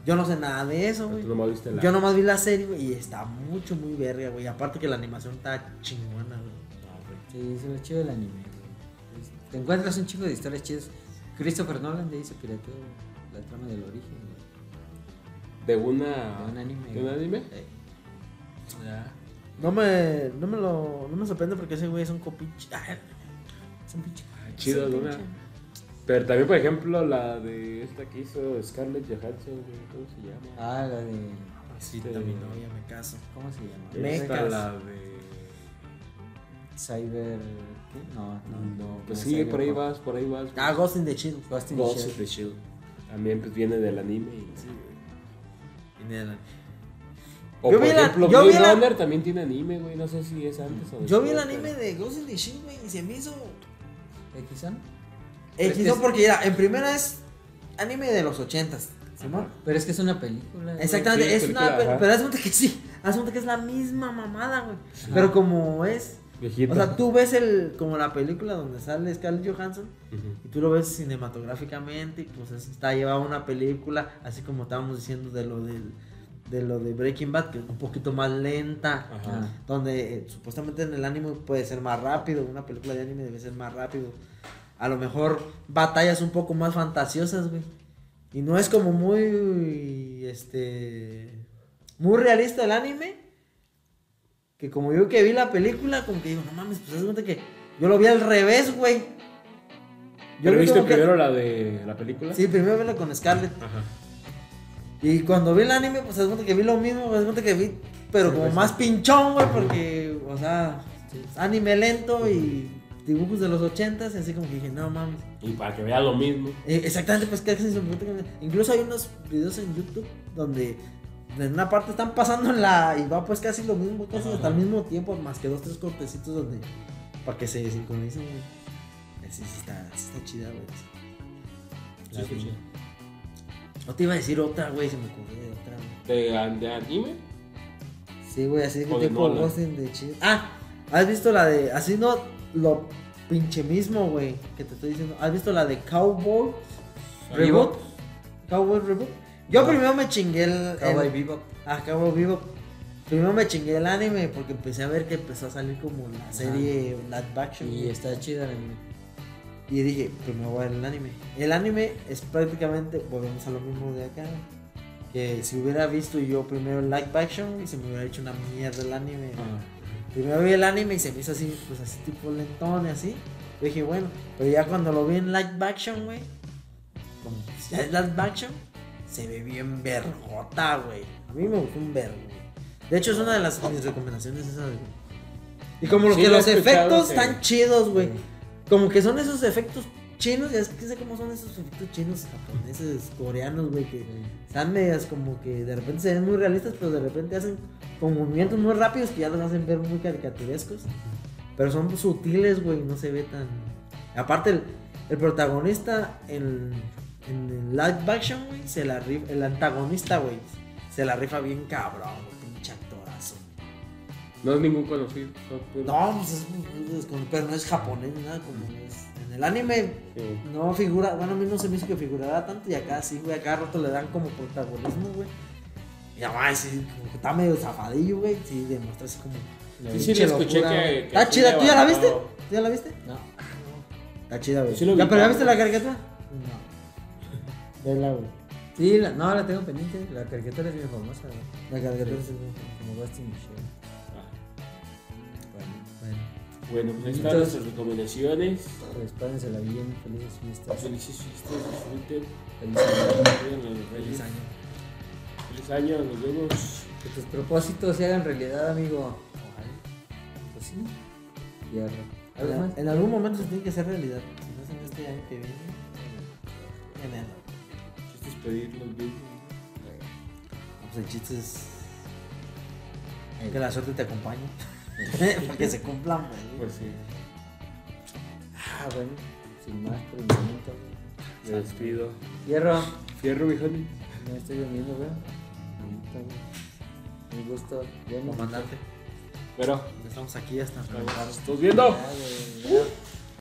Yo no sé nada de eso, güey.
Ah, Tú nomás viste la.
Yo nomás vi la serie, güey, y está mucho, muy verga, güey. Aparte que la animación está chingona, güey.
Ah, güey.
Sí, eso es lo chido del anime, güey. Es- Te encuentras un chico de historias chidas. Christopher Nolan le hizo pirateó la trama del origen, güey.
De una.
De un anime.
¿De un anime?
güey. Eh,
No me, no me lo, no me sorprende porque ese güey es un copinche. Ah, Es un Ah, pinche.
Ah, Chido, de una. Pero también, por ejemplo, la de esta que hizo Scarlett Johansson, güey, ¿cómo se llama?
Ah, la de.
Sí,
Este-
mi novia, me caso.
¿Cómo se llama?
Esta,
Mecas.
la de.
Cyber. ¿Qué? No, no, no.
Pues
no,
sí, por ahí
Cyberpunk.
vas, por ahí vas.
Ah, Ghost in the Shell.
Ghost in the
Ghost
Shell.
of the Shield. También pues, viene del anime. Y... O
Yo
por
vi la-
ejemplo,
yo vi
Blade
la-
Runner también tiene anime, güey. No sé si es antes o
Yo vi el
después,
anime
Pues pero-
de Ghost in the Shell, güey, y se me hizo.
¿X-San? Pues
X, no,
es-
porque ya, en primera es anime de los ochentas. Simón.
Pero es que es una película. güey.
Exactamente,
sí,
es una.
película,
Pero,
ajá.
pero haz cuenta que sí, haz cuenta que es la misma mamada, güey. Pero como es.
Viejito.
O sea, tú ves el, como la película donde sale Scarlett Johansson
Ujú.
y tú lo ves cinematográficamente y pues es- está llevado a una película, así como estábamos diciendo de lo del, de lo de Breaking Bad, que es un poquito más lenta,
Ajá.
donde eh, supuestamente en el anime puede ser más rápido, una película de anime debe ser más rápido. A lo mejor batallas un poco más fantasiosas, güey. Y no es como muy este muy realista el anime. Que como yo que vi la película, como que digo, no mames, pues haz de cuenta que yo lo vi al revés, güey.
¿Pero
vi
viste
como que-
primero la de la película?
Sí, primero vi la con Scarlett.
Ajá.
Y cuando vi el anime, pues haz de cuenta que vi lo mismo, pues haz de cuenta que vi, pero
Sí,
como
pues,
más pinchón, güey, porque, o sea, es anime lento y dibujos de los ochentas, y así como que dije, no mames.
Y para que vea lo mismo.
Eh, Exactamente, pues que hacen su puta madre. Incluso hay unos videos en YouTube donde en una parte están pasando en la. y va pues casi lo mismo, casi hasta el mismo tiempo, más que dos, tres cortecitos donde. para que se sincronicen, güey. Así sí está, sí está chida, güey.
Sí, sí, sí.
No te iba a decir otra, güey, se me ocurrió de otra, güey.
¿De, de anime?
Sí, güey, así que
O de
tipo
Nolan.
Ghost in the Shell. Ah, ¿has visto la de. así no lo pinche mismo, güey, que te estoy diciendo? ¿Has visto la de Cowboy Reboot? Cowboy Reboot. Yo primero me chingué el. el-
Cowboy Bebop.
Ah, Cowboy Vivo. Primero me chingué el anime porque empecé a ver que empezó a salir como la serie live action.
Y
güey.
está chida el anime.
Y dije, primero voy a ver el anime. El anime es prácticamente, volvemos a lo mismo de acá. Que si hubiera visto yo primero el live action y se me hubiera hecho una mierda el anime. Primero vi el anime y se me hizo así, pues así tipo lentón y así. Yo dije, bueno, pero ya cuando lo vi en live action, güey, como pues, ya es live action, se ve bien vergota, güey. A mí me gustó un vergo, güey. De hecho, es una de las mis recomendaciones esa, güey. Y como lo
Sí,
que
lo he
los
escuchado,
efectos
sí.
están chidos, güey. Como que son esos efectos chinos, ya es que sé cómo son esos efectos chinos, japoneses, coreanos, güey, que están medias como que de repente se ven muy realistas, pero de repente hacen con movimientos muy rápidos que ya los hacen ver muy caricaturescos. Pero son sutiles, güey, no se ve tan... Aparte, el, el protagonista en, en el live action, güey, se la rifa, el antagonista, güey, se la rifa bien cabrón, güey, pinche actorazo.
No es ningún conocido. son puros-
No, pues es, es con- pero no es japonés, nada como es. En el anime
Sí.
no figura, bueno, a mí no se me hizo que figurara tanto y acá sí, güey, a cada rato le dan como protagonismo, güey. Y además, sí, como que está medio zafadillo, güey, sí, demuestra así como...
Sí, sí,
pinche
le escuché
locura,
que-
güey.
que
Está
sí
chida, ¿tú ya la viste?
levantó-
¿Tú ya la viste?
No.
Está Ah, chida, güey.
Sí lo vi,
¿Ya, ¿Pero ya
claro.
viste la caricatura?
No.
Vela, güey.
Sí, la- no, la tengo pendiente. La caricatura es bien famosa, güey.
La caricatura
Sí.
sí, güey.
Como Ghost in the Shell.
Ah. Bueno,
Bueno,
pues ahí están
Entonces-
nuestras recomendaciones. Pues,
pues párensela bien. Felices fiestas.
Felices fiestas, disfruten.
Feliz año.
cuiden los
Feliz
reyes.
año.
Feliz año, nos vemos.
Que tus propósitos se hagan realidad, amigo. Pues sí. Y ahora, ¿algo
En-
más?
En algún momento se tiene que hacer realidad. Si no es en este año que viene, en el...
Just despedir los mismos.
Pues el chiste es que la suerte te acompañe. Para que se cumplan, güey.
Pues sí,
Ah, bueno. Sin más por el momento.
me despido.
Hierro.
Fierro, mi honey.
Me estoy durmiendo, güey. Ahorita, güey. Un gusto. Bien.
Comandante,
Pero,
estamos aquí hasta
nos estamos viendo.
Ya, güey, ya.